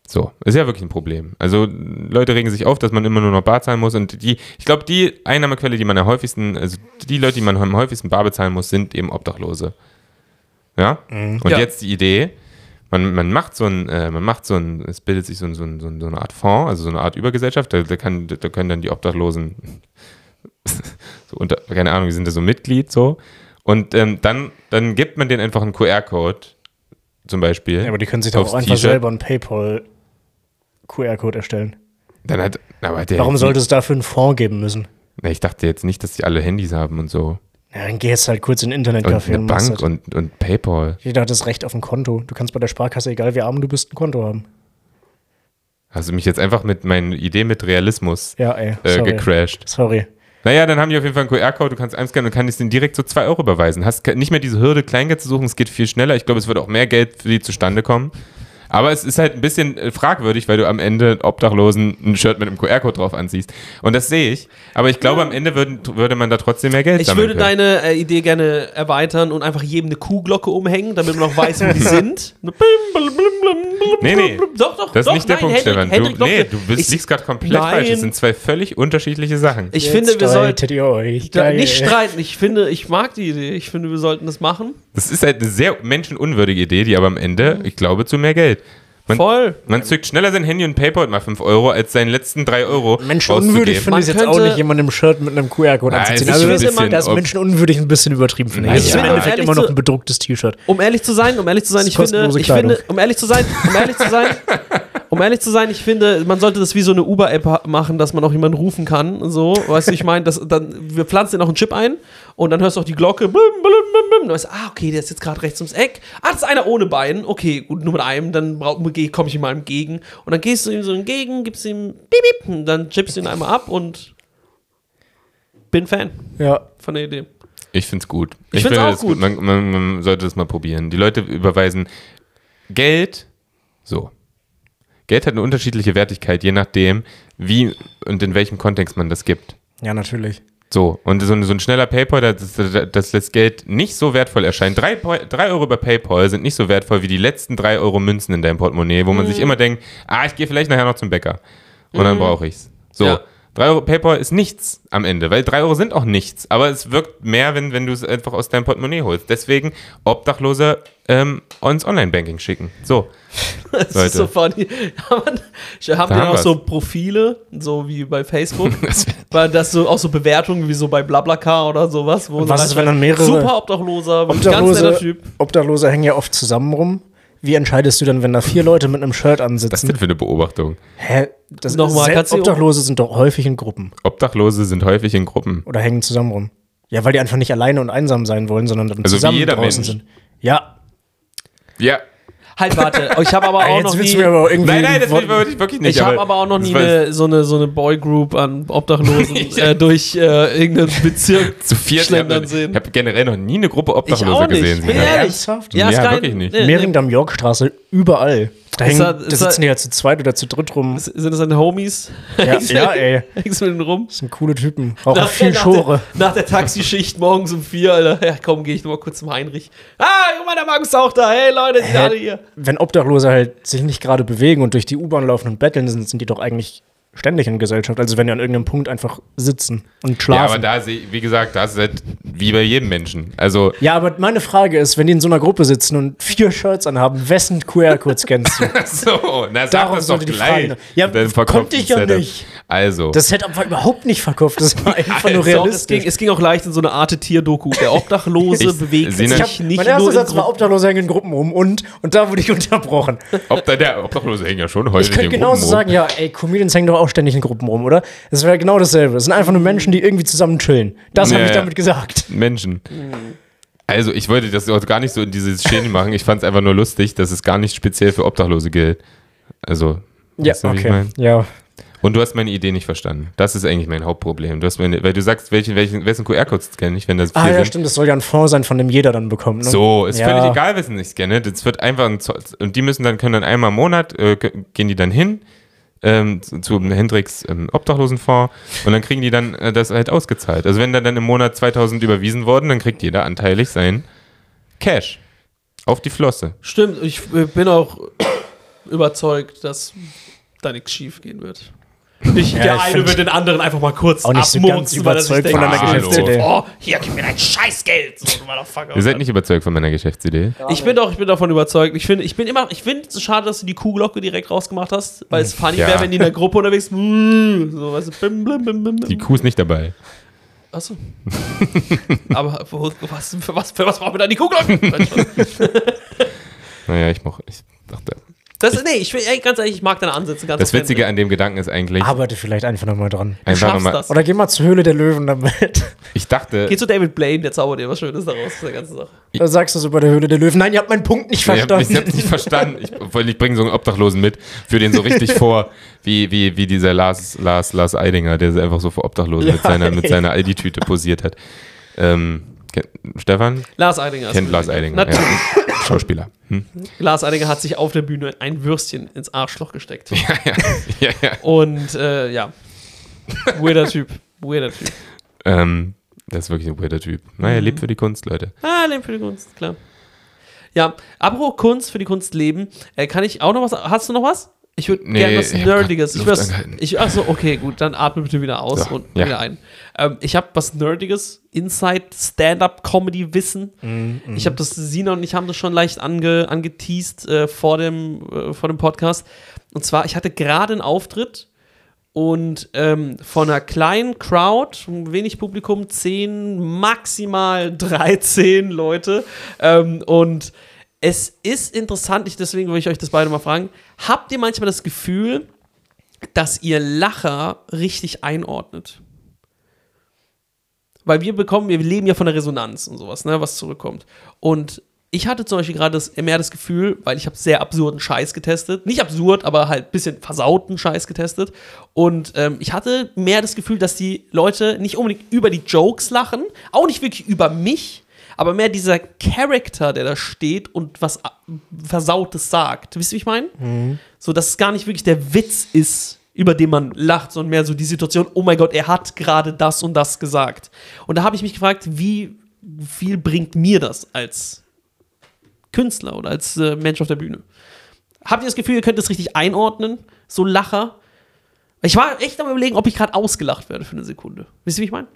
Speaker 1: So, ist ja wirklich ein Problem. Also Leute regen sich auf, dass man immer nur noch Bar zahlen muss und die, ich glaube, die Einnahmequelle, die man am häufigsten, also die Leute, die man am häufigsten Bar bezahlen muss, sind eben Obdachlose. Ja? Und
Speaker 2: Mhm.
Speaker 3: Ja.
Speaker 1: jetzt die Idee, man, man macht so ein, äh, man macht so ein, es bildet sich so, ein, so, ein, so ein- so eine Art Fonds, also so eine Art Übergesellschaft, da, da, kann, da können dann die Obdachlosen, *laughs* so unter, keine Ahnung, die sind da so Mitglied, so. Und ähm, dann, dann gibt man denen einfach einen QR-Code, zum Beispiel.
Speaker 2: Ja, aber die können sich doch
Speaker 1: aufs
Speaker 2: auch einfach
Speaker 1: T-Shirt.
Speaker 2: selber einen Paypal-QR-Code erstellen.
Speaker 1: Dann hat, na, aber der
Speaker 2: Warum sollte es dafür einen Fonds geben müssen?
Speaker 1: Na, ich dachte jetzt nicht, dass die alle Handys haben und so.
Speaker 2: Ja, dann geh jetzt halt kurz in ein
Speaker 1: Und
Speaker 2: Internetcafé
Speaker 1: eine
Speaker 2: machst
Speaker 1: Bank
Speaker 2: das.
Speaker 1: und, und Paypal.
Speaker 2: Jeder hat das Recht auf ein Konto. Du kannst bei der Sparkasse, egal wie arm du bist, ein Konto haben.
Speaker 1: Hast du mich jetzt einfach mit meiner Idee mit Realismus
Speaker 2: Ja, ey.
Speaker 1: äh,
Speaker 2: Sorry.
Speaker 1: gecrashed?
Speaker 2: Sorry.
Speaker 1: Naja, dann haben die auf jeden Fall einen QR-Code, du kannst einscannen und kannst den direkt so 2 Euro überweisen. Hast ke- nicht mehr diese Hürde, Kleingeld zu suchen, es geht viel schneller. Ich glaube, es wird auch mehr Geld für die zustande kommen. Aber es ist halt ein bisschen äh, fragwürdig, weil du am Ende Obdachlosen ein Shirt mit einem QR-Code drauf anziehst. Und das sehe ich. Aber ich glaube, am Ende würden, würde man da trotzdem mehr Geld
Speaker 3: Ich
Speaker 1: sammeln
Speaker 3: würde
Speaker 1: können.
Speaker 3: deine äh, Idee gerne erweitern und einfach jedem eine Kuhglocke umhängen, damit man auch weiß,
Speaker 1: *laughs*
Speaker 3: wo die sind. Blim, blim, blim, blim, blim,
Speaker 1: Nee, nee.
Speaker 3: blim. Doch, doch,
Speaker 1: Das ist
Speaker 3: doch,
Speaker 1: nicht der
Speaker 3: nein,
Speaker 1: Punkt,
Speaker 3: Hendrik,
Speaker 1: Stefan.
Speaker 3: Hendrik,
Speaker 1: du, nee,
Speaker 3: Hendrik,
Speaker 1: du bist,
Speaker 3: ich,
Speaker 1: liegst gerade komplett
Speaker 3: Nein.
Speaker 1: falsch. Das sind zwei völlig unterschiedliche Sachen.
Speaker 3: ich finde, wir sollten
Speaker 2: sollten euch.
Speaker 3: da
Speaker 2: Geil.
Speaker 3: nicht streiten. Ich finde, ich mag die Idee. Ich finde, wir sollten das machen.
Speaker 1: Das ist halt eine sehr menschenunwürdige Idee, die aber am Ende, ich glaube, zu mehr Geld. Man,
Speaker 3: Mhm. Voll.
Speaker 1: Man zückt schneller sein Handy und PayPal mal 5 Euro als seinen letzten 3 Euro.
Speaker 2: Menschenunwürdig
Speaker 1: auszugeben.
Speaker 2: finde ich
Speaker 3: Man
Speaker 2: jetzt auch
Speaker 3: könnte-
Speaker 2: nicht, jemanden im Shirt mit einem QR-Code
Speaker 1: Nein, es
Speaker 2: anzuziehen.
Speaker 1: ist
Speaker 2: Also
Speaker 1: schon
Speaker 2: das
Speaker 1: ein bisschen,
Speaker 2: das ist
Speaker 1: ob-
Speaker 2: menschenunwürdig ein bisschen übertrieben, finde ich.
Speaker 1: Nein,
Speaker 2: Das ist
Speaker 1: ja.
Speaker 2: im Endeffekt
Speaker 3: Ehrlich
Speaker 2: immer noch
Speaker 3: zu-
Speaker 2: ein bedrucktes T-Shirt.
Speaker 3: Um ehrlich zu sein, um ehrlich zu sein,
Speaker 2: Das ist
Speaker 3: ich finde,
Speaker 2: kostenlose
Speaker 3: ich finde,
Speaker 2: Kleidung.
Speaker 3: um ehrlich zu sein, um ehrlich zu
Speaker 2: *laughs*
Speaker 3: sein, um ehrlich zu sein, ich finde, man sollte das wie so eine Uber-App ha- machen, dass man auch jemanden rufen kann. und So, weißt du, ich meine, das- dann wir pflanzen dir noch einen Chip ein und dann hörst du auch die Glocke. Blim, blim, blim, blim. Du weißt, ah, okay, der ist jetzt gerade rechts ums Eck. Ah, das ist einer ohne Bein. Okay, gut, nur mit einem, dann komme ich ihm mal entgegen. Und dann gehst du ihm so entgegen, gibst ihm bip, bip, und dann chippst du ihn einmal ab und bin Fan
Speaker 2: Ja.
Speaker 3: von der Idee.
Speaker 1: Ich finde es gut.
Speaker 3: Ich find's auch
Speaker 1: das
Speaker 3: gut.
Speaker 1: Man, man, man sollte das mal probieren. Die Leute überweisen Geld. So. Geld hat eine unterschiedliche Wertigkeit, je nachdem, wie und in welchem Kontext man das gibt.
Speaker 2: Ja, natürlich.
Speaker 1: So, und so ein, so ein schneller PayPal, das, das, das Geld nicht so wertvoll erscheint. Drei, Pol- drei Euro über PayPal sind nicht so wertvoll wie die letzten drei Euro Münzen in deinem Portemonnaie, wo man
Speaker 3: Mhm.
Speaker 1: sich immer denkt, ah, ich gehe vielleicht nachher noch zum Bäcker. Und dann brauche ich's. So,
Speaker 3: Ja.
Speaker 1: drei Euro PayPal ist nichts am Ende, weil drei Euro sind auch nichts. Aber es wirkt mehr, wenn, wenn du es einfach aus deinem Portemonnaie holst. Deswegen Obdachlose ähm, ins Online-Banking schicken. So. *laughs*
Speaker 3: Das ist so funny. *laughs* Haben die
Speaker 1: haben
Speaker 3: auch
Speaker 1: wir's.
Speaker 3: so Profile, so wie
Speaker 1: *laughs*
Speaker 3: bei Facebook?
Speaker 1: Das wär-
Speaker 3: Weil das so auch so Bewertungen wie so bei Blablacar oder sowas. Wo
Speaker 2: Und was
Speaker 3: so
Speaker 2: ist,
Speaker 3: reinschreibt,
Speaker 2: wenn dann mehrere
Speaker 3: Super Obdachloser, ganz netter
Speaker 2: Obdachlose,
Speaker 3: Typ.
Speaker 2: Obdachlose hängen ja oft zusammen rum. Wie entscheidest du dann, wenn da vier Leute mit einem Shirt
Speaker 1: Was
Speaker 2: ansitzen?
Speaker 1: ist denn für eine Beobachtung?
Speaker 2: Hä? Das
Speaker 3: Nochmal,
Speaker 2: selbst
Speaker 3: kannst du-
Speaker 2: Obdachlose sind doch häufig in Gruppen
Speaker 1: Obdachlose sind häufig in Gruppen.
Speaker 2: oder hängen zusammen rum. Ja, weil die einfach nicht alleine und einsam sein wollen, sondern dann
Speaker 1: Also wie
Speaker 2: zusammen
Speaker 1: jeder
Speaker 2: draußen
Speaker 1: Mensch.
Speaker 2: sind. Ja,
Speaker 1: Ja.
Speaker 3: Halt, warte.
Speaker 2: *laughs*
Speaker 3: Ich habe aber
Speaker 2: Ey,
Speaker 3: auch
Speaker 2: jetzt
Speaker 3: noch
Speaker 2: willst
Speaker 3: nie.
Speaker 2: du mir aber irgendwie.
Speaker 1: Nein, nein, das will ich wirklich nicht.
Speaker 3: ich habe aber auch noch
Speaker 1: das
Speaker 3: nie
Speaker 1: war-
Speaker 3: eine, so eine, so eine Boygroup an
Speaker 1: *laughs*
Speaker 3: Obdachlosen äh, durch äh, irgendeinen Bezirk
Speaker 1: zu viert
Speaker 3: schlendern
Speaker 1: ich hab-
Speaker 3: sehen.
Speaker 1: Ich habe generell noch nie eine Gruppe
Speaker 3: Ich
Speaker 1: Obdachloser
Speaker 3: auch nicht.
Speaker 1: gesehen.
Speaker 3: Bin
Speaker 1: Ja.
Speaker 3: ehrlich.
Speaker 2: Ernsthaft?
Speaker 1: Ja,
Speaker 3: ist kein-
Speaker 1: wirklich nicht.
Speaker 3: nee, nee.
Speaker 2: Mehringdamm-Yorkstraße, überall. Da,
Speaker 3: Ist
Speaker 2: hängen,
Speaker 3: da-
Speaker 2: da,
Speaker 3: ist da-
Speaker 2: sitzen die ja zu zweit oder zu dritt rum.
Speaker 3: Sind das deine Homies?
Speaker 2: Ja, ja, ey.
Speaker 3: *laughs* Hängst du mit denen rum?
Speaker 2: Das sind coole Typen. Auch
Speaker 3: Nach,
Speaker 2: viel
Speaker 3: nach,
Speaker 2: Schore.
Speaker 3: der, nach der Taxischicht morgens um vier, Alter. Ja, komm, gehe ich noch mal kurz zum Heinrich. Ah, guck mal, der Max ist auch da. Hey, Leute, sind
Speaker 2: Hä?
Speaker 3: alle hier.
Speaker 2: Wenn Obdachlose halt sich nicht gerade bewegen und durch die U-Bahn laufen und betteln, sind, sind die doch eigentlich ständig in Gesellschaft. Also wenn die an irgendeinem Punkt einfach sitzen und
Speaker 1: ja, aber
Speaker 2: schlafen.
Speaker 1: da sehe ich- wie gesagt, das ist halt wie bei jedem Menschen. Also *laughs*
Speaker 2: Ja, aber meine Frage ist, wenn die in so einer Gruppe sitzen und vier Shirts anhaben, wessen QR-Code scannst du?
Speaker 1: so, na sag
Speaker 2: Darum
Speaker 1: das doch
Speaker 2: sollte die
Speaker 1: gleich.
Speaker 2: Frage- Ja,
Speaker 1: Mit deinem verkopften
Speaker 2: konnte ich ja
Speaker 1: Setup.
Speaker 2: nicht.
Speaker 1: Also,
Speaker 2: Das Setup war überhaupt nicht verkauft,
Speaker 1: *laughs*
Speaker 2: das war einfach
Speaker 1: Also,
Speaker 2: nur
Speaker 3: Doch, es, ging,
Speaker 2: realistisch.
Speaker 3: es ging auch leicht in so eine Art Tierdoku. Der Obdachlose
Speaker 1: Ich-
Speaker 3: bewegt
Speaker 1: Sina- Ich
Speaker 2: *laughs* Ich
Speaker 3: sich
Speaker 2: hab,
Speaker 3: nicht
Speaker 2: mein
Speaker 3: nur
Speaker 2: erster
Speaker 3: in
Speaker 2: Satz war,
Speaker 3: Gruppen.
Speaker 2: Obdachlose hängen in Gruppen um und, und da wurde ich *laughs* unterbrochen.
Speaker 1: ob da der Obdachlose hängen ja schon häufig
Speaker 2: Ich könnte
Speaker 1: in Gruppen
Speaker 2: genauso
Speaker 1: rum.
Speaker 2: sagen, ja, ey, Comedians hängen doch auch ständig in Gruppen rum, oder? Das wäre genau dasselbe. Das sind einfach nur Menschen, die irgendwie zusammen chillen. Das habe
Speaker 1: Ja,
Speaker 2: ich
Speaker 1: ja.
Speaker 2: damit gesagt.
Speaker 1: Menschen.
Speaker 2: Hm.
Speaker 1: Also, ich wollte das auch gar nicht so in dieses Schäden machen. Ich fand es einfach nur lustig, dass es gar nicht speziell für Obdachlose gilt. Also,
Speaker 2: Ja,
Speaker 1: weißt du, wie ich
Speaker 2: okay.
Speaker 1: mein?
Speaker 2: Ja.
Speaker 1: Und du hast meine Idee nicht verstanden. Das ist eigentlich mein Hauptproblem. Du hast meine, weil du sagst, welchen, welchen, wessen QR-Code scanne ich, wenn das
Speaker 2: Ah,
Speaker 1: vier
Speaker 2: ja,
Speaker 1: sind.
Speaker 2: stimmt, das soll ja ein Fonds sein, von dem jeder dann bekommt. Ne?
Speaker 1: So, ist
Speaker 2: Ja.
Speaker 1: völlig egal, wer es nicht scannet. Es ne? wird einfach ein Zoll, und die müssen dann können dann einmal im Monat äh, ge- gehen die dann hin ähm, zu, zu Hendricks ähm, Obdachlosenfonds und dann kriegen die dann äh, das halt ausgezahlt. Also wenn da dann im Monat 2000 überwiesen wurden, dann kriegt jeder anteilig sein Cash auf die Flosse.
Speaker 3: Stimmt, ich äh, bin auch *coughs* überzeugt, dass da nichts schief gehen wird. Ich, der
Speaker 2: ich
Speaker 3: eine
Speaker 2: find-
Speaker 3: wird den anderen einfach mal kurz
Speaker 2: Auch nicht so ganz
Speaker 3: abmurksen, weil er sich
Speaker 2: überzeugt von
Speaker 3: denkt,
Speaker 1: deiner
Speaker 3: ah,
Speaker 1: Geschäftsidee.
Speaker 3: Oh, hier, gib mir dein Scheißgeld. So, du Motherfucker.
Speaker 1: Ihr seid nicht überzeugt von meiner Geschäftsidee.
Speaker 3: Ich bin doch, ich bin davon überzeugt. Ich finde, ich bin immer, ich finde es so schade, dass du die Kuhglocke direkt rausgemacht hast, weil es funny
Speaker 1: Hm. Ja.
Speaker 3: wäre, wenn die in der Gruppe unterwegs *laughs* so, weißt du, bim, bim, bim, bim,
Speaker 1: Die
Speaker 3: bim.
Speaker 1: Kuh ist nicht dabei.
Speaker 3: Achso. *laughs* Aber wo, was,
Speaker 1: *laughs*
Speaker 3: für was, für was brauchen wir da die Kuhglocke?
Speaker 1: Naja, ich mach, ich dachte.
Speaker 3: Das, nee, ich, will- ey, ganz ehrlich, ich mag deine Ansätze ganz
Speaker 1: Das
Speaker 3: gerne.
Speaker 1: Witzige an dem Gedanken ist eigentlich,
Speaker 2: Arbeite vielleicht einfach nochmal dran.
Speaker 3: Du
Speaker 1: einfach
Speaker 3: schaffst
Speaker 1: nochmal,
Speaker 3: das.
Speaker 2: Oder geh mal zur Höhle der Löwen damit.
Speaker 1: ich dachte,
Speaker 3: Geh zu David Blaine, der zaubert dir was Schönes daraus aus der ganzen Sache.
Speaker 2: Da sagst du so bei der Höhle der Löwen. Nein, ihr habt meinen Punkt nicht verstanden.
Speaker 1: Ich, hab, ich *laughs* hab's nicht verstanden. Ich, weil ich bringe so einen Obdachlosen mit, für den so richtig vor, wie, wie, wie dieser Lars, Lars, Lars Eidinger, der einfach so vor Obdachlosen mit seiner, mit seiner Aldi-Tüte posiert hat. Ähm, ke- Stefan
Speaker 3: Lars Eidinger. ist
Speaker 1: kennt Lars
Speaker 3: natürlich-
Speaker 1: Eidinger.
Speaker 3: Natürlich.
Speaker 1: Ja. Schauspieler. Hm?
Speaker 3: Lars Eidinger hat sich auf der Bühne ein Würstchen ins Arschloch
Speaker 1: *laughs*
Speaker 3: gesteckt.
Speaker 1: Ja, ja. ja, ja.
Speaker 3: Und äh, ja. Weirder Typ. Weirder Typ.
Speaker 1: Ähm, das ist wirklich ein weirder Typ. Naja, lebt für die Kunst, Leute.
Speaker 3: Ah, Leben für die Kunst, klar. Ja, apropos Kunst, für die Kunst leben. Äh, kann ich auch noch was? Hast du noch was? Ich würde
Speaker 1: Nee,
Speaker 3: gerne was
Speaker 1: ich hab grad
Speaker 3: Nerdiges. Ich
Speaker 1: Luft
Speaker 3: was,
Speaker 1: angehalten.
Speaker 3: ich, achso, okay, gut, dann atme bitte wieder aus
Speaker 1: So,
Speaker 3: und
Speaker 1: ja.
Speaker 3: wieder ein. Ähm, ich habe was Nerdiges, Inside Stand-Up Comedy Wissen.
Speaker 1: Mhm,
Speaker 3: ich habe das, Sina und ich haben das schon leicht ange, angeteased äh, vor, dem, äh, vor dem Podcast. Und zwar, ich hatte gerade einen Auftritt und ähm, von einer kleinen Crowd, wenig Publikum, 10, maximal *laughs* 13 Leute. Ähm, und es ist interessant, ich, deswegen will ich euch das beide mal fragen. Habt ihr manchmal das Gefühl, dass ihr Lacher richtig einordnet? Weil wir bekommen, wir leben ja von der Resonanz und sowas, ne, was zurückkommt. Und ich hatte zum Beispiel gerade das, mehr das Gefühl, weil ich habe sehr absurden Scheiß getestet. Nicht absurd, aber halt ein bisschen versauten Scheiß getestet. Und ähm, ich hatte mehr das Gefühl, dass die Leute nicht unbedingt über die Jokes lachen, auch nicht wirklich über mich, aber mehr dieser Charakter, der da steht und was a- Versautes sagt. Wisst ihr, wie ich meine? So, dass es gar nicht wirklich der Witz ist, über den man lacht, sondern mehr so die Situation, oh mein Gott, er hat gerade das und das gesagt. Und da habe ich mich gefragt, wie viel bringt mir das als Künstler oder als äh, Mensch auf der Bühne? Habt ihr das Gefühl, ihr könnt das richtig einordnen? So Lacher? Ich war echt am überlegen, ob ich gerade ausgelacht werde für eine Sekunde. Wisst ihr, wie ich meine?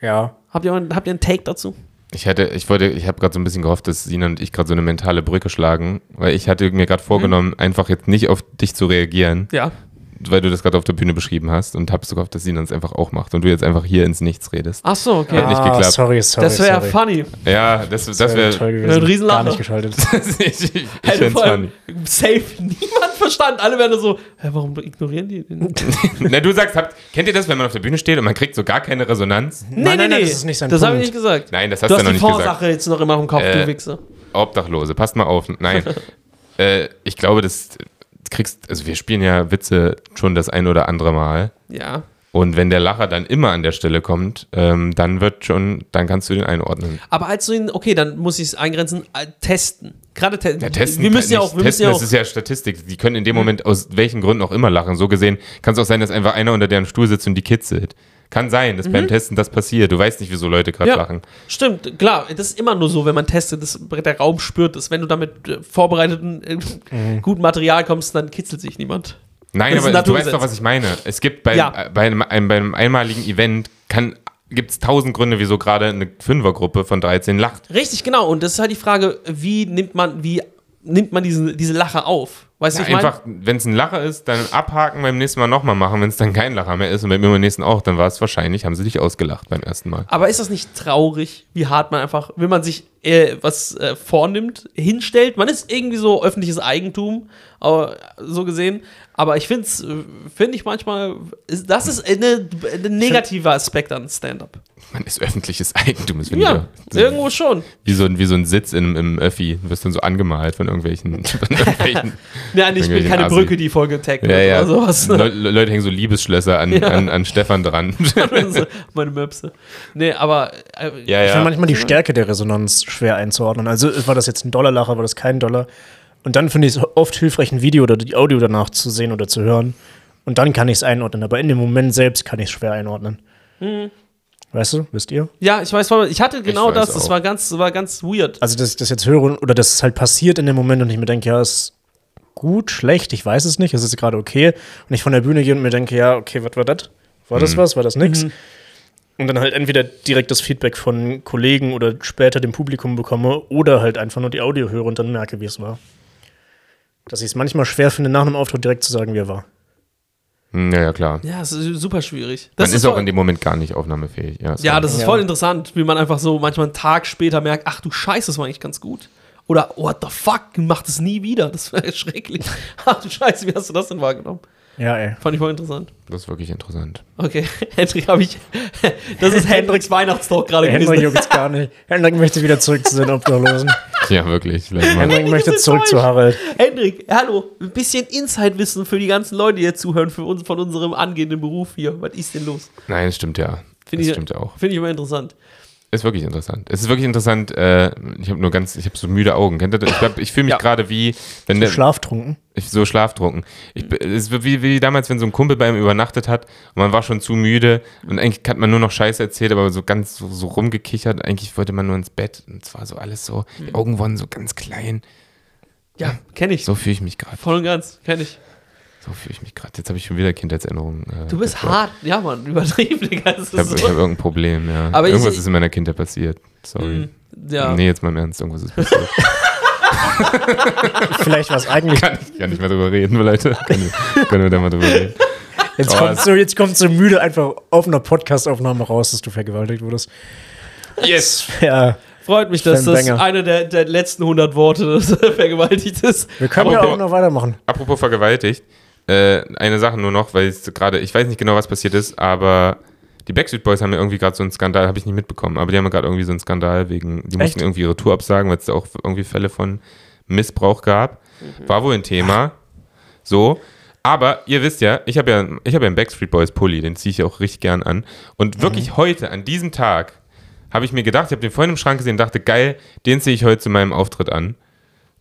Speaker 2: ja.
Speaker 3: Habt ihr, habt ihr einen Take dazu?
Speaker 1: Ich hätte, ich wollte, ich habe gerade so ein bisschen gehofft, dass Sina und ich gerade so eine mentale Brücke schlagen, weil ich hatte mir gerade vorgenommen, einfach jetzt nicht auf dich zu reagieren,
Speaker 3: Ja.
Speaker 1: weil du das gerade auf der Bühne beschrieben hast und hab's gehofft, dass Sina es einfach auch macht und du jetzt einfach hier ins Nichts redest.
Speaker 3: Ach so, okay.
Speaker 1: Hat nicht geklappt.
Speaker 2: Sorry, Ah, sorry.
Speaker 3: das wäre
Speaker 2: sorry.
Speaker 3: funny.
Speaker 1: Ja, das, das *laughs* wäre.
Speaker 2: toll
Speaker 3: wär ein Riesenlacher.
Speaker 2: Gar nicht geschaltet.
Speaker 1: ich ich, ich
Speaker 3: Hey,
Speaker 1: find's
Speaker 3: vor allem
Speaker 1: funny.
Speaker 3: safe niemand verstanden. Alle werden so, hä, warum ignorieren
Speaker 1: *laughs*
Speaker 3: die den?
Speaker 1: Na, du sagst, habt, kennt ihr das, wenn man auf der Bühne steht und man kriegt so gar keine Resonanz?
Speaker 2: Nein, nein, nein, das ist nicht sein
Speaker 3: Das habe ich
Speaker 2: Punkt.
Speaker 3: nicht gesagt.
Speaker 1: Nein, das
Speaker 3: du
Speaker 1: hast
Speaker 3: hast
Speaker 1: du ja noch
Speaker 3: die
Speaker 1: nicht
Speaker 3: Vorsache
Speaker 1: gesagt.
Speaker 3: jetzt noch immer im Kopf,
Speaker 1: Äh,
Speaker 3: du Wichser.
Speaker 1: Obdachlose, passt mal auf. Nein. äh, ich glaube, das das kriegst, also wir spielen ja Witze schon das ein oder andere Mal.
Speaker 3: Ja.
Speaker 1: Und wenn der Lacher dann immer an der Stelle kommt, ähm, dann wird schon, dann kannst du den einordnen.
Speaker 3: Aber als du ihn, okay, dann muss ich es eingrenzen, äh, testen. Gerade te
Speaker 1: Ja, testen
Speaker 3: Wir müssen ja auch, wir
Speaker 1: testen,
Speaker 3: müssen ja
Speaker 1: das
Speaker 3: auch.
Speaker 1: ist ja Statistik. Die können in dem Moment aus welchen Gründen auch immer lachen. So gesehen kann es auch sein, dass einfach einer unter deren Stuhl sitzt und die kitzelt. Kann sein, dass beim Testen das passiert. Du weißt nicht, wieso Leute gerade
Speaker 3: Mhm. Ja.
Speaker 1: lachen.
Speaker 3: Stimmt, klar, das ist immer nur so, wenn man testet, das, der Raum spürt es. Wenn du damit äh, vorbereiteten, äh,
Speaker 1: Mhm.
Speaker 3: guten Material kommst, dann kitzelt sich niemand.
Speaker 1: Nein,
Speaker 3: Das ist
Speaker 1: aber du
Speaker 3: Naturgesetz.
Speaker 1: weißt doch, was ich meine. Es gibt bei,
Speaker 3: Ja.
Speaker 1: äh, bei, einem, einem, bei einem einmaligen Event kann gibt es tausend Gründe, wieso gerade eine Fünfergruppe von 13 lacht.
Speaker 3: Richtig, genau. Und das ist halt die Frage, wie nimmt man, wie nimmt man diesen, diese Lache auf? Weißt du, Also ich meine?
Speaker 1: Einfach, wenn es ein Lacher ist, dann abhaken, beim nächsten Mal nochmal machen. Wenn es dann kein Lacher mehr ist und bei mir beim nächsten auch, dann war es wahrscheinlich, haben sie dich ausgelacht beim ersten Mal.
Speaker 3: Aber ist das nicht traurig, wie hart man einfach, wenn man sich äh, was äh, vornimmt, hinstellt? Man ist irgendwie so öffentliches Eigentum, aber, so gesehen. Aber ich finde es, finde ich manchmal, ist, das ist eine- ein negativer Aspekt an Stand-up.
Speaker 1: Man ist öffentliches Eigentum. Das finde ich
Speaker 3: Ja,
Speaker 1: doch-
Speaker 3: irgendwo schon.
Speaker 1: wie so ein, wie so ein Sitz im, im Öffi. Du wirst dann so angemalt von irgendwelchen. Von
Speaker 3: *laughs*
Speaker 1: irgendwelchen
Speaker 3: Nein, ich bin
Speaker 1: Irgendwelchen
Speaker 3: keine
Speaker 1: Assi.
Speaker 3: Brücke, die voll getaggt
Speaker 1: ja, *laughs* ja.
Speaker 3: wird oder sowas. *laughs*
Speaker 1: Leu- Le Leute hängen so Liebesschlösser an, an, an Stefan dran.
Speaker 3: Meine Möpse. Nee, aber äh,
Speaker 1: ja,
Speaker 2: Ich finde
Speaker 1: ja.
Speaker 2: manchmal die Stärke der Resonanz schwer einzuordnen. Also war das jetzt ein Dollarlacher, war das kein Dollar? Und dann finde ich es oft hilfreich, ein Video oder die Audio danach zu sehen oder zu hören. Und dann kann ich es einordnen. Aber in dem Moment selbst kann ich es schwer einordnen. Weißt du, wisst ihr?
Speaker 3: ja, ich weiß, ich hatte genau
Speaker 1: weiß
Speaker 3: das. Das
Speaker 1: auch.
Speaker 3: war ganz, war ganz weird.
Speaker 2: Also, dass ich das jetzt höre und- oder dass es halt passiert in dem Moment und ich mir denke, ja, ist gut, schlecht, ich weiß es nicht, es ist gerade okay. Und ich von der Bühne gehe und mir denke, ja, okay, was war das? War das was? War das nix? Und dann halt entweder direkt das Feedback von Kollegen oder später dem Publikum bekomme oder halt einfach nur die Audio höre und dann merke, wie es war. Dass ich es manchmal schwer finde, nach einem Auftritt direkt zu sagen, wie er war.
Speaker 1: Hm, Ja, ja, klar.
Speaker 3: Ja, es ist super schwierig.
Speaker 1: Man ist auch
Speaker 3: voll-
Speaker 1: in dem Moment gar nicht aufnahmefähig. Ja,
Speaker 3: Ja,
Speaker 1: sorry.
Speaker 3: das ist
Speaker 2: Ja.
Speaker 3: voll interessant, wie man einfach so manchmal einen Tag später merkt, ach du Scheiße, das war eigentlich ganz gut. Oder what the fuck, mach das nie wieder. Das wäre *laughs* schrecklich. Ach du Scheiße, wie hast du das denn wahrgenommen?
Speaker 2: Ja, ey.
Speaker 3: Fand ich voll interessant.
Speaker 1: Das ist wirklich interessant.
Speaker 3: Okay, *laughs* Hendrik habe ich. Das ist Hendriks Weihnachtstalk gerade
Speaker 2: Hendrik
Speaker 3: gewesen.
Speaker 2: *laughs* juckt's gar nicht. Hendrik möchte wieder zurück zu seinen Obdachlosen.
Speaker 1: Ja, wirklich. Lass mal.
Speaker 2: Hendrik möchte
Speaker 3: ist
Speaker 2: zurück zu
Speaker 3: enttäuscht.
Speaker 2: Harald.
Speaker 3: Hendrik, hallo, ein bisschen Insight-Wissen für die ganzen Leute, die jetzt zuhören, für uns, von unserem angehenden Beruf hier. Was ist denn los?
Speaker 1: Nein, das stimmt ja.
Speaker 3: Finde
Speaker 1: Das
Speaker 3: ich,
Speaker 1: stimmt ja auch.
Speaker 3: Finde ich immer interessant.
Speaker 1: Ist wirklich interessant. Es ist wirklich interessant. Äh, ich habe nur ganz, ich habe so müde Augen. Kennt ihr das? Ich, glaub, ich fühle mich
Speaker 3: Ja.
Speaker 1: gerade wie, wenn der,
Speaker 2: Schlaftrunken.
Speaker 1: ich, so schlaftrunken. Ich, b- es ist wie, wie damals, wenn so ein Kumpel bei ihm übernachtet hat und man war schon zu müde und eigentlich hat man nur noch Scheiße erzählt, aber so ganz so, so rumgekichert. Eigentlich wollte man nur ins Bett und es war so alles so,
Speaker 3: Hm.
Speaker 1: die Augen waren so ganz klein.
Speaker 3: Ja, kenne ich.
Speaker 1: So fühle ich mich gerade.
Speaker 3: Voll und ganz, kenne ich.
Speaker 1: So fühle ich mich gerade. Jetzt habe ich schon wieder Kindheitserinnerungen. Äh,
Speaker 3: Du bist
Speaker 1: beschwört.
Speaker 3: hart. Ja, Mann, *laughs* übertrieben, Digga.
Speaker 1: Ich
Speaker 3: Das ist
Speaker 1: habe hab
Speaker 3: so.
Speaker 1: irgendein Problem, ja.
Speaker 3: Aber ich- Hm,
Speaker 1: irgendwas ist in meiner Kindheit passiert. Sorry.
Speaker 3: Ja.
Speaker 1: Nee, jetzt mal im Ernst, irgendwas ist passiert. *laughs*
Speaker 2: Vielleicht was eigentlich.
Speaker 1: Kann ich gar nicht mehr drüber reden, Leute. *laughs* Können wir, können wir da mal drüber reden.
Speaker 2: Jetzt
Speaker 1: Oh,
Speaker 2: kommt so, jetzt kommt so müde einfach auf einer Podcastaufnahme raus, dass du vergewaltigt wurdest.
Speaker 1: Yes!
Speaker 2: Ja.
Speaker 3: Freut mich, dass
Speaker 2: Sven
Speaker 3: das
Speaker 2: Wenger.
Speaker 3: eine der, der letzten 100 Worte *laughs* das vergewaltigt ist.
Speaker 2: Wir können
Speaker 1: Aber-
Speaker 2: ja auch noch weitermachen.
Speaker 1: Apropos vergewaltigt, äh, eine Sache nur noch, weil es gerade, ich weiß nicht genau, was passiert ist, aber die Backstreet Boys haben ja irgendwie gerade so einen Skandal, habe ich nicht mitbekommen, aber die haben ja gerade irgendwie so einen Skandal wegen, die
Speaker 2: Echt?
Speaker 1: mussten irgendwie ihre Tour absagen, weil es da auch irgendwie Fälle von Missbrauch gab. War wohl ein Thema. So. Aber ihr wisst ja, ich habe ja, ich habe ja einen Backstreet Boys Pulli, den ziehe ich auch richtig gern an. Und wirklich heute, an diesem Tag, habe ich mir gedacht, ich habe den vorhin im Schrank gesehen und dachte, geil, den ziehe ich heute zu meinem Auftritt an.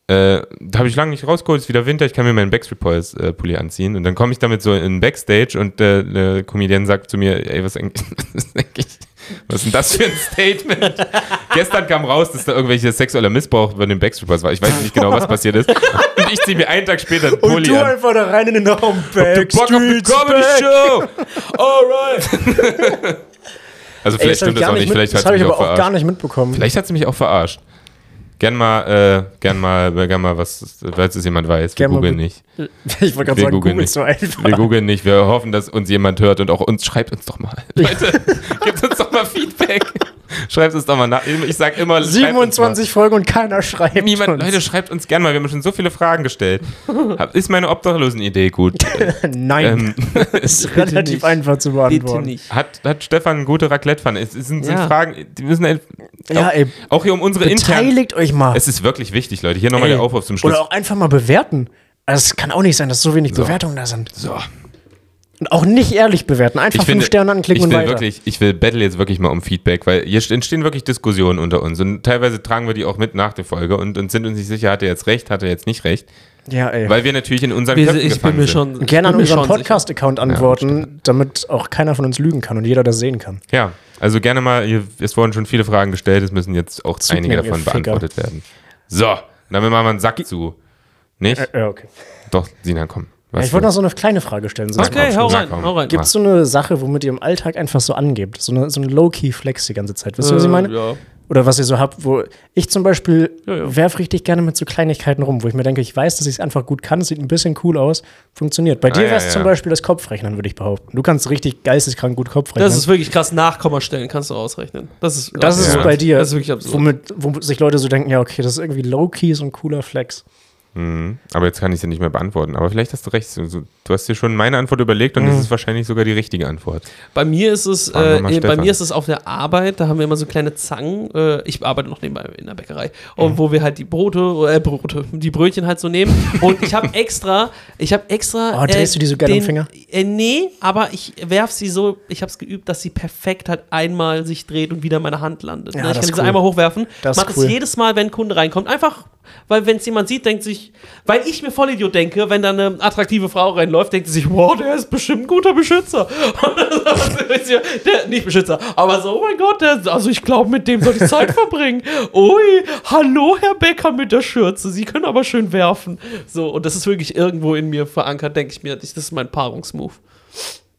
Speaker 1: Äh, da habe ich lange nicht rausgeholt, ist wieder Winter, ich kann mir meinen Backstreet Boys äh, Pulli anziehen. Und dann komme ich damit so in Backstage und äh, der Comedian sagt zu mir, ey, was, eigentlich, *laughs* was, ist eigentlich, was ist denn das für ein Statement?
Speaker 2: *laughs*
Speaker 1: Gestern kam raus, dass da irgendwelcher sexueller Missbrauch über den Backstreet Boys war. Ich weiß nicht genau, was passiert ist. Und ich ziehe mir einen Tag später einen
Speaker 2: Und
Speaker 1: Pulli
Speaker 2: du
Speaker 1: an.
Speaker 2: einfach da rein in den Raum.
Speaker 1: Bock auf eine
Speaker 2: Backstreet
Speaker 1: Comedy
Speaker 2: Back.
Speaker 1: Show.
Speaker 2: *laughs*
Speaker 1: Alright. *laughs* also
Speaker 2: Ey,
Speaker 1: vielleicht
Speaker 2: hab ich
Speaker 1: stimmt das
Speaker 2: gar
Speaker 1: auch nicht.
Speaker 2: mit-
Speaker 1: Vielleicht
Speaker 2: das
Speaker 1: hat sie
Speaker 2: habe ich
Speaker 1: mich
Speaker 2: aber
Speaker 1: auch
Speaker 2: auch gar
Speaker 1: verarscht.
Speaker 2: nicht mitbekommen.
Speaker 1: Vielleicht hat sie mich auch verarscht. Gern mal, äh, gern mal, äh, gern mal was, falls es jemand weiß. Wir
Speaker 2: Gern mal
Speaker 1: googeln
Speaker 2: gut-
Speaker 1: nicht.
Speaker 2: *laughs* Ich wollte gerade
Speaker 1: Wir
Speaker 2: sagen,
Speaker 1: googeln
Speaker 2: googelst du
Speaker 1: nicht.
Speaker 2: einfach.
Speaker 1: Wir googeln nicht. Wir hoffen, dass uns jemand hört und auch uns. Schreibt uns doch mal. Leute, gebt uns doch mal Feedback. Schreibt uns doch mal nach. Ich sag immer, schreibt uns mal.
Speaker 2: 27 Folgen und keiner schreibt.
Speaker 1: Niemand,
Speaker 2: uns.
Speaker 1: Leute, schreibt uns gerne mal. Wir haben schon so viele Fragen gestellt. Hab- Ist meine Obdachlosen-Idee
Speaker 2: *laughs*
Speaker 1: gut?
Speaker 2: Nein,
Speaker 1: ähm,
Speaker 2: das ist relativ
Speaker 3: nicht.
Speaker 2: einfach zu
Speaker 3: Bitte
Speaker 2: beantworten.
Speaker 3: nicht.
Speaker 1: Hat, hat Stefan eine gute Raclette-Pfanne? Es, es sind, sind
Speaker 3: Ja.
Speaker 1: Fragen, die müssen ein-
Speaker 2: Ja,
Speaker 1: auch,
Speaker 2: ey,
Speaker 1: auch hier um unsere internen.
Speaker 2: Beteiligt euch mal.
Speaker 1: Es ist wirklich wichtig, Leute. Hier nochmal
Speaker 2: Ey,
Speaker 1: der Aufruf zum Schluss.
Speaker 2: Oder auch einfach mal bewerten. Also Es kann auch nicht sein, dass so wenig Bewertungen da sind.
Speaker 1: so.
Speaker 2: Und auch nicht ehrlich bewerten. Einfach
Speaker 1: Ich
Speaker 2: fünf
Speaker 1: finde,
Speaker 2: Sterne
Speaker 1: ich
Speaker 2: anklicken
Speaker 1: will
Speaker 2: und weiter.
Speaker 1: wirklich, ich will battle jetzt wirklich mal um Feedback, weil hier st- entstehen wirklich Diskussionen unter uns und teilweise tragen wir die auch mit nach der Folge und, und sind uns nicht sicher, hat er jetzt recht, hat er jetzt nicht recht,
Speaker 2: ja, ey.
Speaker 1: weil wir natürlich in unseren
Speaker 3: Wir,
Speaker 1: Köpfen
Speaker 3: ich bin
Speaker 1: gefangen
Speaker 3: mir
Speaker 1: sind.
Speaker 3: schon. ich bin
Speaker 2: Gerne an
Speaker 3: mir
Speaker 2: unseren
Speaker 3: schon sicher.
Speaker 2: Podcast-Account antworten, damit auch keiner von uns lügen kann und jeder das sehen kann.
Speaker 1: Ja, also gerne mal, hier, es wurden schon viele Fragen gestellt, es müssen jetzt auch
Speaker 2: Zug
Speaker 1: einige
Speaker 2: mir, ihr
Speaker 1: davon
Speaker 2: Ficker.
Speaker 1: beantwortet werden. So, damit machen wir einen Sack zu. Nicht?
Speaker 3: Äh,
Speaker 2: Äh, Ja, okay.
Speaker 1: Doch, Sina, komm. Was
Speaker 2: ich wollte
Speaker 1: für-
Speaker 2: noch so eine kleine Frage stellen. sonst-
Speaker 3: Okay, hau rein,
Speaker 1: komm,
Speaker 3: hau rein.
Speaker 2: Gibt es so eine Sache, womit ihr im Alltag einfach so angebt? So eine, so eine Low-Key-Flex die ganze Zeit. Wisst ihr, was ich
Speaker 3: Äh,
Speaker 2: meine?
Speaker 3: Ja.
Speaker 2: Oder was ihr so habt, wo ich zum Beispiel
Speaker 3: Ja, ja.
Speaker 2: werf richtig gerne mit so Kleinigkeiten rum, wo ich mir denke, ich weiß, dass ich es einfach gut kann, es sieht ein bisschen cool aus, funktioniert.
Speaker 3: Ah,
Speaker 2: Bei dir
Speaker 1: ja,
Speaker 2: wäre es
Speaker 1: ja.
Speaker 2: zum Beispiel das Kopfrechnen, würde ich behaupten. Du kannst richtig geisteskrank gut Kopfrechnen.
Speaker 3: Das ist wirklich krass. Nachkommastellen kannst du ausrechnen. Das ist,
Speaker 2: Das ist
Speaker 1: Ja.
Speaker 2: so bei dir,
Speaker 3: Das ist wirklich absurd.
Speaker 2: womit wo sich Leute so denken, ja, okay, das ist irgendwie low-key, so ein cooler Flex.
Speaker 1: Mhm. Aber jetzt kann ich sie nicht mehr beantworten. Aber vielleicht hast du recht. So- so- Du hast dir schon meine Antwort überlegt und
Speaker 3: Mhm.
Speaker 1: es ist wahrscheinlich sogar die richtige Antwort.
Speaker 3: Bei mir ist es,
Speaker 1: Fragen wir mal
Speaker 3: äh, eh, bei
Speaker 1: Stefan.
Speaker 3: mir ist es auf der Arbeit, da haben wir immer so kleine Zangen. Äh, ich arbeite noch nebenbei in der Bäckerei. Und wo wir halt die Brote, äh, Brote, die Brötchen halt so nehmen. Und ich habe extra, ich habe extra.
Speaker 2: Oh, drehst du die so gerne am Finger?
Speaker 3: Äh, nee, aber ich werf sie so, ich habe es geübt, dass sie perfekt halt einmal sich dreht und wieder in meine Hand landet.
Speaker 2: Ja,
Speaker 3: ne? Ich
Speaker 2: das
Speaker 3: kann
Speaker 2: ist
Speaker 3: die so
Speaker 2: cool.
Speaker 3: einmal hochwerfen.
Speaker 2: Das ist
Speaker 3: Mach
Speaker 2: cool.
Speaker 3: das jedes Mal, wenn ein Kunde reinkommt. Einfach, weil wenn es jemand sieht, denkt sich, weil ich mir Vollidiot denke, wenn da eine attraktive Frau reinläuft, denkt sie sich, wow, der ist bestimmt ein guter Beschützer. *laughs* der, nicht Beschützer, aber so, oh mein Gott, der, also ich glaube, mit dem soll ich
Speaker 2: *laughs*
Speaker 3: Zeit verbringen. Ui, hallo Herr Becker mit der Schürze, Sie können aber schön werfen. So, und das ist wirklich irgendwo in mir verankert, denke ich mir, das ist mein Paarungsmove.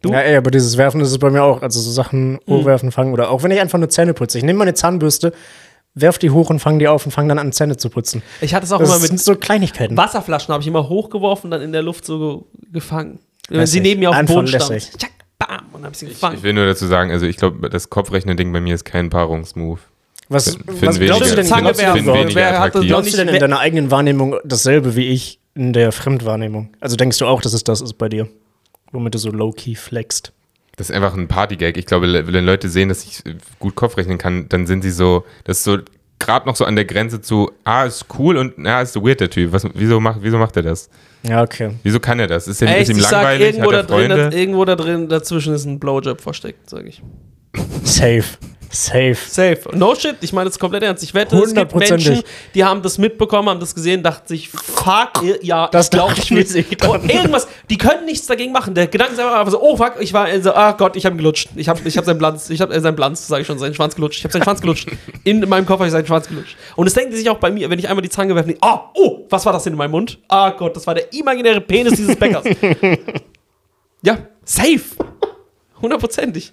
Speaker 3: Du?
Speaker 2: Ja, ey, aber dieses Werfen das ist bei mir auch. Also so Sachen hochwerfen, fangen oder auch wenn ich einfach nur Zähne putze. Ich nehme meine Zahnbürste, werf die hoch und fange die auf und fange dann an, Zähne zu putzen.
Speaker 3: Ich hatte es auch
Speaker 2: Das
Speaker 3: immer mit
Speaker 2: sind so Kleinigkeiten.
Speaker 3: Wasserflaschen habe ich immer hochgeworfen, dann in der Luft so ge- gefangen. Wenn
Speaker 2: Lässig.
Speaker 3: sie neben mir auf dem
Speaker 2: Einfach
Speaker 3: Boden stand.
Speaker 2: lässig.
Speaker 3: Tschak, bam, und habe ich sie gefangen.
Speaker 1: Ich will nur dazu sagen, also ich glaube, das Kopfrechnen-Ding bei mir ist kein Paarungsmove.
Speaker 2: Was,
Speaker 1: Finden
Speaker 2: was glaubst
Speaker 1: weniger-
Speaker 2: du denn,
Speaker 3: Zange
Speaker 2: glaubst du
Speaker 3: werfen.
Speaker 1: finden
Speaker 2: denn,
Speaker 3: Wer
Speaker 1: weniger
Speaker 3: hat das-
Speaker 1: attraktiv.
Speaker 2: glaubst du denn in deiner eigenen Wahrnehmung dasselbe wie ich in der Fremdwahrnehmung? Also denkst du auch, dass es das ist bei dir, womit du so low-key flext?
Speaker 1: Das ist einfach ein Partygag. Ich glaube, le- wenn Leute sehen, dass ich äh, gut Kopf rechnen kann, dann sind sie so, das ist so gerade noch so an der Grenze zu, ah, ist cool und na, ist so weird der Typ. Was, wieso, macht, wieso macht er das?
Speaker 2: Ja, okay.
Speaker 1: Wieso kann er das? Ist, er, ist
Speaker 3: Echt,
Speaker 1: ihm
Speaker 3: ich sag,
Speaker 1: langweilig? Hat
Speaker 3: irgendwo da,
Speaker 1: er
Speaker 3: drin,
Speaker 1: Freunde?
Speaker 3: da, irgendwo da drin, dazwischen ist ein Blowjob versteckt, sag ich.
Speaker 2: Safe. Safe.
Speaker 3: Safe. No shit, ich meine das komplett ernst. Ich wette, es gibt
Speaker 2: Hundertprozentig.
Speaker 3: Menschen, die haben das mitbekommen, haben das gesehen, dachten sich, fuck, ihr- ja,
Speaker 2: Das
Speaker 3: glaub
Speaker 2: dachten wir sich
Speaker 3: Oh,
Speaker 2: dann.
Speaker 3: Irgendwas, die können nichts dagegen machen. Der Gedanke ist einfach so, oh fuck, ich war, also, ah Gott, ich habe gelutscht. Ich habe ich hab seinen Blanz, ich habe äh, seinen Blanz, sage ich schon, seinen Schwanz gelutscht. Ich habe seinen Schwanz gelutscht. In meinem Kopf habe ich seinen Schwanz gelutscht. Und das denken die sich auch bei mir, wenn ich einmal die Zange werfe, die- ah, oh, was war das denn in meinem Mund? Ah Gott, das war der imaginäre Penis
Speaker 2: *laughs*
Speaker 3: dieses Bäckers. ja, safe. Hundertprozentig.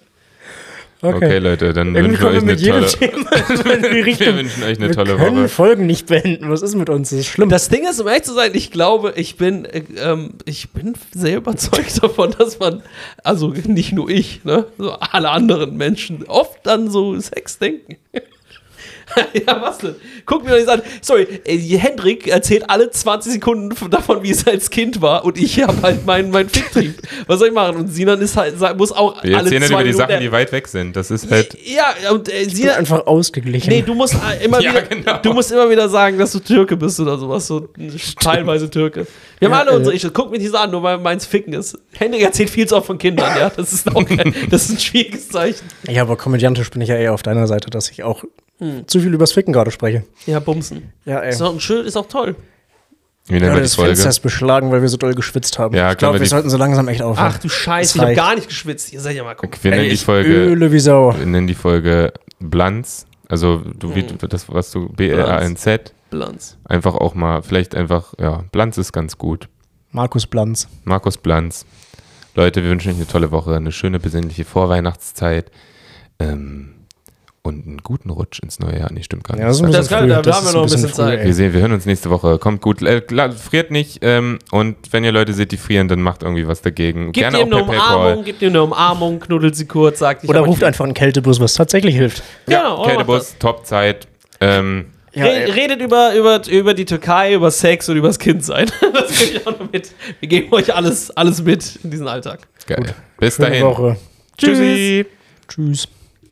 Speaker 1: Okay. Leute, dann
Speaker 2: Irgendwie
Speaker 1: wünschen wir euch
Speaker 2: kommen wir
Speaker 1: eine
Speaker 2: mit jedem
Speaker 1: tolle,
Speaker 2: Thema
Speaker 1: *laughs*
Speaker 2: in die
Speaker 1: wir
Speaker 2: Richtung.
Speaker 1: wünschen euch eine
Speaker 2: Wir
Speaker 1: tolle
Speaker 2: können
Speaker 1: Woche.
Speaker 2: Folgen nicht beenden. Was ist mit uns? Das ist schlimm.
Speaker 3: Das Ding ist, um ehrlich zu sein, ich glaube, ich bin, äh, ähm, ich bin sehr überzeugt *laughs* davon, dass man, also nicht nur ich, ne, so alle anderen Menschen oft an so Sex denken. *laughs* ja, was denn? Guck mir doch nicht an. Sorry, äh, Hendrik erzählt alle 20 Sekunden von- davon, wie es als Kind war und ich habe halt meinen mein Ficktrieb. Was soll ich machen? Und Sinan ist halt, sa- muss auch
Speaker 1: Wir
Speaker 3: alle
Speaker 1: erzählen halt
Speaker 3: zwei
Speaker 1: über die
Speaker 3: Minuten
Speaker 1: Sachen, die weit weg sind. Das ist halt,
Speaker 3: ja, und äh,
Speaker 2: Ich bin
Speaker 3: Sinan,
Speaker 2: einfach ausgeglichen.
Speaker 3: Nee, du musst äh, immer,
Speaker 1: Ja,
Speaker 3: wieder,
Speaker 1: genau.
Speaker 3: du musst immer wieder sagen, dass du Türke bist oder sowas. So teilweise Türke. Wir haben
Speaker 2: Ja,
Speaker 3: alle
Speaker 2: äh.
Speaker 3: unsere Ich Guck mir diese an, nur weil meins Ficken ist. Hendrik erzählt viel zu oft von Kindern, ja. Das ist auch kein, das ist ein schwieriges Zeichen.
Speaker 2: ja, aber komödiantisch bin ich ja eher auf deiner Seite, dass ich auch zu viel übers Ficken gerade spreche.
Speaker 3: Ja, Bumsen.
Speaker 2: Hm. Ja, ey.
Speaker 3: Ist auch ein Schild, ist auch toll.
Speaker 1: wie nennen
Speaker 2: Ja,
Speaker 1: wir die
Speaker 2: das
Speaker 1: Folge?
Speaker 2: Fenster ist beschlagen, weil wir so doll geschwitzt haben.
Speaker 1: Ja,
Speaker 2: ich glaube,
Speaker 1: können wir
Speaker 2: wir,
Speaker 1: die-
Speaker 2: sollten so langsam echt aufhören.
Speaker 3: Ach du Scheiße,
Speaker 2: Es
Speaker 3: ich hab
Speaker 2: reicht.
Speaker 3: gar nicht geschwitzt. Ihr seid ja mal gucken.
Speaker 1: Wir nennen
Speaker 2: Ey,
Speaker 1: die
Speaker 2: ich
Speaker 1: Folge,
Speaker 2: Öle wie Sau.
Speaker 1: wir nennen die Folge Blanz. Also,
Speaker 3: Mhm.
Speaker 1: du, wie, das, was du, B-L-A-N-Z.
Speaker 3: Bilanz.
Speaker 1: Einfach auch mal, vielleicht einfach, ja, Blanz ist ganz gut.
Speaker 2: Markus Blanz.
Speaker 1: Markus Blanz. Leute, wir wünschen euch eine tolle Woche, eine schöne, besinnliche Vorweihnachtszeit ähm, und einen guten Rutsch ins neue Jahr. Nee, stimmt gar nicht.
Speaker 2: Ja, das ist ein
Speaker 3: Das
Speaker 2: bisschen
Speaker 3: ist
Speaker 2: früh.
Speaker 3: geil, da
Speaker 2: das
Speaker 3: haben
Speaker 2: ist
Speaker 3: wir noch ein bisschen
Speaker 2: früh,
Speaker 3: Zeit.
Speaker 2: ey.
Speaker 1: wir sehen, wir hören uns nächste Woche. Kommt gut, äh, klar, friert nicht ähm, und wenn ihr Leute seht, die frieren, dann macht irgendwie was dagegen.
Speaker 3: Gebt
Speaker 1: Gerne
Speaker 3: ihr
Speaker 1: auch
Speaker 3: eine
Speaker 1: per
Speaker 3: Umarmung,
Speaker 1: PayPal.
Speaker 3: gebt ihr eine Umarmung, knuddelt sie kurz, sagt ich
Speaker 2: Oder
Speaker 3: hab euch
Speaker 2: ruft
Speaker 3: lieb.
Speaker 2: einfach einen Kältebus, was tatsächlich hilft.
Speaker 3: Genau, oder macht das.
Speaker 1: Kältebus, Topzeit. Ähm,
Speaker 2: Ja,
Speaker 3: Re-
Speaker 2: ey.
Speaker 3: redet über, über, über die Türkei, über Sex und über das Kindsein. *laughs* Das gebe ich auch noch mit. Wir geben euch alles, alles mit in diesen Alltag.
Speaker 1: geil. Bis
Speaker 2: Schöne
Speaker 1: dahin.
Speaker 2: Woche.
Speaker 1: Tschüssi.
Speaker 2: Tschüss.